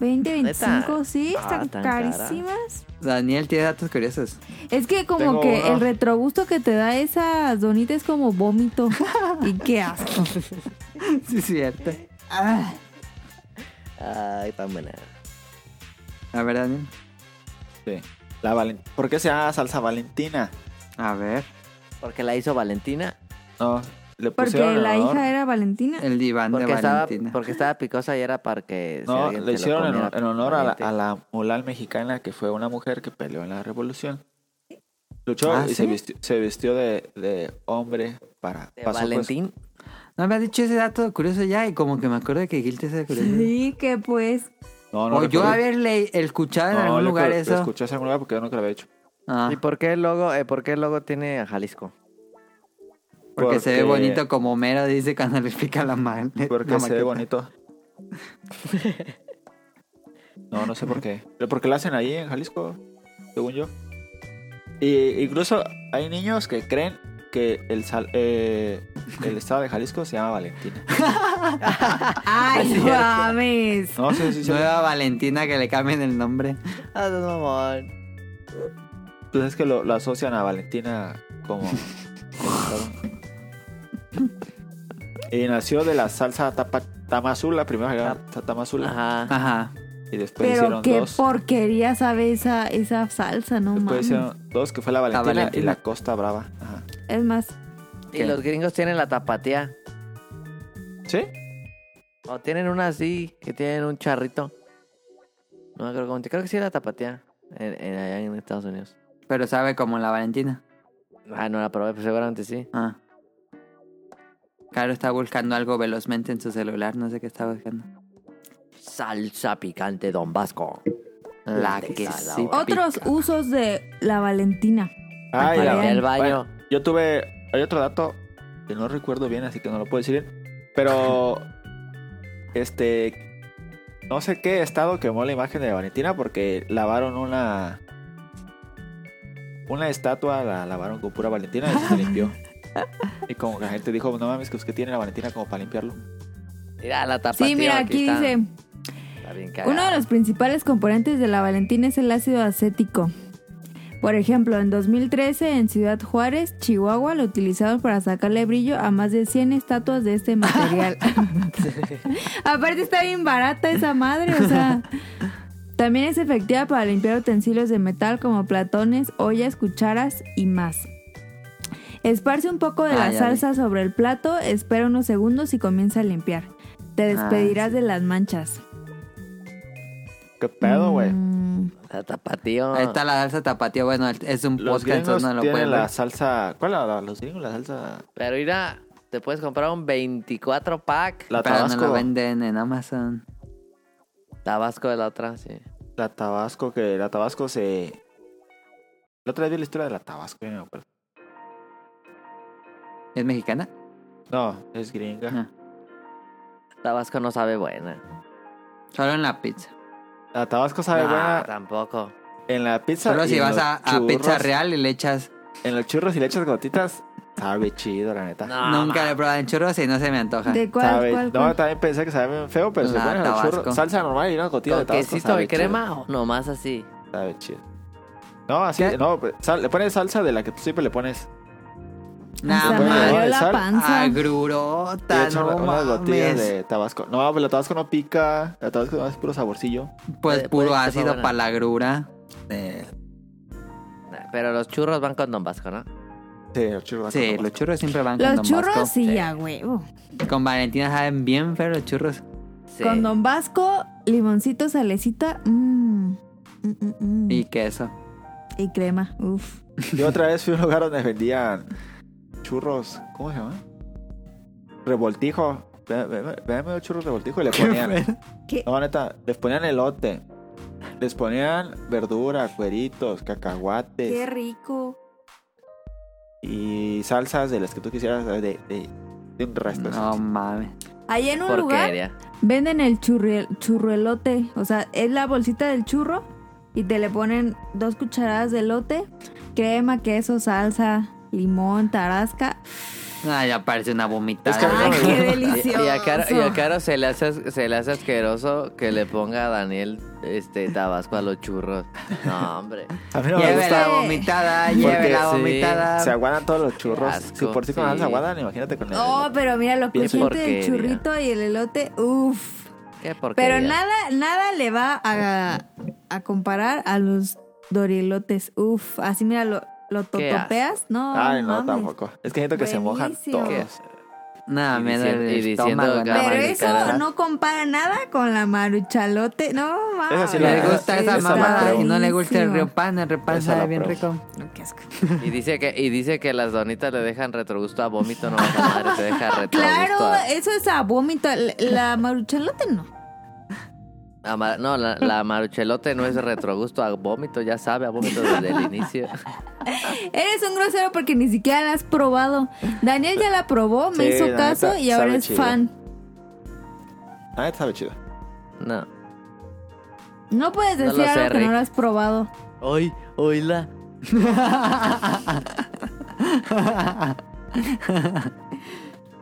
A: 20, 25, sí,
F: Ah,
A: están
F: tan caras.
A: carísimas.
B: Daniel tiene datos
F: [laughs]
B: curiosos.
A: Es que como
C: Tengo
A: que
C: uno.
A: el retrogusto que te da esas donitas es como vómito. y qué asco.
B: Sí, es cierto.
A: Ah,
F: Ay, tan buena.
B: A ver, Daniel.
C: Sí. La valen... ¿Por qué se llama salsa valentina?
B: A ver.
F: Porque la hizo Valentina.
C: No, le
A: porque
C: pusieron en
A: la
C: honor-
A: hija era Valentina.
B: El diván de
F: Porque estaba,
B: Valentina.
F: porque estaba picosa y era para que. si
C: No,
F: alguien se
C: le
F: lo
C: hicieron en,
F: comiera,
C: en honor a la,
F: valiente.
C: a la mulal mexicana que fue una mujer que peleó en la revolución. Luchó
B: Ah,
C: y
B: ¿sí?
C: se vistió, se vistió de, de hombre para
F: De
C: pasó, pues,
F: Valentín.
B: No me has dicho ese dato curioso ya y como que me acuerdo de que dijiste ese curioso.
A: Sí, que pues.
C: no, no.
B: O Oh, yo
C: recuerdo.
B: haber le- escuchado en
C: No,
B: algún
C: lo-
B: lugar
C: lo
B: eso.
C: escuché en algún lugar porque yo nunca lo había hecho.
B: Ah,
F: ¿Y por qué el logo, eh, por qué el logo tiene a Jalisco?
B: porque, se ve
C: porque-
B: bonito como Homero dice cuando le explica la mal.
C: Porque
B: Eh, la
C: se
B: maqueta.
C: ve bonito. No, no sé por qué. Pero porque lo hacen ahí en Jalisco, según yo. Y incluso hay niños que creen que el sal- eh, del estado de Jalisco se llama Valentina.
L: Ay, no mames.
C: No sé
B: [laughs]
C: si
B: Nueva Valentina que le cambien el nombre.
F: Ah, no, mamón.
C: Pues es que lo, lo asocian a Valentina como. y nació de la salsa tapa- tamazula, primero era ta- tamazula.
F: Ajá.
B: Ajá.
C: Y después
L: Pero
C: hicieron
L: qué
C: dos.
L: porquería sabe esa, esa salsa, no
C: Después
L: mames.
C: hicieron dos, que fue la Valentina, y
B: Valentina.
C: la Costa Brava. Ajá.
L: Es más,
F: Y los gringos tienen la tapatía.
C: ¿Sí?
F: O tienen una así, que tienen un charrito. No me acuerdo cómo. Creo que sí era tapatía. En, en- allá en Estados Unidos.
B: Pero sabe como la Valentina.
F: Ah, no la probé, pero seguramente sí.
B: Ah. Caro está buscando algo velozmente en su celular, no sé qué está buscando.
F: Salsa picante Don Vasco. Ah,
B: La
F: Te
B: que
F: salao.
B: sí.
L: otros
B: pica.
L: usos de la Valentina.
C: Ah, y
F: Para
C: la-
F: ir al baño.
C: bueno, yo tuve. Hay otro dato que no recuerdo bien, así que no lo puedo decir bien. Pero. [laughs] este. No sé qué estado quemó la imagen de Valentina porque lavaron una. Una estatua la lavaron con pura Valentina y
B: [laughs]
C: se limpió. Y como que la gente dijo, no mames, que usted tiene la Valentina como para limpiarlo.
F: Mira la tapatía.
A: Sí, mira, aquí
F: está.
A: dice,
F: Está bien
A: uno de
F: cagada.
A: los principales componentes de la Valentina es el ácido acético. Por ejemplo, en 2013 en Ciudad Juárez, Chihuahua, lo utilizaron para sacarle brillo a más de 100 estatuas de este
B: [laughs]
A: material. Aparte está bien barata esa madre, o sea... También es efectiva para limpiar utensilios de metal como platones, ollas, cucharas y más. Esparce un poco de
B: Ah,
A: la
B: ya
A: salsa sobre el plato, espera unos segundos y comienza a limpiar. Te
B: Ah,
A: despedirás de las manchas.
C: ¿Qué pedo, güey?
A: Mm,
F: La tapatío.
B: Ahí está la salsa tapatía. Bueno, es un
C: Ah. Los
B: podcast,
C: gringos
B: entonces no lo
C: tienen
B: pueden ver.
C: la salsa. ¿Cuál era la- los gringos? La salsa.
F: Pero mira, te puedes comprar un 24 pack.
C: La
B: Pero no
C: Tabasco.
B: lo venden en Amazon.
F: Tabasco de la otra, sí.
C: La Tabasco, que la Tabasco se. La otra vez vi la historia de la Tabasco, ya no me acuerdo.
B: ¿Es mexicana?
C: No, es gringa.
B: Ah.
F: Tabasco no sabe buena.
B: Solo en la pizza.
C: La Tabasco sabe
F: No,
C: buena
F: tampoco.
C: en la pizza.
B: Solo
C: y
B: si
C: en
B: vas
C: los
B: a, a
C: churros-
B: Pizza Real y le echas.
C: En los churros y le echas gotitas, sabe chido, la neta.
F: No,
B: Nunca le he probado en churros y no se me antoja.
A: ¿De cuál,
C: Sabe-
A: cuál,
C: no,
A: cuál?
C: también pensé que sabía bien feo, pero se
B: La
C: ponen los
B: Tabasco.
C: churros. Salsa normal y una gotita de
F: ¿Con
C: Tabasco.
F: quesito y
C: sabe chido,
F: crema o nomás así?
C: Sabe chido. No, así,
B: ¿Qué?
C: no, pues, sal- le pones salsa de la que tú siempre le pones.
B: Nada
A: Hasta pues,
C: bueno,
A: me
C: ¿no?
A: abrió
C: ¿De
A: la
C: sal?
A: panza.
C: y
B: Agrurota,
C: echan
B: no
C: unas gotillas
B: mames.
C: de Tabasco. No, pero la Tabasco no pica. La Tabasco no es puro saborcillo.
B: Pues
F: Puede-
B: puro
F: puede que sepa
B: ácido
F: buena.
B: para la agrura.
F: Nah, Pero los churros van con Don Vasco, ¿no?
C: Sí, los churros.
B: Sí, los churros siempre van con
A: Los
B: Don
A: churros,
B: Vasco.
A: sí, uh, a huevo.
B: Con Valentina saben bien pero los churros.
F: Sí.
A: Con Don Vasco, limoncito, salecita mm, mm, mm, mm.
B: Y
A: Y,
B: queso.
A: crema. Uf.
C: Yo otra vez fui a un lugar donde vendían churros, ¿cómo se llama? Revoltijo. Ve- ve- ve- Véanme los churros revoltijo y le ponían.
A: ¿Qué?
C: No, neta, les ponían elote. Les ponían verdura, cueritos, cacahuates
L: rico.
C: y salsas de las que tú quisieras de, de, de un resto.
B: No mames.
A: Allá en un lugar
F: Porquería.
A: Venden el churri- churruelote, o sea, es la bolsita del churro y te le ponen dos cucharadas de elote, crema, queso, salsa, limón, tarasca.
B: Ay, ya parece una vomitada.
C: Es que a mí no me
A: ¡Qué
F: [laughs] Y,
A: delicioso!
F: y a Caro, y a Caro se, le hace, as- se le hace asqueroso que le ponga a Daniel este Tabasco a los churros. No, hombre.
C: A mí no me
B: Lleve la
C: gusta.
B: vomitada, lleve la
F: sí,
A: Ah,
B: vomitada.
C: Se aguadan todos los churros.
F: Qué asco,
C: si por si con
F: sí.
C: salsa aguadan, imagínate con el.
A: Oh, pero mira lo
C: Bien
A: crujiente del
F: porquería.
A: churrito y el elote, uff.
F: Qué porquería.
A: Pero nada, nada le va a, a comparar a los dorilotes, uff. Así mira, lo, lo
F: Qué asco.
A: totopeas, no,
C: Ay, no,
A: mames.
C: tampoco. Es que siento que se
A: Buenísimo.
C: mojan
A: Qué
C: todos.
B: Nada,
F: Y
B: me
F: diciendo-
B: duele el
F: y diciendo
B: estómago.
F: que
A: Pero
B: nada
F: Cámara
B: más.
F: de
A: eso
F: cara.
A: no compara nada con la maruchalote. No, mames.
C: Esa sí la-
B: Le gusta esa
C: esa la
B: mamada
C: pruebo.
B: y no le gusta el
A: riopán
B: riopan, el riopan
C: Esa la
B: sabe bien
C: pruebo.
B: rico.
A: Qué asco.
F: Y dice que, y dice que las donitas le dejan retrogusto a vómito, no más a madre, te deja retrogusto
A: [laughs] Claro, eh.
F: a-
A: eso es a vómito. La- La maruchalote no.
F: a ma- No, la, la maruchelote no es retrogusto a vómito, ya sabe, a vómito desde el inicio. [laughs]
A: Eres un grosero porque ni siquiera la has probado. Daniel ya la probó, me
C: Sí,
A: hizo
C: la
A: caso
C: neta,
A: y ahora
C: sabe
A: es
C: chido.
A: fan.
C: Ah, neta sabe chido.
F: No.
A: No puedes
F: No lo
A: decir algo
F: sé,
A: que no
F: Rick.
A: lo has probado.
F: Hoy, oíla.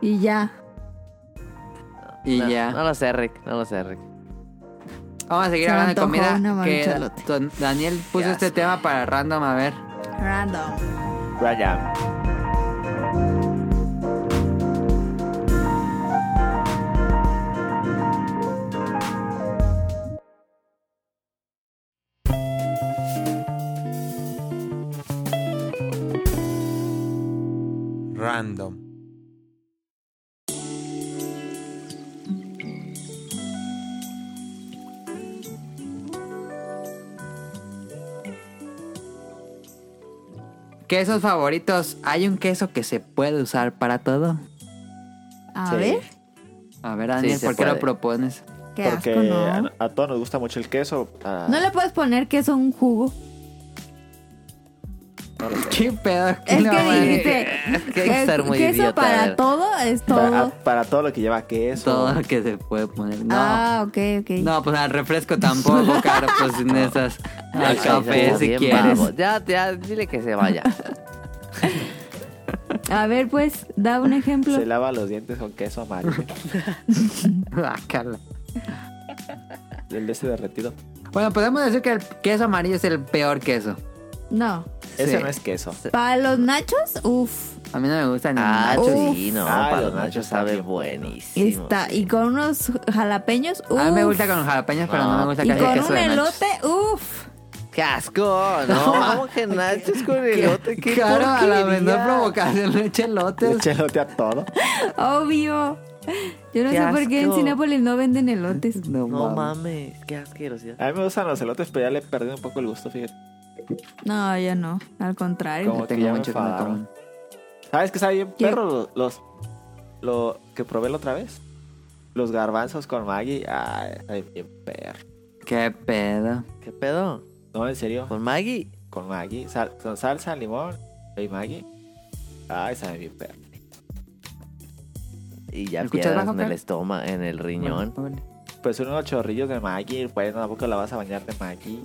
A: Y ya.
B: Y
F: No,
B: ya.
F: No lo sé, Rick. No lo sé, Rick.
B: Vamos a seguir
A: Se me
B: hablando de
A: antojó
B: comida.
A: una
B: que
A: maruchalote.
B: don- Daniel puso
F: Qué
B: este
F: asco.
B: tema para random, a ver.
A: Random.
C: Random.
H: Random.
B: Quesos favoritos. ¿Hay un queso que se puede usar para todo?
A: A
C: Sí.
A: ver,
B: A ver, Daniel,
F: se
B: ¿por qué lo
F: puede.
B: propones? [laughs]
A: qué
C: Porque
A: asco, ¿no?
C: a, a todos nos gusta mucho el queso. a-
A: No le puedes poner queso a un jugo.
B: ¿Qué pedo? ¿Qué
A: Es
B: le
A: que
B: vamos a decir?
A: dijiste.
F: Es que hay que
A: eh,
F: estar muy
A: queso
F: idiota.
A: para
F: ¿verdad?
A: todo es
C: para, a-
A: todo.
C: para todo lo que lleva queso.
B: Todo lo que se puede poner. ah, No.
A: Ah, ok, ok.
B: No, pues al refresco
F: [laughs]
B: tampoco, caro, pues en esas. Al
F: Ay,
B: café
F: como
B: si
F: bien
B: quieres. [laughs]
F: babo. Ya, ya, dile que se vaya.
A: A ver, pues, da
B: [laughs]
A: un ejemplo.
C: Se lava los dientes con
A: [laughs]
C: queso amarillo.
B: Guácala.
C: el de ese derretido.
B: bueno, podemos decir que el queso amarillo es el peor queso.
A: No.
C: Ese
B: Sí.
C: no es queso.
A: Para los nachos, uff.
B: A mí no me gusta ni
F: Ah,
B: nachos.
F: sí, no.
C: Ay,
F: para
C: los
F: los nachos
C: nachos
F: sabe
C: también.
F: buenísimo.
A: Está. Y con unos jalapeños, uff.
B: A mí me gusta con jalapeños, pero no me
F: No.
B: gusta
A: Y
B: casi
A: con
B: queso
A: un
B: de nachos.
A: elote, uff.
F: ¡Qué asco! No, ¿cómo que nachos con elote? ¡Qué
B: Claro, a la
F: porquería!
B: menor provocación le echa elotes.
C: Le elote a todo.
A: Obvio. Yo no
F: Qué
A: sé por qué en
F: asco.
A: Cinépolis no venden elotes.
B: No,
F: No
B: mames.
F: mames, qué asquerosidad.
C: A mí me gustan los elotes, pero ya le perdí un poco el gusto, fíjate.
A: No, yo no. Al contrario.
C: Como que
B: tengo
C: ya me
B: mucho que me
C: enfadaron.
B: coman.
C: ¿Sabes qué sabe bien
A: ¿Qué?
C: perro? Los, los- lo que probé la otra vez. Los garbanzos con Maggie. Ay, sabe bien perro.
B: Qué pedo.
F: ¿Qué pedo?
C: No, en serio.
F: ¿Con Maggie?
C: Con Maggie. Sal- con salsa, limón y Maggie. Ay, sabe bien perro.
F: Y ya
B: ¿Me escuchas
F: piedras
B: bajo,
F: en
B: Fer?
F: el estómago, en el riñón.
B: Bueno,
C: Pues unos chorrillos de Maggie. Pues tampoco la vas a bañar de Maggie.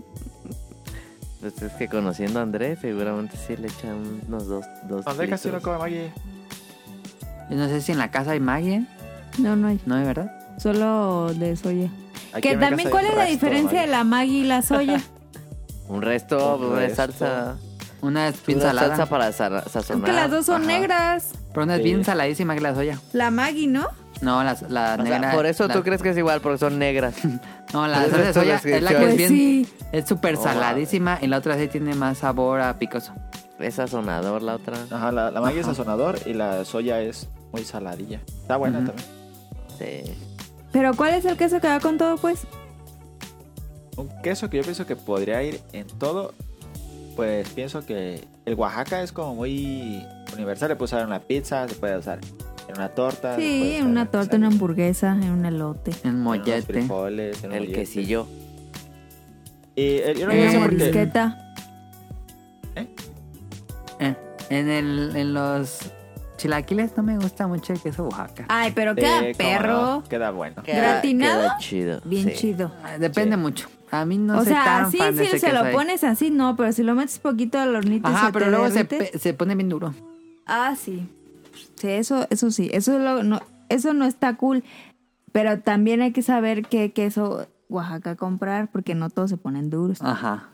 F: Pues es que conociendo a André, seguramente sí le echan unos dos, dos
C: André casi no
F: litros.
C: come Maggie.
B: Yo no sé si en la casa hay magia, ¿eh?
A: No, no hay.
B: ¿no es verdad?
A: Solo de soya.
C: Aquí
A: Que
C: en mi
A: también,
C: casa
A: ¿cuál
C: hay
A: es
C: un
A: la
C: resto
A: diferencia de
C: Maggi.
A: la Maggi y la
C: [laughs]
A: soya?
F: Un resto,
C: Un
F: una
C: resto.
F: salsa.
B: Una es bien
F: Una
B: salada.
F: salsa para sa-
A: Es
F: sazonar.
A: que las dos son
F: Ajá.
A: negras.
B: Pero una es
C: Sí.
B: bien saladísima que la soya.
A: La Maggi, ¿no?
B: No, la, la
F: O sea,
B: negra.
F: por eso
B: la-
F: tú crees que es igual, porque son negras.
B: No, la
F: por eso
B: salsa de
F: tú
B: soya
F: crees que
B: es la
F: yo-
B: que es
A: Pues
B: bien.
A: sí.
B: Es súper saladísima y la otra sí tiene más sabor a picoso.
F: [laughs] Es sazonador la otra.
C: Ajá, la, la Maggi es sazonador y la soya es muy saladilla. Está buena también.
F: Sí.
A: Pero ¿cuál es el queso que va con todo, pues?
C: Un queso que yo pienso que podría ir en todo, pues pienso que el Oaxaca es como muy universal. Le puede usar en una pizza, se puede usar en una torta. se Ah, puede
A: Sí, en
C: usar
A: una torta, en una
C: ensalada,
A: hamburguesa, en un elote.
B: En
C: en unos
B: mollete.
C: frijoles, en un
F: El
C: mollete.
F: quesillo.
C: Y el, yo no
B: Eh,
A: En
C: pienso
A: la
C: porque-
A: brisqueta.
B: Eh, en, el, en los chilaquiles no me gusta mucho el queso Oaxaca.
A: Ay, pero
C: Sí,
A: queda
C: cómo no,
A: perro.
C: queda bueno.
A: ¿Gratinado?
F: Queda chido.
A: Bien
F: sí.
A: chido.
B: Ah, Depende mucho. A mí no
A: o
B: soy
A: sea,
B: tan
A: así,
B: fan de
A: si
B: ese
A: se
B: queso
A: lo
B: ahí.
A: pones así, no, pero si lo metes poquito al hornito y
B: Ajá,
A: se
B: pero
A: te
B: luego se,
A: derrite.
B: pe- se pone bien duro.
A: Ah, sí. Sí, eso, eso sí. Eso, lo- no, eso no está cool. Pero también hay que saber qué queso Oaxaca comprar, porque no todos se ponen duros.
B: Ajá.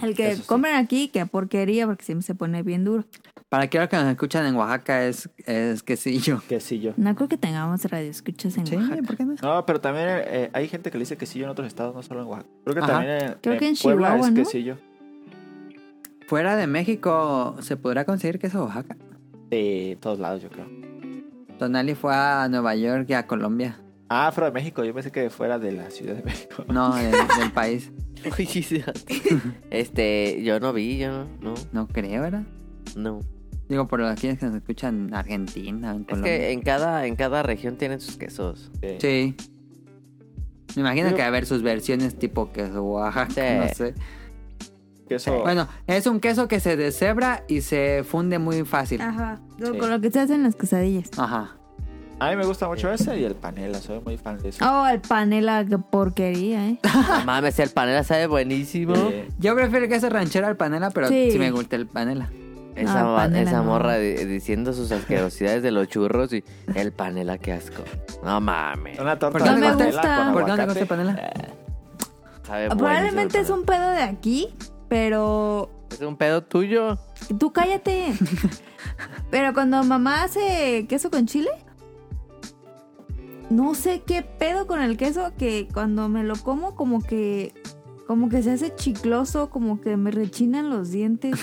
A: El que compran aquí, qué porquería, porque siempre se pone bien duro.
B: Para aquellos que nos escuchan en Oaxaca es, es quesillo.
C: Quesillo.
A: No creo que tengamos radioescuchas en
B: Sí,
A: Oaxaca.
B: ¿por qué no?
C: No, pero también eh, hay gente que le dice quesillo en otros estados, no solo en Oaxaca. Creo que
B: Ajá.
C: también en,
A: Creo que en
C: Puebla
A: Chihuahua,
C: es
A: ¿no?
C: quesillo.
B: Fuera de México, ¿se podrá conseguir queso Oaxaca?
C: De todos lados, yo creo.
B: Tonali fue a Nueva York y a Colombia.
C: Ah, fuera de México, yo pensé que fuera de la Ciudad de México.
B: No, de- del país.
F: [laughs] Uy, sí, sí. este, yo no vi, yo no. No.
B: No creo, ¿verdad?
F: no.
B: Digo, por aquellos que nos escuchan en Argentina, en
F: Es
B: Colombia.
F: que en cada, en cada región tienen sus
A: [laughs]
F: quesos.
C: Eh,
B: Sí. Me imagino
C: Digo-
B: que va a haber sus versiones tipo queso Oaxaca,
F: Sí.
B: no sé.
C: queso-
B: Bueno, es un queso que se deshebra y se funde muy fácil.
A: Ajá.
C: Sí.
A: Con lo que se hacen las quesadillas.
B: Ajá.
C: A mí me gusta mucho ese y el panela, soy muy fan de
B: Ah,
C: eso.
A: Oh, el panela, qué porquería, ¿eh?
F: No mames, el panela sabe buenísimo.
C: Eh,
B: Yo prefiero el queso ranchero al panela, pero
A: Sí.
B: sí me gusta el panela.
F: Esa,
M: Ah,
F: mo-
M: panela,
F: esa
M: no.
F: morra di- diciendo sus asquerosidades de los churros y el panela, qué asco. No mames.
C: Una torta
B: ¿Por qué
C: de
B: no te
C: panela
M: gusta?
C: con
B: ¿Por qué no te gusta el
C: aguacate. Eh.
B: panela?
F: Sabe
A: Probablemente es
F: buenísimo
A: un pedo de aquí, pero
F: el panela. Es un pedo tuyo.
A: tú cállate. pero cuando mamá hace queso con chile, no sé qué pedo con el queso que cuando me lo como como que como que se hace chicloso, como que me rechinan los dientes.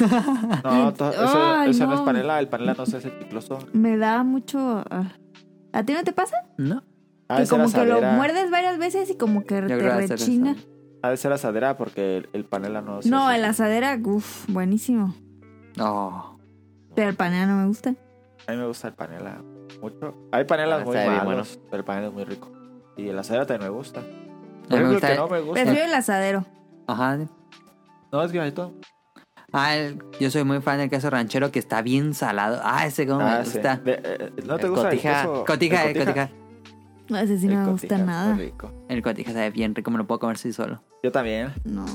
B: [laughs]
C: No, to- eso,
A: Ay,
C: eso no. es
A: no.
C: panela. El panela no se hace chicloso.
A: me da mucho ah. ¿A ti no te pasa?
B: No.
C: Ha
A: Que
C: de ser
A: como que lo
C: Ah, asadera.
A: muerdes varias veces y como que
B: Yo
A: te
B: creo que hacer
A: rechina.
B: eso.
C: Ha de ser asadera porque el, el panela no se
A: No,
C: hace
A: el asadera, uff, buenísimo.
B: No.
A: Pero el panela no me gusta.
C: A mí me gusta el panela mucho. Hay panelas
F: Ah,
C: muy
F: sabe bien
C: malos, pero el panela es muy rico. Y el asadera también me gusta.
B: A mí
C: Por
B: me
C: ejemplo, el
B: gusta.
C: que no me gusta.
A: Prefiero el asadero.
B: Ajá.
C: No, es granito.
B: Ah, el- yo soy muy fan del queso ranchero que está bien salado. Ah, ese como
C: Ah,
B: me
C: sí.
B: gusta.
C: De- eh, ¿No te
F: El
C: gusta
F: cotija.
C: el queso?
B: Cotija, el cotija.
A: No, ese sí
C: El
A: no me gusta
C: cotija es muy
A: nada.
C: rico.
B: El cotija sabe bien rico, me lo puedo comer así solo.
C: Yo también.
B: [laughs]
A: No.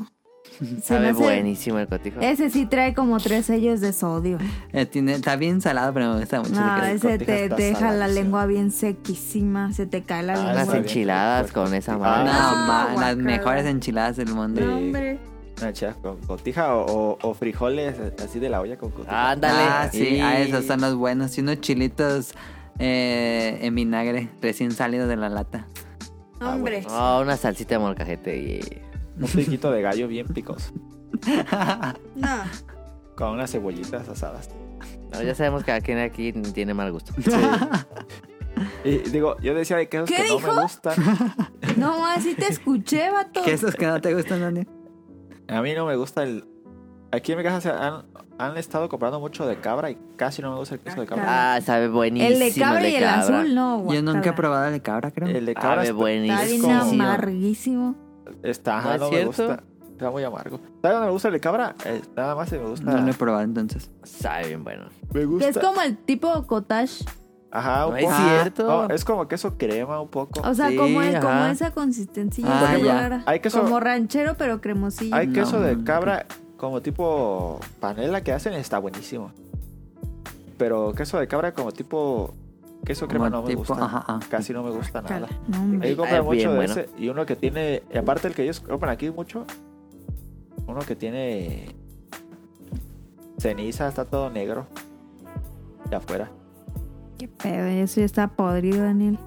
A: Se me
F: Sabe
A: hace-
F: buenísimo el cotijo.
A: Ese sí trae como tres sellos de sodio.
B: Eh, tiene- está bien salado, pero me gusta mucho.
A: No,
B: el queso.
A: ese
C: cotija
A: te
C: está
A: te deja la
C: saladísimo.
A: lengua bien sequísima. Se te cae la
C: Ah,
A: lengua.
F: Unas
C: está bien.
F: enchiladas con esa madre.
B: No,
A: no,
B: ma-
A: guacala.
B: las mejores enchiladas del mundo.
C: No, hombre. eh, Una chida con cotija o, o- o frijoles eh, así de la olla con cotija.
F: Ándale.
B: Ah, sí,
F: Y-
B: a esos son los buenos. Y unos chilitos eh, en vinagre, recién salidos de la lata.
N: Hombre.
F: Ah, una salsita de molcajete y...
C: Un piquito de gallo bien picoso.
N: No.
C: Con unas cebollitas asadas.
F: No, ya sabemos que quien aquí tiene mal gusto.
C: Y digo, yo decía de quesos
A: ¿Qué
C: que no
A: dijo?
C: me gustan.
A: No, ma, sí te escuché, vato.
B: Quesos que no te gustan, Daniel.
C: A mí no me gusta el. Aquí en mi casa se han, han estado comprando mucho de cabra y casi no me gusta el queso de cabra.
F: Ah, sabe buenísimo
A: El de cabra y el
F: cabra.
A: azul, no.
B: Yo nunca he
A: guacala.
B: probado el de cabra, creo.
C: El de cabra
F: Sabe
C: está,
F: buenísimo.
A: Está bien
C: como-
A: amarguísimo.
C: está-
F: ¿No
C: ajá,
F: es
C: no me
F: cierto?
C: gusta. Está muy amargo. ¿Sabes dónde me gusta el de cabra? Eh, nada más si me gusta.
B: No lo he probado entonces.
F: Sabe bien bueno.
C: Me
A: Que es
C: gusta.
A: como el tipo cottage.
C: Ajá, un
F: No es
C: poco.
F: cierto.
C: No, es como queso crema un poco.
A: O sea,
F: Sí,
A: como, el- como
F: ajá.
A: esa consistencia
B: Ah,
A: así
B: ya.
A: rara.
C: Hay queso-
A: Como ranchero, pero cremosillo.
C: Hay queso
B: No.
C: de cabra como tipo panela que hacen, está buenísimo. Pero queso de cabra como tipo queso crema
B: Como
C: no me
B: tipo-
C: gusta.
B: ajá, ajá.
C: Casi no me gusta nada.
A: No, hombre.
C: Ellos compran
F: Ah, bien
C: mucho de
F: bueno.
C: ese y uno que tiene, y aparte el que ellos compran aquí mucho, uno que tiene ceniza, está todo negro. De afuera.
M: Qué pedo, eso ya está podrido, Daniel.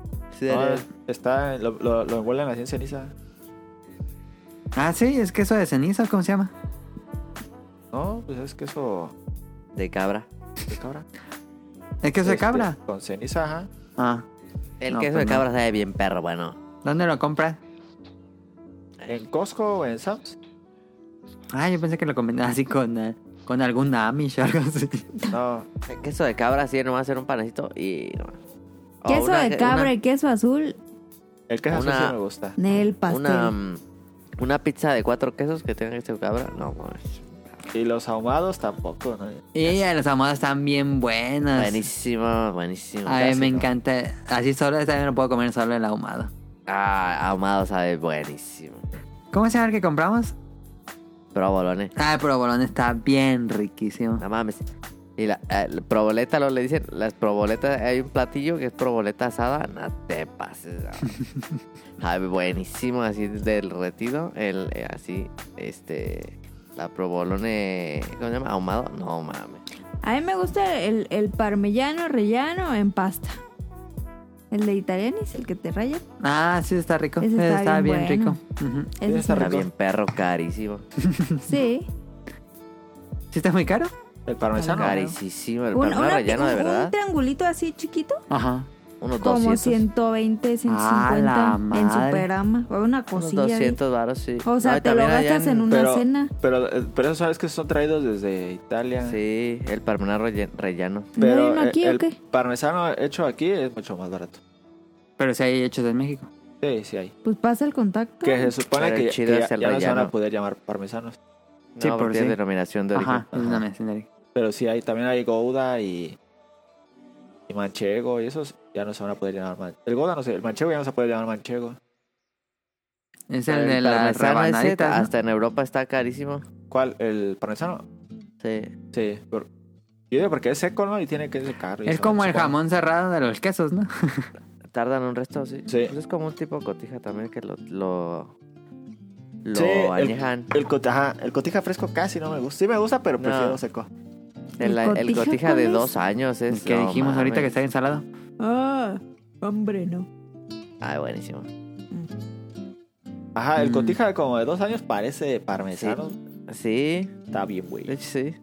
C: No, está, lo, lo, lo envuelven así en ceniza.
B: Ah, sí, es queso de ceniza, ¿cómo se llama?
C: No, pues es queso
F: De cabra.
C: de cabra.
B: ¿Es queso de
C: Este,
B: cabra?
C: Con ceniza, ajá.
B: Ah,
F: El
B: No,
F: queso
B: pues
F: de
B: no.
F: cabra sabe bien perro, bueno.
B: ¿dónde lo compras?
C: En Costco o en Sam's.
B: Ah, yo pensé que lo combinaba así con, eh, con algún Amish o algo así.
C: No,
F: El queso de cabra sí nomás hacer un panecito y... o
A: Queso
F: Oh, una-
A: de cabra y queso azul,
C: el queso azul
F: Una-
C: sí me gusta.
A: Nel
F: Una,
A: pastel.
F: una, mm, una pizza de cuatro quesos que tenga queso de cabra. No, mames.
C: Y los ahumados tampoco, ¿no?
B: Y las ahumadas están bien buenas.
F: Buenísimo, buenísimo.
B: Ah, A mí me
C: clásico.
B: encanta. Así solo, también lo puedo comer solo el ahumado.
F: Ah, ahumado sabe buenísimo.
B: ¿Cómo se llama el que compramos?
F: Provolone.
B: Ah, el provolón está bien riquísimo.
F: No mames. Y la, eh, la proboleta, lo le dicen, las proboletas, hay un platillo que es proboleta asada, no te pases.
A: [laughs]
F: no. Ay, buenísimo, así del retiro, el, eh, así, este, la probolone, ¿cómo se llama? Ahumado, no mames.
A: A mí me gusta el, el parmellano rellano en pasta. El de italianis, el que te raya.
B: Ah, sí, está rico.
A: Ese
B: está,
A: está
B: bien,
A: bien
B: rico. Ujú.
A: Ese
C: Está
A: sí.
F: Está
C: rico.
F: bien perro, carísimo.
A: Sí.
B: ¿Sí está muy caro?
C: El parmesano.
F: Carísimo, el
A: Ah, Un-
F: parmesano
A: una-
F: rellano, de
A: un- un
F: verdad.
A: triangulito así chiquito,
B: Ajá.
F: Unos
A: como
F: 200.
A: 120, 150
B: Ah, la
A: en
B: madre.
A: Superama. O una
F: Unos
A: cosilla. ahí.
F: 200 varos, sí.
A: O sea,
F: No, y
A: te lo
F: también allá
A: gastas en una
C: pero-
A: cena.
C: Pero, eh, pero eso sabes que son traídos desde Italia.
F: Sí, el parmesano relle- rellano.
A: ¿No hay
C: Pero
A: uno aquí
C: eh,
A: o
C: el
A: qué?
C: parmesano hecho aquí es mucho más barato.
B: Pero si hay hechos en México.
C: Sí, sí hay.
A: Pues pasa el contacto.
C: Que se supone
F: Pero
C: que,
F: el
C: ya-
F: chido
C: que
F: es
C: ya,
F: el
C: ya no se van a
F: rellano.
C: poder llamar parmesanos.
F: No,
B: Sí, por
F: porque
B: sí.
F: es denominación de origen.
B: Ajá, es una mesa de origen.
C: Pero sí hay, también hay Gouda y, y Manchego y esos ya no se van a poder llamar manchego. El Gouda no sé, el Manchego ya no se puede llamar Manchego.
B: Es el,
F: El
B: de las
F: parmesano ese
B: rebanaditas. ¿no?
F: hasta en Europa está carísimo.
C: ¿Cuál? ¿El parmesano?
F: Sí.
C: Sí, por- Yo digo porque es seco, ¿no? Y tiene que secar. y
B: Es
C: eso,
B: como el
C: supongo.
B: jamón cerrado de los quesos, ¿no?
F: Tardan un resto, sí.
C: Sí.
F: Pues es como un tipo de cotija también que lo. Lo, lo
C: Sí, el-
F: añejan.
C: El, cot- ajá, el cotija fresco casi no me gusta. Sí me gusta, pero
F: No.
C: prefiero seco.
A: ¿El
F: El, el cotija,
A: cotija cuál
F: de
A: es?
F: dos años
B: El
F: es.
B: que
F: no
B: dijimos ahorita que
F: mames.
B: está ensalado.
J: Ah, hombre, no.
F: Ay, Ah, buenísimo.
C: Ajá, el
B: Mm.
C: cotija como de dos años parece parmesano.
F: Sí,
C: Está bien,
F: de
C: güey.
F: hecho sí.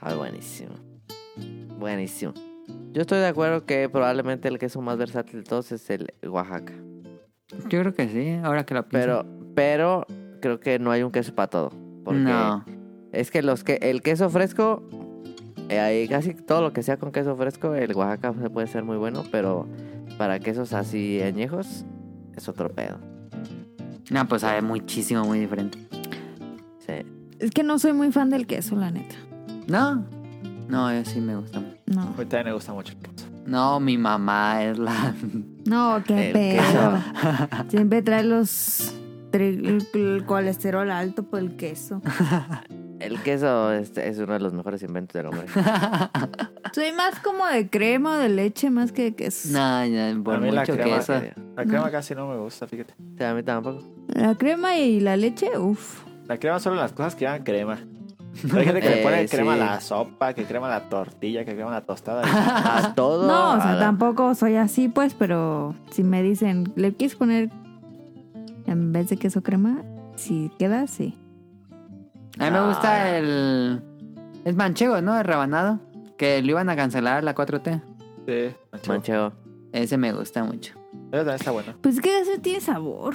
F: Ay, buenísimo. Buenísimo. Yo estoy de acuerdo que probablemente el queso más versátil de todos es el Oaxaca.
B: Yo creo que sí, ahora que lo pienso.
F: Pero, pero creo que no hay un queso para todo. Porque
B: no.
F: es que los que el queso fresco, eh, ahí casi todo lo que sea con queso fresco, el Oaxaca se puede ser muy bueno, pero para quesos así añejos es otro pedo.
B: No, pues sabe muchísimo, muy diferente.
F: Sí.
A: Es que no soy muy fan del queso, la neta.
B: No. No, yo sí me gusta. mucho.
A: No.
C: A mí también me gusta mucho el queso.
B: No, mi mamá es la...
A: No, qué
F: El
A: pedo. Siempre trae los. tri- el colesterol alto por el queso.
F: El queso este, es uno de los mejores inventos del
A: [laughs]
F: hombre.
A: Soy más como de crema o de leche más que de queso.
B: No, no, por
C: A mí la
B: mucho que
C: crema-
B: eso.
C: La crema casi no me gusta, fíjate.
F: Sí, a mí tampoco.
A: La crema y la leche, uff.
C: La crema solo en las cosas que llevan crema. Hay gente que le
F: Eh,
C: pone crema a
F: sí.
C: la sopa, que crema a la tortilla, que crema a la tostada.
A: [laughs]
F: A todo.
A: No, o
F: a
A: sea,
F: la-
A: tampoco soy así, pues, pero si me dicen, ¿le quieres poner en vez de queso crema? Si queda, sí.
B: A mí me
F: Ah.
B: gusta el... Es manchego, ¿no? El rebanado. Que lo iban a cancelar la 4T.
C: Sí, manchego.
F: Manchego.
B: Ese me gusta mucho.
C: Eso también está bueno.
A: Pues es que ese tiene sabor.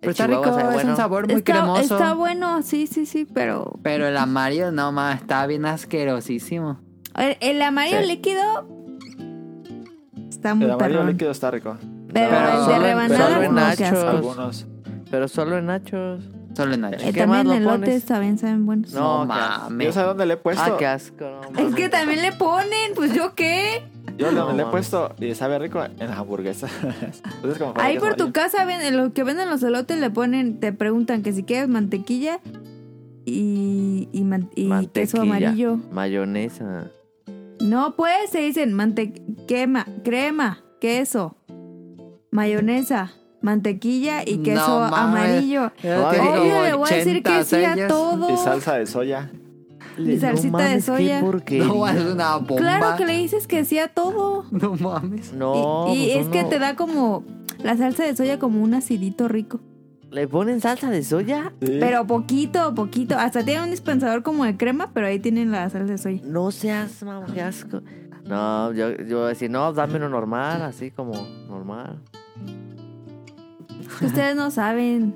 B: Pero
F: El
B: está rico,
F: Chihuahua sabe
B: es un
F: bueno.
B: sabor muy
A: está,
B: cremoso.
A: está bueno, sí, sí, sí, pero.
B: Pero el amarillo, no más, está bien asquerosísimo.
A: A ver, el amarillo
F: Sí.
A: líquido. Está muy
C: El amarillo
A: perrón.
C: líquido está rico.
A: Pero
B: Pero
A: el de
B: solo-
F: solo
A: rebanadas
F: en
A: no, qué
F: nachos.
A: asco.
C: Algunos.
F: Pero solo en nachos.
B: Solo en Nacho.
A: Eh,
F: ¿Qué más
A: también
F: lo
A: elotes
F: pones?
A: también saben buenos.
B: No,
F: No, qué asco.
C: Yo
B: mames.
C: sé dónde le he
F: Ah,
C: puesto.
F: qué asco. no mames.
A: Es que también le ponen, pues yo qué.
C: Yo
F: No,
C: donde le he
F: mames.
C: puesto y sabe rico en las hamburguesas. [laughs] Entonces, como para
A: Ahí
C: que
A: por
C: se
A: tu
C: vayan.
A: casa ven, lo que venden los elotes le ponen, te preguntan que si quieres mantequilla y, y, man- y queso
F: Mantequilla.
A: amarillo.
F: Mayonesa.
A: No, pues se dicen mante quema, crema, queso, mayonesa, mantequilla y
B: No
A: queso
B: mames.
A: amarillo.
B: Yo
F: Ay,
B: tengo
A: Obvio,
B: como
A: le voy a decir que
B: 80
A: sí a
B: sellos.
A: todo.
C: Y salsa de soya.
A: Y salsita
F: No mames,
A: de soya.
F: qué porquería.
B: No, [laughs] es una bomba.
A: Claro que le dices que sí a todo.
B: No mames.
F: No.
A: y y
F: pues
A: es que
F: uno-
A: te da como la salsa de soya como un acidito rico.
F: ¿Le ponen salsa de soya?
C: Sí.
A: Pero poquito, poquito. Hasta tiene un dispensador como de crema, pero ahí tienen la salsa de soya.
F: No seas mamá, qué asco. No, yo, yo voy a decir, no, dámelo normal, así como normal.
A: Ustedes no
F: [laughs]
A: saben.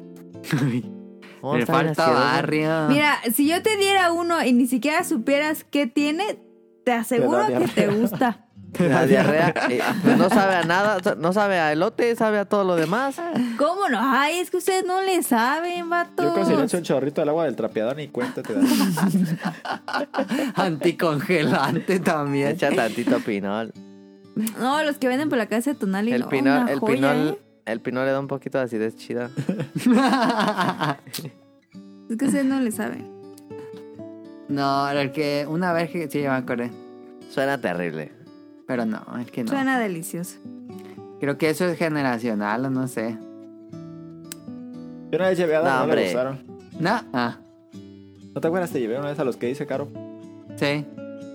F: No,
B: Le
F: está bien
B: falta
F: asqueroso. Ah.
B: barrio.
A: Mira, si yo te diera uno y ni siquiera supieras qué tiene, te aseguro que te
F: [laughs]
A: gusta.
F: La diarrea eh, pues no sabe a nada, no sabe a elote, sabe a todo lo demás.
A: ¿Cómo no? Ay, es que ustedes no le saben,
C: Yo con
A: vato.
C: silencio un chorrito del agua del trapeador ni cuenta [laughs] te das.
B: [laughs] Anticongelante también. [laughs]
F: Echa tantito pinol.
A: No, los que venden por la casa de Tonali.
F: El
A: no,
F: pinol,
A: una
F: el
A: joya,
F: pinol,
A: ¿eh?
F: el pinol le da un poquito de acidez chida.
A: Es que ustedes no le saben.
B: no, el que una vez que sí, yo me acordé.
F: Suena terrible.
B: Pero no, es que no.
A: Suena delicioso.
B: Creo que eso es generacional o no sé.
C: Yo una vez llevé a
F: No,
C: Adam, no, le
F: hombre.
C: gustaron.
B: No, ah,
C: ¿No te acuerdas? Te llevé una vez a los que dice Caro,
B: sí.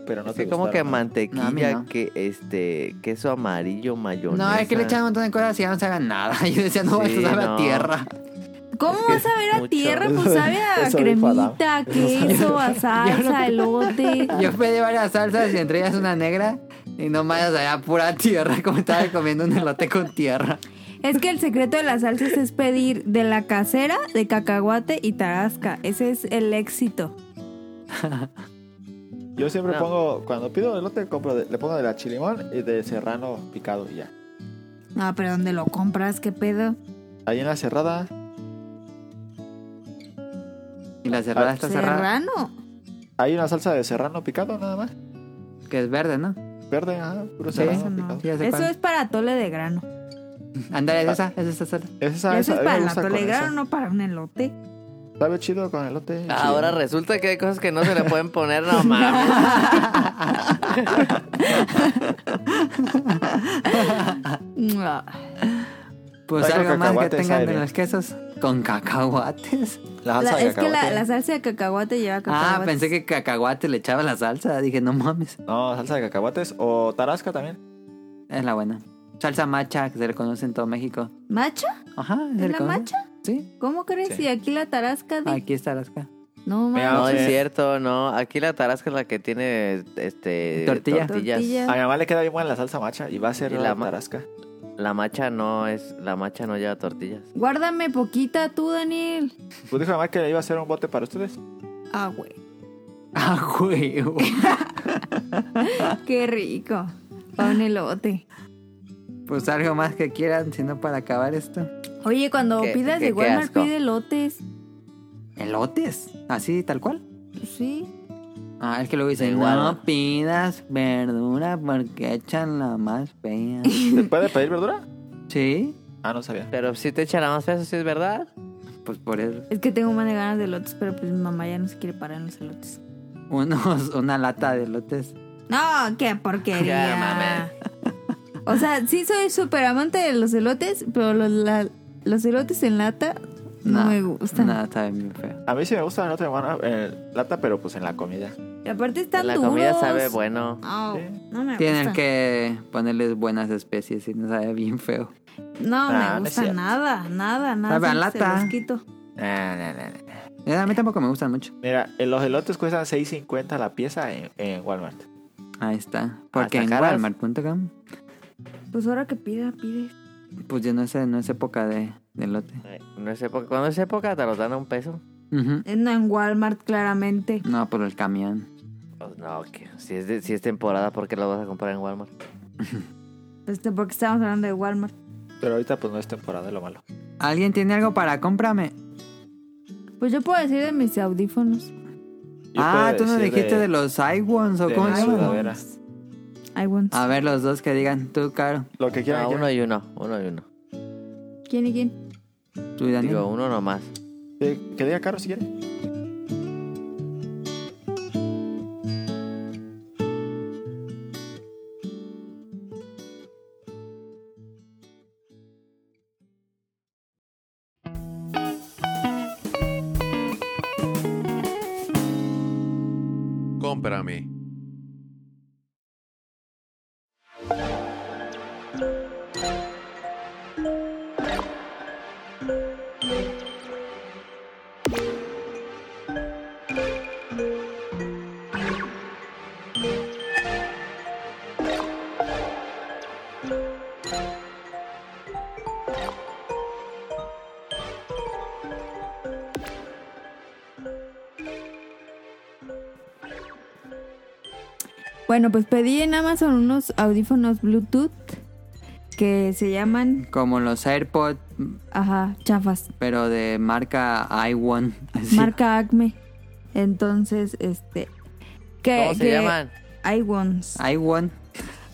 C: pero no
F: es
C: te
F: que como que
C: gustaron.
F: mantequilla,
B: No, a mí no.
F: que este, queso amarillo, mayonesa.
B: No, es que le echan un montón de cosas y ya no saben nada. [laughs] Yo decía, no,
F: Sí,
B: esto sabe a
F: no.
B: tierra.
A: ¿Cómo vas a ver a
F: mucho.
C: [laughs]
A: tierra? Pues sabe a
C: Eso dijo Adam.
A: cremita, a queso,
C: [laughs]
A: a
B: [laughs]
A: salsa, a elote.
B: Yo pedí varias salsas y entre ellas una negra. Y no más allá pura tierra, [laughs] como estaba comiendo un elote con tierra.
A: Es que el secreto de las salsas es pedir de la casera, de cacahuate y tarasca. Ese es el éxito.
C: Yo siempre
F: No.
C: pongo, cuando pido elote, compro de- le pongo de la chilimón y de serrano picado y ya.
A: No, pero ¿dónde lo compras? ¿Qué pedo?
C: Ahí en la cerrada,
B: Y la cerrada está cerrada,
A: Serrano.
C: hay una salsa de serrano picado nada más.
B: que es verde, ¿no?
C: Verde, ajá, puro
B: Sí.
C: serrano
A: Eso, no.
C: picado.
B: Sí, ya sé
A: Eso
B: cuál.
A: es para tole de grano.
B: Andar, es esa, es esa salsa.
C: Es esa,
A: Eso es
C: esa, a mí me
A: para la
C: gusta con
A: tole de
C: esa.
A: grano, no para un elote.
C: Sabe chido con elote.
F: Ahora
C: chido.
F: resulta que hay cosas que no se le pueden poner, no mames.
B: [laughs] Pues
C: Traigo
B: algo más que
C: cacahuates,
B: tengan de
C: aire.
B: los quesos con cacahuates.
C: La
A: La-
C: salsa de
A: es que la,
C: cacahuate.
A: la salsa de cacahuate lleva cacahuate.
B: Ah, pensé que cacahuate le echaba la salsa. Dije, no mames.
C: No, salsa de cacahuates o tarasca también.
B: Es la buena. Salsa macha que se le conoce en todo México.
A: ¿Macha?
B: Ajá,
A: ¿Es
B: se le
A: la
B: conoce.
A: macha?
B: Sí,
A: ¿Cómo crees?
C: Sí.
A: Y aquí la tarasca de...
B: aquí está Alaska.
A: No,
C: Mira,
A: mames.
F: No,
C: sí.
F: es cierto, no. Aquí la tarasca es la que tiene este,
B: Tortilla.
F: tortillas.
A: Tortilla.
C: A mi mamá le queda bien buena la salsa macha y va a ser
F: Y
C: la
F: la ma-
C: tarasca.
F: La macha no es, la macha no lleva tortillas.
A: Guárdame poquita tú, Daniel.
C: Pues dijo mi mamá que le iba a hacer un bote
B: [laughs]
C: para ustedes.
A: Ah, güey.
B: [laughs] Ah, huevo.
A: Qué rico. Pa' un elote.
B: Pues algo más que quieran, sino para acabar esto.
A: Oye, cuando
F: Qué-
A: pidas
F: qué-
A: de
F: qué
A: Walmart,
F: asco.
A: pide elotes.
B: ¿Elotes? ¿Así, tal cual?
A: Pues Sí.
B: Ah, es que luego dicen,
F: Igual.
B: no pidas verdura porque echan la más fea.
C: ¿Se puede pedir verdura?
B: [laughs] ¿Sí?
C: Ah, no sabía.
F: Pero si te echan la más peso, si es verdad.
B: Pues por eso.
A: Es que tengo más de ganas de elotes, pero pues mi mamá ya no se quiere parar en los elotes.
B: Unos, [laughs] una lata de elotes.
A: No, qué
F: Ya,
A: porquería.
F: mames.
A: o sea, sí soy súper amante de los elotes, pero los, la- los elotes en lata no,
B: Nah,
A: me gustan.
B: Nada, está bien feo.
C: A mí sí me gusta la otra semana en lata, pero pues en la comida.
A: Y aparte están
F: La
A: duros.
F: comida sabe bueno.
A: No,
C: Sí.
A: no me
B: Tienen
A: gusta.
B: que ponerles buenas especies y no sabe bien feo.
A: No
C: Ah,
A: me
C: no es
A: gusta
C: cierto.
A: nada, nada, nada.
B: Sabe a
A: se-
B: lata.
A: Se los quito.
C: Nah, nah, nah, nah.
B: Eh, A mí tampoco me gustan mucho.
C: Mira, eh, los elotes cuestan 6.50 la pieza en, en Walmart.
B: Ahí está. Porque
F: ¿Hasta
B: en
F: caras?
B: walmart.com,
A: Pues ahora que pida, pide.
B: pues ya no es, no es época de, de elote.
F: No es época, cuando es época te los dan a un peso.
B: Ujú.
A: Eh, No en Walmart, claramente.
B: No, por el camión.
F: Pues no, que- si, es de- si es temporada, ¿por qué los vas a comprar en Walmart?
A: Este, porque estábamos hablando de Walmart.
C: Pero ahorita pues no es temporada, es lo malo.
B: ¿Alguien tiene algo para cómprame?
A: Pues yo puedo decir de mis audífonos.
C: Yo
B: ah,
C: puedo
B: tú nos
C: decir
B: dijiste de, los iWans o
C: de
B: cómo
C: la
B: se llaman.
C: sudadera.
A: I want.
F: Ah.
B: A ver, los dos que digan, tú, Caro,
C: Lo que quieran.
F: No,
C: quieran.
F: uno y uno, uno y uno.
A: ¿Quién y quién?
B: tú y Daniel.
F: Digo, uno nomás.
C: Eh, que diga caro si quiere.
H: Cómprame.
A: Bueno, pues pedí en Amazon unos audífonos Bluetooth que se llaman,
B: Como los AirPods,
A: ajá, chafas,
B: pero de marca iWan. [laughs] Así.
A: marca Acme. Entonces, este, que,
F: ¿Cómo se
A: que-
F: llaman? Ah.
A: iWants
B: iWan.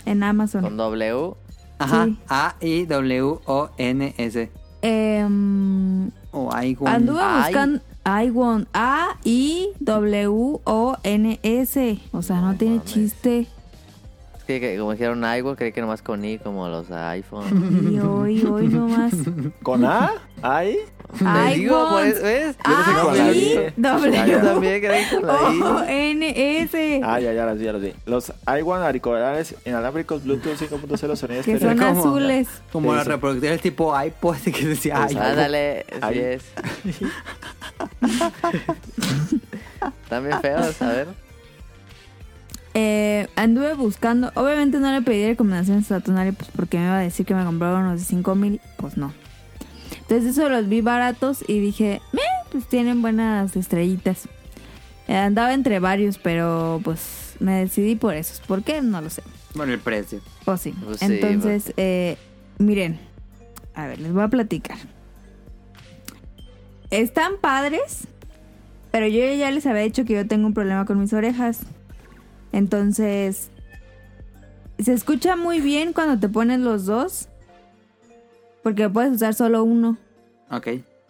A: en Amazon.
F: Con W.
B: Ajá.
A: Sí.
B: A-I-W-O-N-S.
A: Em,
B: O iWan.
A: anduve
F: Ay.
A: buscando iWants, A I W O N S, o sea, no,
F: No
A: tiene
F: mames.
A: chiste.
F: Es que, que como dijeron iWatch, creí que nomás con I, como los
A: [laughs]
F: iPhone.
A: Y hoy, hoy
F: [laughs]
A: nomás.
C: ¿Con A? ¿Ahí?
F: Te digo,
A: iWants.
F: pues, ¿ves?
C: Yo no sé con la I.
A: I
F: Ah, Yo
A: W
F: también creí con la I.
A: [laughs] O N S.
C: Ah, ya, ya las vi, ya las vi. Los iWan auriculares inalámbricos Bluetooth 5.0 sonido
A: Que son
C: estéreo.
B: ¿Cómo?
A: azules.
B: Como
C: Sí,
B: los
C: sí.
B: reproductores tipo iPod [laughs] que decía
C: Pues,
B: iWan.
F: Ándale,
C: Ay.
F: así Ah, es. También feos, a ver.
A: Eh, anduve buscando. Obviamente no le pedí recomendaciones a Tonali, pues porque me iba a decir que me compraron unos de 5 mil. Pues no. Entonces eso los vi baratos y dije, "Meh, pues tienen buenas estrellitas. Eh, andaba entre varios, pero pues me decidí por esos. ¿Por qué? No lo sé.
B: Por el precio.
A: Pues sí.
F: Pues sí,
A: Entonces, eh, miren. A ver, les voy a platicar. Están padres, pero yo ya les había dicho que yo tengo un problema con mis orejas. Entonces, se escucha muy bien cuando te pones los dos, porque puedes usar solo uno.
B: Ok.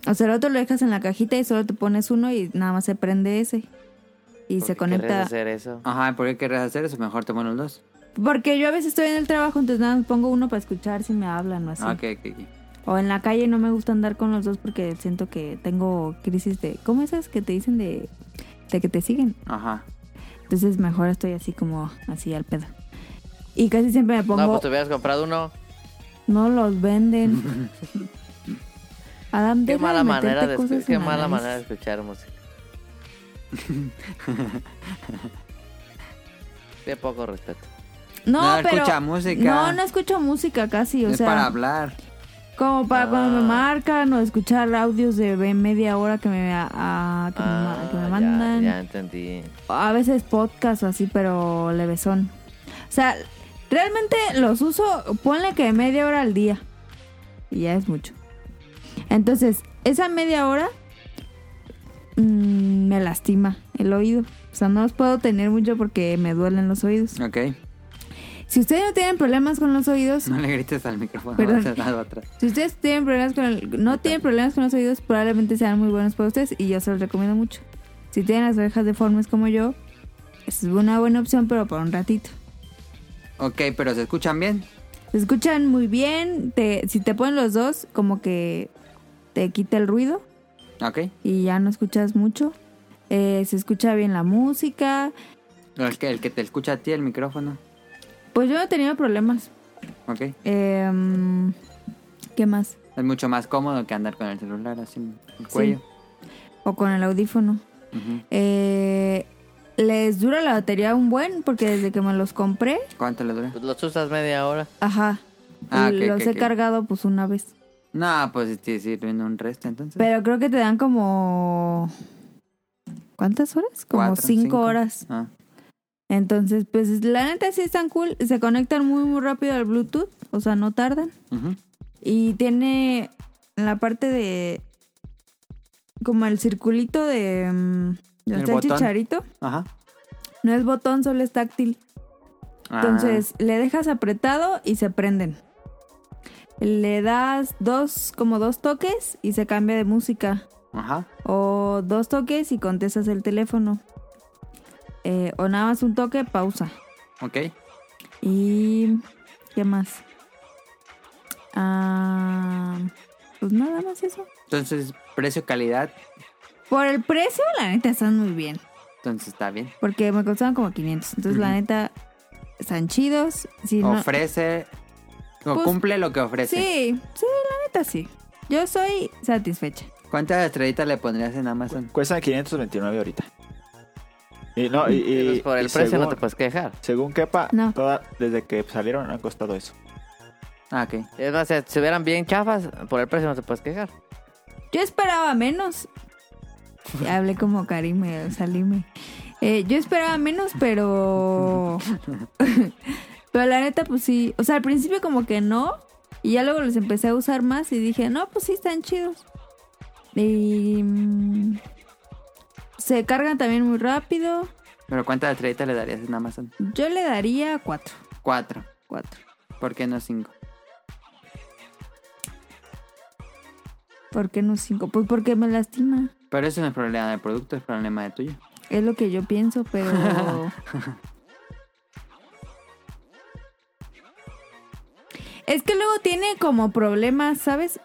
A: O sea, el otro lo dejas en la cajita y solo te pones uno y nada más se prende ese. Y
F: ¿Por
A: se
F: qué querrías
A: conecta.
F: hacer eso?
B: Ajá, ¿por qué querrías hacer eso? Mejor te pones los dos.
A: Porque yo a veces estoy en el trabajo, entonces nada, más pongo uno para escuchar si me hablan o así.
B: Ah, ok, ok, ok.
A: O en la calle no me gusta andar con los dos porque siento que tengo crisis de... ¿Cómo esas que te dicen de, de que te siguen?
B: Ajá.
A: Entonces mejor estoy así como así al pedo. Y casi siempre me pongo...
F: No,
A: No,
F: pues te hubieras comprado uno.
A: los venden.
F: [laughs]
A: Adam,
F: Qué
A: deja
F: mala
A: meterte
F: manera de, escu-
A: cosas
F: qué
A: en la
F: mala
A: nariz.
F: manera de escuchar
C: [laughs]
F: música. Qué poco respeto.
A: No,
B: No,
A: pero...
B: escucha música.
A: No, no escucho música casi, o
B: es
A: sea...
B: para hablar.
A: Como para cuando
F: Ah.
A: me marcan o escuchar audios de ve- media hora que me, ah, que me ma- que me
F: Ah, ya,
A: mandan.
F: Ya, entendí.
A: a veces podcast o así, pero levesón. O sea, realmente los uso, ponle que media hora al día. Y ya es mucho. Entonces, esa media hora mm, me lastima el oído. O sea, no los puedo tener mucho porque me duelen los oídos.
B: Ok. [laughs]
A: Si ustedes no tienen problemas con los oídos,
B: No le grites al micrófono.
A: Perdón.
B: vas a dar atrás.
A: si ustedes tienen problemas con el- no tienen problemas con los oídos, probablemente sean muy buenos para ustedes y yo se los recomiendo mucho. Si tienen las orejas deformes como yo, es una buena opción, pero para un ratito.
B: Ok, pero ¿se escuchan bien?
A: Se escuchan muy bien, te- si te ponen los dos, como que te quita el ruido
B: Ok.
A: y ya no escuchas mucho. Eh, se escucha bien la música.
B: El que, el que te escucha a ti, el micrófono.
A: Pues yo no he tenido problemas.
B: Ok. Es
A: Em, ¿Qué más?
B: mucho más cómodo que andar con el celular así en el cuello.
A: O con el audífono.
B: Ujú.
A: Eh, les dura la batería un buen porque desde que me los compré,
B: ¿Cuánto le dura?
F: Pues los usas media hora.
A: ajá,
B: Ah,
A: y
B: ok,
A: los
B: ok,
A: he
B: ok.
A: cargado pues una vez.
B: No, pues te sirven un resto entonces.
A: Pero creo que te dan como ¿cuántas horas? Como
B: Cuatro,
A: cinco,
B: cinco.
A: horas.
B: Ah,
A: Entonces, pues la neta sí están cool, se conectan muy muy rápido al Bluetooth, o sea, no tardan
B: ujú.
A: y tiene en la parte de como el circulito de mm, donde
B: El
A: está el
B: botón.
A: chicharito,
B: Ajá.
A: no es botón, solo es táctil.
B: Ah,
A: Entonces le dejas apretado y se prenden. Le das dos, como dos toques y se cambia de música.
B: Ajá.
A: O dos toques y contestas el teléfono. Eh, o nada más un toque, pausa.
B: Ok.
A: Y. ¿Qué más? Ah, pues nada más eso.
B: Entonces, precio-calidad.
A: Por el precio, la neta, están muy bien.
B: Entonces está bien.
A: Porque me costaban como 500. Entonces, la
B: Ujú.
A: neta, están chidos. Si no-
B: Ofrece. O
A: Pues-
B: cumple lo que ofrece.
A: Sí, sí, la neta sí. Yo soy satisfecha.
B: ¿Cuántas estrellitas le pondrías en Amazon?
C: Cuesta 529 ahorita. Y no, y, y-
F: Pues por el
C: y
F: precio
C: según,
F: no te puedes quejar.
C: según Kepa,
A: No.
C: toda- desde que salieron han costado eso.
B: Ah, ok.
F: Es más, si estuvieran bien chafas, por el precio no te puedes quejar.
A: Yo esperaba menos. Ya hablé como Karim, eh, salíme. Eh, yo esperaba menos, pero. pero la neta, pues sí. O sea, al principio como que no. Y ya luego los empecé a usar más y dije, no, pues sí, están chidos. Y. mm, se cargan también muy rápido.
B: Pero ¿cuántas estrellitas le darías en Amazon?
A: Yo le daría cuatro.
B: Cuatro.
A: Cuatro.
B: ¿Por qué no cinco?
A: ¿Por qué no cinco? Pues porque me lastima.
B: Pero eso no es problema del producto, es problema de tuyo.
A: Es lo que yo pienso,
B: [laughs]
A: pero. es que luego tiene como problemas, ¿sabes?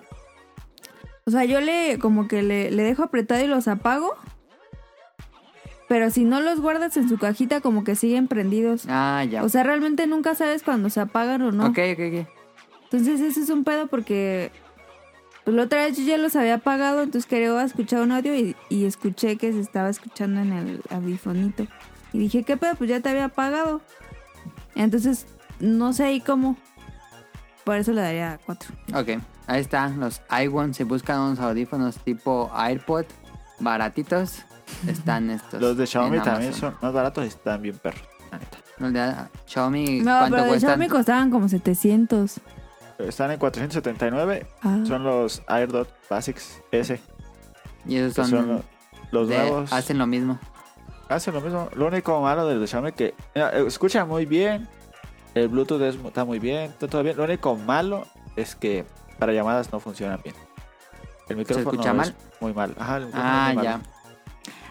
A: O sea, yo le como que le, le dejo apretado y los apago. Pero si no los guardas en su cajita, como que siguen prendidos.
B: Ah, ya.
A: O sea, realmente nunca sabes cuando se apagan o no.
B: Ok, ok, ok.
A: Entonces ese es un pedo porque pues, la otra vez yo ya los había apagado, entonces quería escuchar un audio y, y escuché que se estaba escuchando en el audiofonito. Y dije, ¿qué pedo? Pues ya te había apagado. Entonces, no sé ahí cómo. Por eso le daría cuatro.
B: Ok, ahí está, los iOne. Si buscan unos audífonos tipo AirPod baratitos, están estos.
C: Los de Xiaomi
B: en
C: también
B: Amazon.
C: son más baratos y están bien perros, la neta.
B: Los de Xiaomi,
A: No,
B: ¿cuánto
A: pero de
B: cuestan?
A: Xiaomi costaban como 700.
C: Están en 479,
A: Ah.
C: son los AirDot Basics S,
B: Y esos
C: que son,
B: son,
C: los, los
B: de-
C: nuevos.
B: Hacen lo mismo.
C: Hacen lo mismo. Lo único malo del de Xiaomi que mira, escucha muy bien, el Bluetooth es- está muy bien, está todo bien. Lo único malo es que para llamadas no funcionan bien. El micrófono
B: escucha
C: es
B: mal?
C: muy mal. Ajá, el micrófono
B: Ah,
C: es muy
B: ya.
C: mal.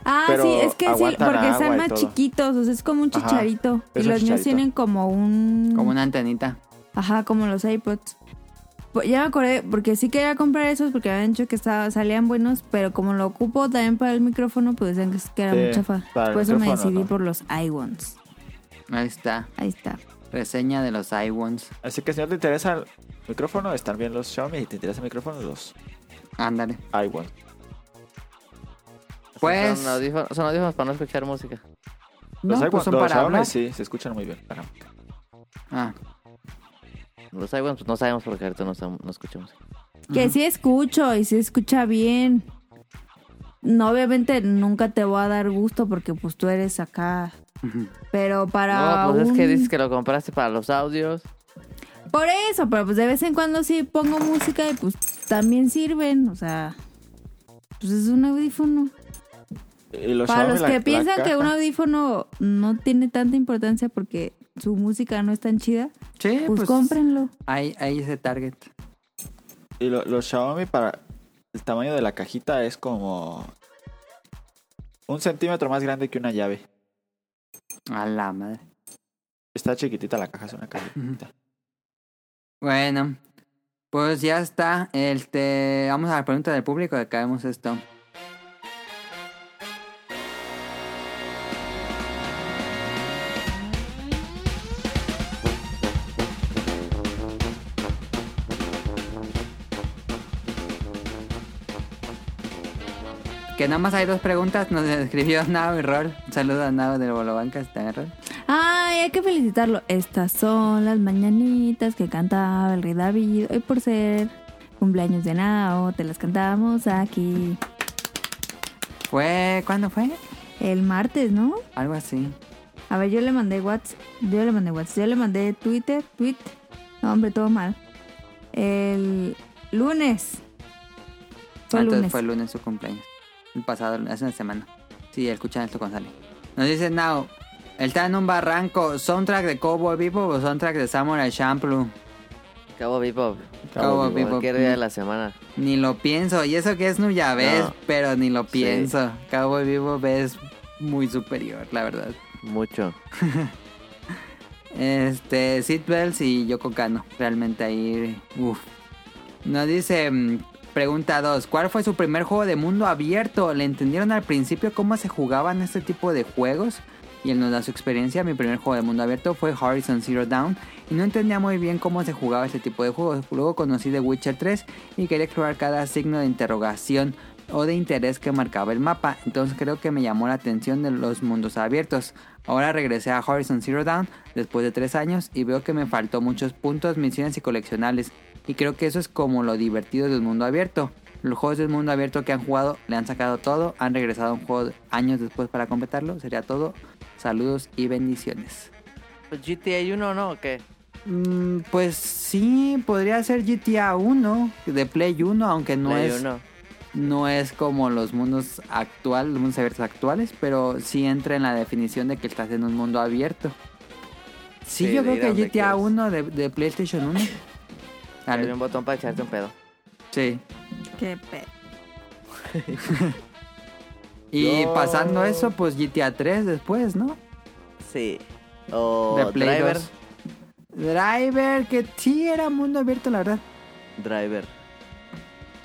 A: Ah,
C: Pero
A: sí, es que sí,
C: aguantan
A: porque
C: agua
A: están
C: y
A: más
C: todo.
A: chiquitos, o sea, es como un
C: Ajá,
A: chicharito.
C: es
A: y
C: un
A: los míos
C: chicharito.
A: tienen como un...
B: Como una antenita.
A: Ajá, como los iPods. Pues ya me acordé, porque sí quería comprar esos porque habían dicho que estaba, salían buenos, pero como lo ocupo también para el micrófono, pues decían que es- que era
C: Sí,
A: muy chafa.
C: para el
A: Por eso me
C: micrófono,
A: decidí
C: ¿no?
A: por los iOnes.
B: Ahí está.
A: Ahí está.
B: Reseña de los iWones.
C: Así que si no te interesa el micrófono, están bien los Xiaomi. Si te interesa el micrófono, los
B: Ándale.
C: iWatch.
B: Pues-
F: Son audífonos, son audífonos para no escuchar música.
B: No,
C: Los
B: pues
C: iWatch-
B: son
C: los
B: para
C: Xiaomi
B: hablar.
C: sí, se escuchan muy bien. Ajá.
B: Ah,
F: Los iPhones pues no sabemos porque ahorita no, estamos- no escuchamos.
A: Que sí escucho y sí escucha bien. No, obviamente nunca te voy a dar gusto porque pues tú eres acá. Pero para...
F: No, pues es que
A: un-
F: dices que lo compraste para los audios.
A: Por eso, pero pues de vez en cuando sí pongo música y pues también sirven, o sea, pues es un audífono.
C: Y los
A: Para
C: Xiaomi,
A: los
C: la-
A: que
C: la
A: piensan que
C: caja-
A: un audífono no tiene tanta importancia porque su música no es tan chida,
B: sí,
A: pues,
B: pues,
A: cómprenlo.
B: Ahí, ahí ese target.
C: Y lo- los Xiaomi para el tamaño de la cajita es como un centímetro más grande que una llave.
B: A la madre.
C: Está chiquitita la caja, es una cajita.
B: Bueno, pues ya está. Este, vamos a la pregunta del público. Acabemos esto. Que nada más hay dos preguntas. Nos [laughs] escribió Nao y Rol. Un saludo a Nao del Bolobancas también, Rol.
A: Ay, hay que felicitarlo. Estas son las mañanitas que cantaba el rey David. Hoy por ser cumpleaños de Nao, te las cantamos aquí
B: ¿Fue? ¿Cuándo fue?
A: el martes, ¿no?
B: Algo así.
A: A ver, yo le mandé WhatsApp. Yo le mandé WhatsApp. Yo le mandé Twitter. Tweet. No, hombre, todo mal. El lunes. Fue
B: Entonces
A: lunes.
B: fue el lunes su cumpleaños. El pasado, lunes, hace una semana. Sí, escuchan esto González. Nos dice Now, él está en un barranco. ¿Soundtrack de Cowboy Bebop o soundtrack de Samurai Champloo?
F: Cabo Bebop.
B: Cowboy Bebop.
F: Cualquier día de la semana.
B: Ni lo pienso. Y eso que es Nuyabes,
F: No.
B: pero ni lo
F: Sí.
B: pienso. Cowboy Bebop es muy superior, la verdad.
F: Mucho.
B: Este, Seatbelts y Yoko Kano. Realmente ahí. Uf. Nos dice. mm, Pregunta 2. ¿Cuál fue su primer juego de mundo abierto? ¿Le entendieron al principio cómo se jugaban este tipo de juegos? Y él nos da su experiencia. Mi primer juego de mundo abierto fue Horizon Zero Dawn. Y no entendía muy bien cómo se jugaba este tipo de juegos. Luego conocí The Witcher 3 y quería explorar cada signo de interrogación o de interés que marcaba el mapa. Entonces creo que me llamó la atención de los mundos abiertos. Ahora regresé a Horizon Zero Dawn después de tres años y veo que me faltó muchos puntos, misiones y coleccionables. Y creo que eso es como lo divertido de un mundo abierto. Los juegos del mundo abierto que han jugado le han sacado todo, han regresado a un juego años después para completarlo. Sería todo. Saludos y bendiciones.
F: Pues GTA 1 no, ¿o qué?
B: Mm, pues sí, podría ser GTA 1 de Play 1, aunque no
F: Play
B: es
F: uno.
B: no es como los mundos actuales, los mundos abiertos actuales, pero sí entra en la definición de que estás en un mundo abierto. Sí,
F: Sí,
B: yo
F: de ir a
B: creo que
F: donde
B: GTA
F: quieras.
B: 1 de, de PlayStation
F: [laughs]
B: 1. Al-
F: Hay un botón para echarte un pedo.
B: sí.
A: Qué pe-
B: Y
C: Yo-
B: pasando eso, pues GTA 3 después, ¿no?
F: Sí. O
B: de Play
F: Driver.
B: 2. Driver, que sí era mundo abierto, la verdad.
F: Driver.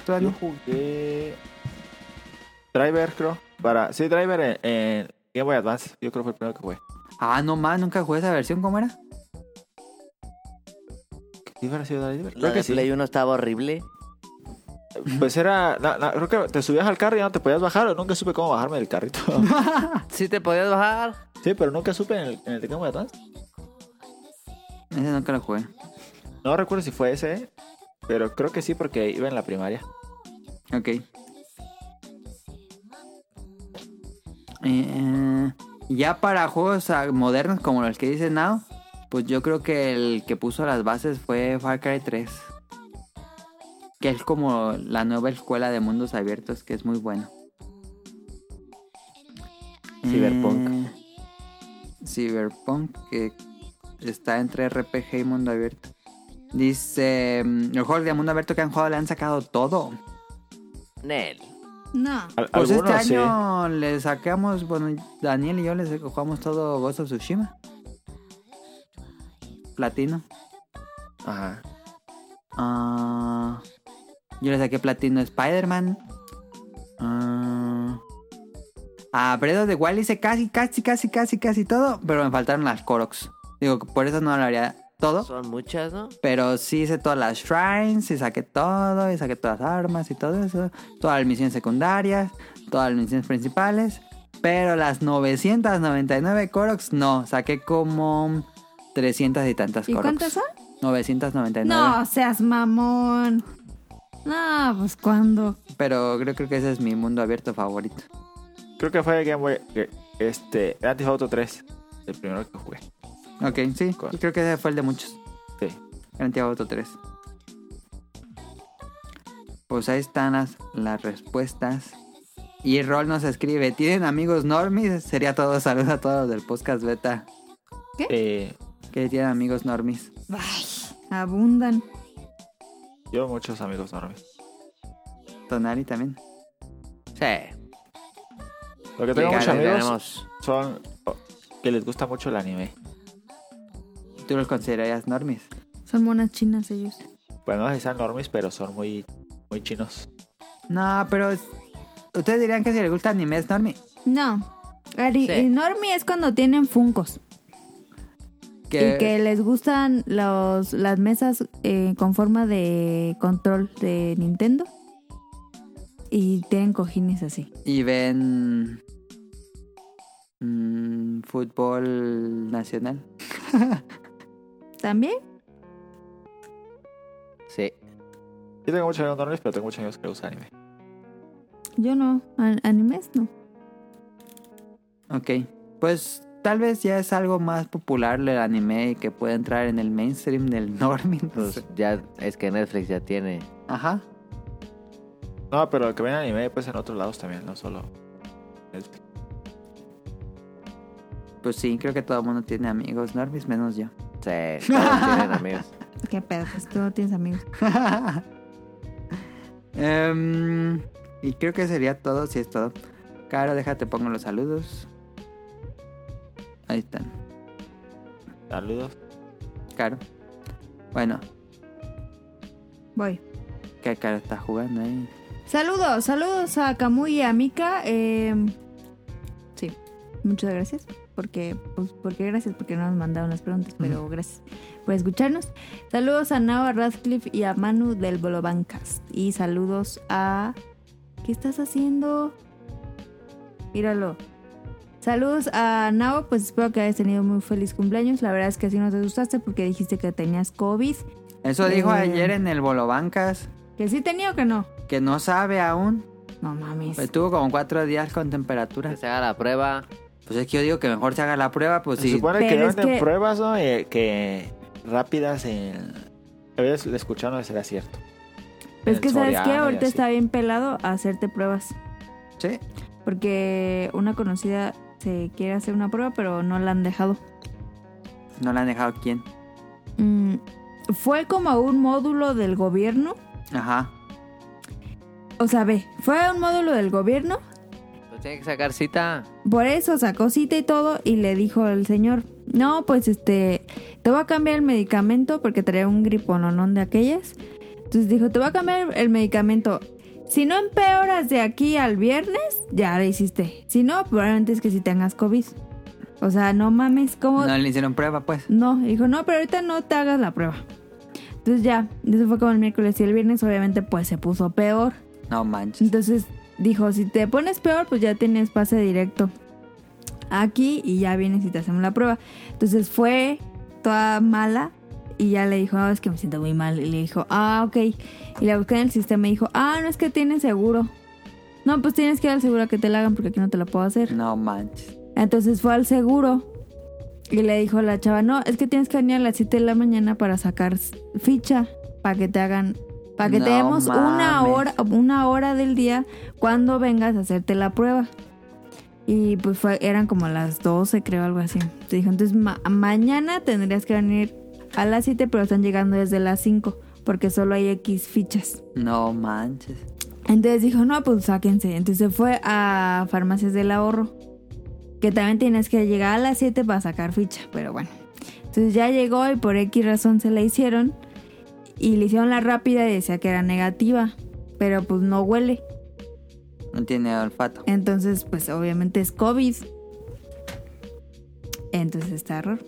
B: Tú,
C: Yo
B: Ani.
C: jugué Driver, creo. Para... Sí, Driver en, en Game Boy Advance. Yo creo que fue el primero que jugué.
B: Ah, no más, nunca jugué esa versión, ¿cómo era?
C: ¿Sí hubiera sido Driver?
F: La
C: Creo
F: de
C: que sí.
F: Play 1 estaba horrible.
C: Pues era... na- na- creo que te subías al carro y ya no te podías bajar. o Nunca supe cómo bajarme
B: [laughs]
C: del carrito.
F: Sí te podías bajar.
C: sí, pero nunca supe en el, en el de Game Boy Advance.
B: Ese nunca lo jugué.
C: No recuerdo si fue ese, pero creo que sí porque iba en la primaria.
B: Ok. Eh, ya para juegos ah, modernos como los que dice Now, pues yo creo que el que puso las bases fue Far Cry 3. Que es como la nueva escuela de mundos abiertos, que es muy bueno.
F: Cyberpunk.
B: Eh, Cyberpunk, que está entre RPG y mundo abierto. Dice, mm, los juegos de mundo abierto que han jugado le han sacado todo.
F: Nel.
O: No.
C: Al-
B: Pues este
C: algunos sí.
B: año le sacamos, bueno, Daniel y yo les jugamos todo Ghost of Tsushima. Platino.
P: Ajá.
B: Ah, yo le saqué platino a Spider-Man. Ah, a Bredo de Wall hice casi, casi, casi, casi, casi todo, pero me faltaron las Koroks. Digo, por eso no lo haría todo.
F: Son muchas, ¿no?
B: Pero sí hice todas las shrines, y saqué todo, y saqué todas las armas y todo eso. Todas las misiones secundarias, todas las misiones principales. Pero las 999 Koroks no, saqué como 300 y tantas
A: ¿Y
B: Koroks.
A: cuántas son?
B: 999.
A: No, seas mamón. No, pues cuando.
B: Pero creo, creo que ese es mi mundo abierto favorito.
C: Creo que fue el Game Boy. que- Este, Grand Theft Auto 3. El primero que jugué.
B: Ok, sí.
C: ¿Cuál?
B: Creo que ese fue el de muchos.
C: Sí.
B: Grand Theft Auto 3. Pues ahí están las, las respuestas. Y Rol nos escribe, ¿tienen amigos normis? Sería todo, saludos a todos del podcast beta.
C: Eh,
B: Que tienen amigos normis.
A: Abundan.
C: yo muchos amigos enormes.
B: Tonari también.
F: Sí.
C: Lo que tengo
B: Legal,
C: muchos amigos
F: tenemos.
C: son oh, que les gusta mucho el anime.
B: ¿Tú los considerarías normis?
A: Son monas chinas ellos.
C: Bueno, Pues no sé si sean normies, pero son muy, muy chinos.
B: No, pero... es- Ustedes dirían que si les gusta anime es normie.
A: No. Ari,
F: Sí.
A: el normie es cuando tienen funcos
B: Que-
A: y que les gustan los, las mesas eh, con forma de control de Nintendo y tienen cojines así.
B: y ven mm, fútbol nacional.
A: ¿También?
F: Sí.
C: Yo tengo muchos amigos normies, pero tengo muchos amigos que les gusta anime.
A: Yo no. An- ¿Animes? No.
B: Ok, pues tal vez ya es algo más popular el anime y que puede entrar en el mainstream del [laughs] normie. no
F: Pues
B: sé.
F: ya es que Netflix ya tiene.
B: Ajá.
C: No, pero que ven anime, pues en otros lados también, no solo.
B: Pues sí, creo que todo el mundo tiene amigos normies menos yo. [laughs]
F: Sí, todos tienen amigos.
A: ¿Qué pedo? Pues tú no tienes amigos.
B: Em, y creo que sería todo, si es todo. Caro, déjate, pongo los saludos. Ahí están.
C: Saludos.
B: Caro. Bueno,
A: Voy.
B: que Caro está jugando ahí.
A: Saludos, saludos a Camuy y a Mika. eh, sí, muchas gracias. Porque, pues, porque gracias, porque no nos mandaron las preguntas, pero gracias por escucharnos. Saludos a Nao Radcliffe y a Manu del Bolobancast. Y saludos a. ¿Qué estás haciendo? Míralo. Saludos a Nao, pues espero que hayas tenido muy feliz cumpleaños. La verdad es que así nos asustaste porque dijiste que tenías COVID.
B: Eso dijo
A: Eh.
B: ayer en el Bolobancas,
A: ¿Que sí tenía o que no?
B: que no sabe aún.
A: No mames.
B: Pues Estuvo como cuatro días con temperatura.
F: Que se haga la prueba.
B: Pues es que yo digo que mejor se haga la prueba, pues
C: Se
B: sí.
C: supone que
A: Pero es
C: venden
A: que-
C: pruebas, ¿no? Eh, que rápidas en... A veces le escucharon no será cierto.
A: Pues
C: el
A: que sabes que
C: Soriana y
A: ahorita
C: así.
A: está bien pelado a hacerte pruebas.
B: Sí.
A: Porque una conocida se quiere hacer una prueba, pero no la han dejado.
B: No la han dejado quién.
A: Mm, fue como a un módulo del gobierno.
B: Ajá.
A: O sea, ve, fue a un módulo del gobierno.
F: Pues tiene que sacar cita.
A: Por eso sacó cita y todo. Y le dijo el señor: No, pues este, te voy a cambiar el medicamento porque traía un gripononón de aquellas. Entonces dijo: Te voy a cambiar el medicamento. Si no empeoras de aquí al viernes, ya la hiciste. Si no, probablemente es que si tengas COVID. O sea, no mames, ¿cómo?
B: No le hicieron prueba, pues.
A: No, dijo, no, pero ahorita no te hagas la prueba. Entonces ya, eso fue como el miércoles y el viernes obviamente pues se puso peor.
B: No manches.
A: Entonces dijo, si te pones peor pues ya tienes pase directo aquí y ya vienes y te hacemos la prueba. Entonces fue toda mala y ya le dijo, "No, es que me siento muy mal. Y le dijo, ah, ok. Y la busqué en el sistema y dijo, ah, no es que tienes seguro. No, pues tienes que ir al seguro a que te la hagan porque aquí no te la puedo hacer.
B: No manches.
A: Entonces fue al seguro y le dijo la chava, no, es que tienes que venir a las 7 de la mañana para sacar s- ficha, para que te hagan, para que
B: No
A: te demos una
B: mames.
A: hora, una hora del día cuando vengas a hacerte la prueba. Y pues fue- eran como las 12, creo, algo así. Te dijo, entonces ma- mañana tendrías que venir a las 7, pero están llegando desde las 5, porque solo hay X fichas.
B: No manches.
A: Entonces dijo, no, pues sáquense. Entonces se fue a Farmacias del Ahorro. Que también tienes que llegar a las 7 para sacar ficha, pero bueno. Entonces ya llegó y por X razón se la hicieron. Y le hicieron la rápida y decía que era negativa. Pero pues no huele.
B: No tiene olfato.
A: Entonces, pues obviamente es COVID. Entonces está error.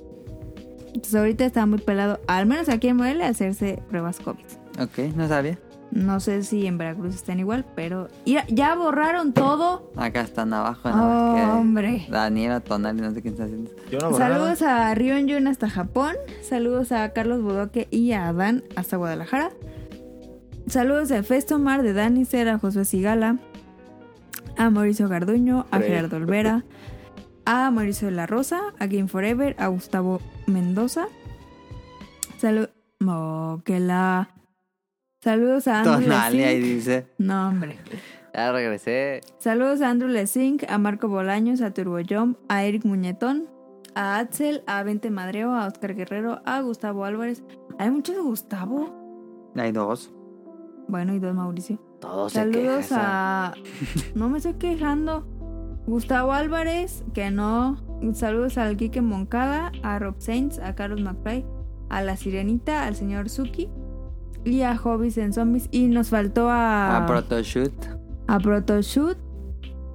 A: Entonces ahorita está muy pelado, al menos aquí en Morelia, hacerse pruebas COVID.
B: Ok, no sabía.
A: No sé si en Veracruz estén igual, pero ya, ya borraron todo.
B: Acá están abajo.
A: Oh,
B: que-
A: hombre.
B: Daniela Tonal y no sé quién está haciendo.
C: Yo no borré nada.
A: Saludos a Rion Yun hasta Japón. Saludos a Carlos Bodoque y a Adán hasta Guadalajara. Saludos a Festomar de Danister, a Josué Sigala, a Mauricio Garduño, a
C: Hombre.
A: Gerardo Olvera, a Mauricio de la Rosa, a Game Forever, a Gustavo Mendoza. Salud. Oh, que la. Saludos a Andrew
B: Tonali ahí
A: Lessing.
B: dice.
A: No, hombre.
F: Ya regresé.
A: Saludos a Andrew Lessing, a Marco Bolaños, a Turbo Jump, a Eric Muñetón, a Axel, a Vente Madreo, a Oscar Guerrero, a Gustavo Álvarez. Hay muchos de Gustavo.
B: Hay dos.
A: Bueno, y dos Mauricio.
F: Todos
A: Saludos
F: se quejan.
A: a. No me estoy quejando. Gustavo Álvarez, que no. Saludos al Quique Moncada, a Rob Sainz, a Carlos McFly, a la Sirenita, al señor Suki y a Hobbies en Zombies. Y nos faltó
F: Ah,
A: Ah.
B: A Protoshoot.
A: a Protoshoot,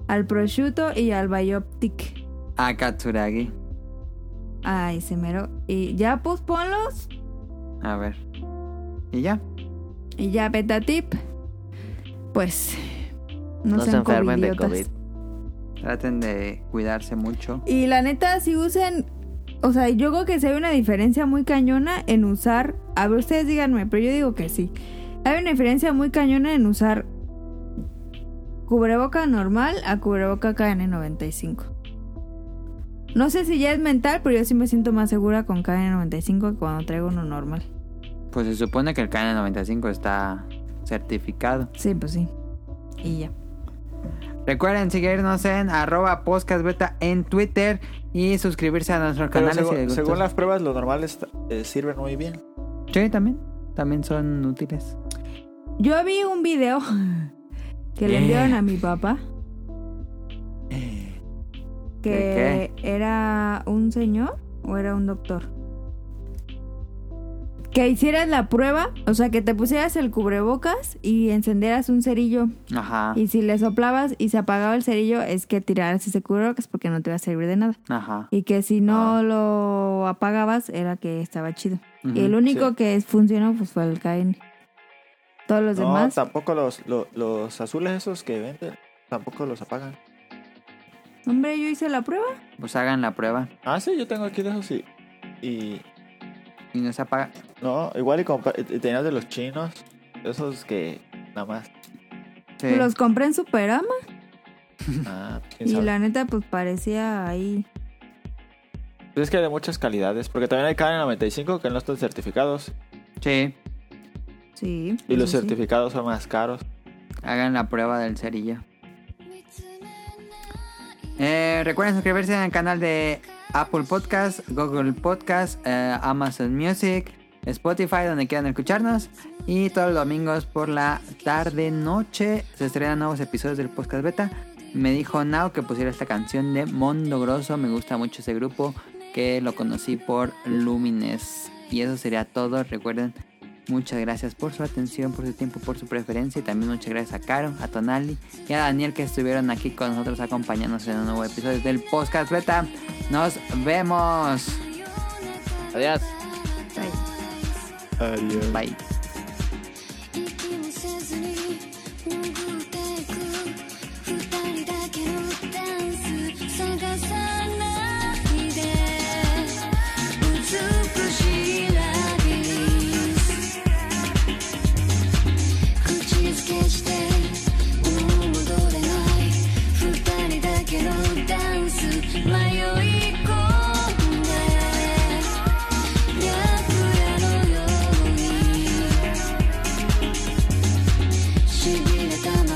A: al Prosciutto y al Bioptic.
B: A Katsuragi.
A: Ay, se mero. Y ya, pues ponlos.
B: A ver. Y ya.
A: Y ya, beta tip. Pues. No,
F: No se
A: sean
F: enfermen de
A: covidiotas.
B: Traten de cuidarse mucho.
A: Y la neta, si usen. O sea, yo creo que sí hay una diferencia muy cañona en usar. A ver, ustedes díganme, pero yo digo que sí. Hay una diferencia muy cañona en usar cubreboca normal a cubreboca KN95. No sé si ya es mental, pero yo sí me siento más segura con KN95 que cuando traigo uno normal.
B: Pues se supone que el KN95 está certificado.
A: Sí, pues sí. Y ya.
B: Recuerden seguirnos en arroba podcastbeta en Twitter y suscribirse a nuestros
C: Pero
B: canales. si
C: según,
B: les gustó.
C: según las pruebas, los normales eh, sirven muy bien.
B: Sí, también. También son útiles.
A: Yo vi un video [laughs] que le
B: Eh.
A: enviaron a mi papá. Que era un señor o era un doctor. Que hicieras la prueba, o sea, que te pusieras el cubrebocas y encendieras un cerillo.
B: Ajá.
A: Y si le soplabas y se apagaba el cerillo, es que tiraras ese cubrebocas porque no te iba a servir de nada.
B: Ajá.
A: Y que si no
B: Ah.
A: lo apagabas, era que estaba chido.
B: Ujú.
A: Y el único
C: sí.
A: que funcionó pues, fue el KN. Todos los
C: No,
A: demás.
C: tampoco los, lo- los azules esos que venden, tampoco los apagan.
A: Hombre, yo hice la prueba.
B: Pues hagan la prueba.
C: Ah, sí, yo tengo aquí de esos y... y
B: Y no se apaga.
C: no, igual y compa- y tenías de los chinos, esos que
A: [laughs]
C: nada más...
B: Sí.
A: Los compré en Superama.
C: Ah, quién
A: Y
C: sabe.
A: la neta, pues parecía ahí.
C: Pues Es que hay de muchas calidades, porque también hay KN95 que no están certificados
B: Sí.
A: Sí. pues,
C: y los
A: eso sí.
C: certificados son más caros.
B: Hagan la prueba del cerillo. Eh, recuerden suscribirse al canal de Apple Podcast, Google Podcast, eh, Amazon Music, Spotify, donde quieran escucharnos. Y todos los domingos por la tarde noche se estrenan nuevos episodios del podcast beta. Me dijo Nao que pusiera esta canción de Mondo Grosso. Me gusta mucho ese grupo que lo conocí por Lumines. Y eso sería todo. Recuerden, muchas gracias por su atención, por su tiempo, por su preferencia. Y también muchas gracias a Caro, a Tonali y a Daniel que estuvieron aquí con nosotros acompañándonos en un nuevo episodio del podcast beta. Nos vemos.
F: Adiós.
B: Bye.
K: 息もせずに潜っていく二人だけのダンス探さないで美しいラビス口づけしてもう戻れない二人だけのダンス迷い込んで白夜のようにしびれたまま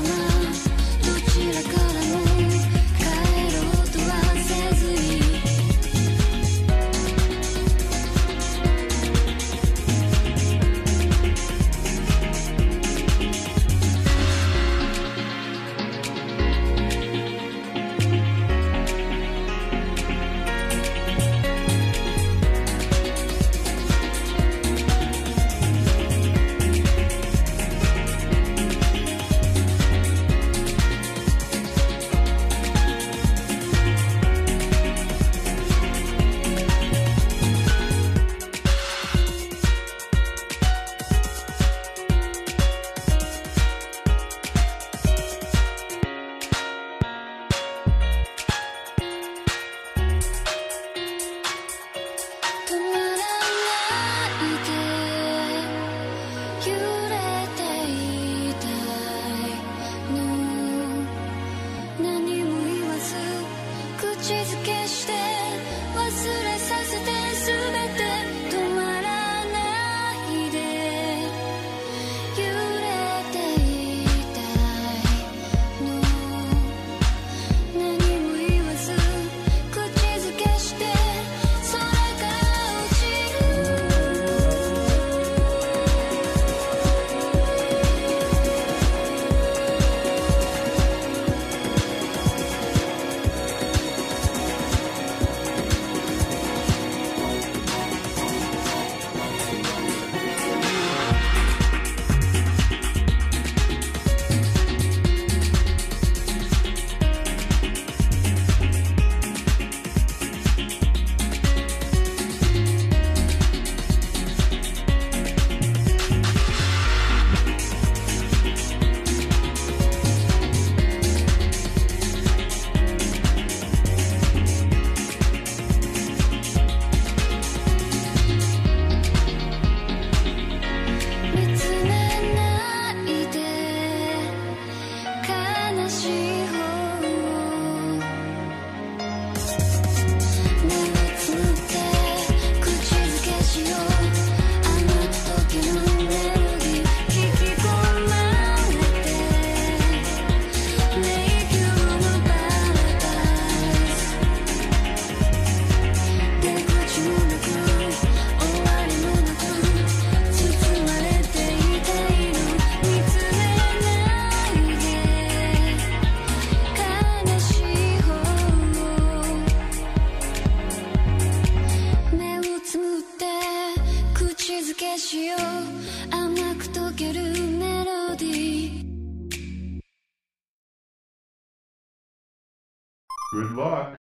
Q: Good luck.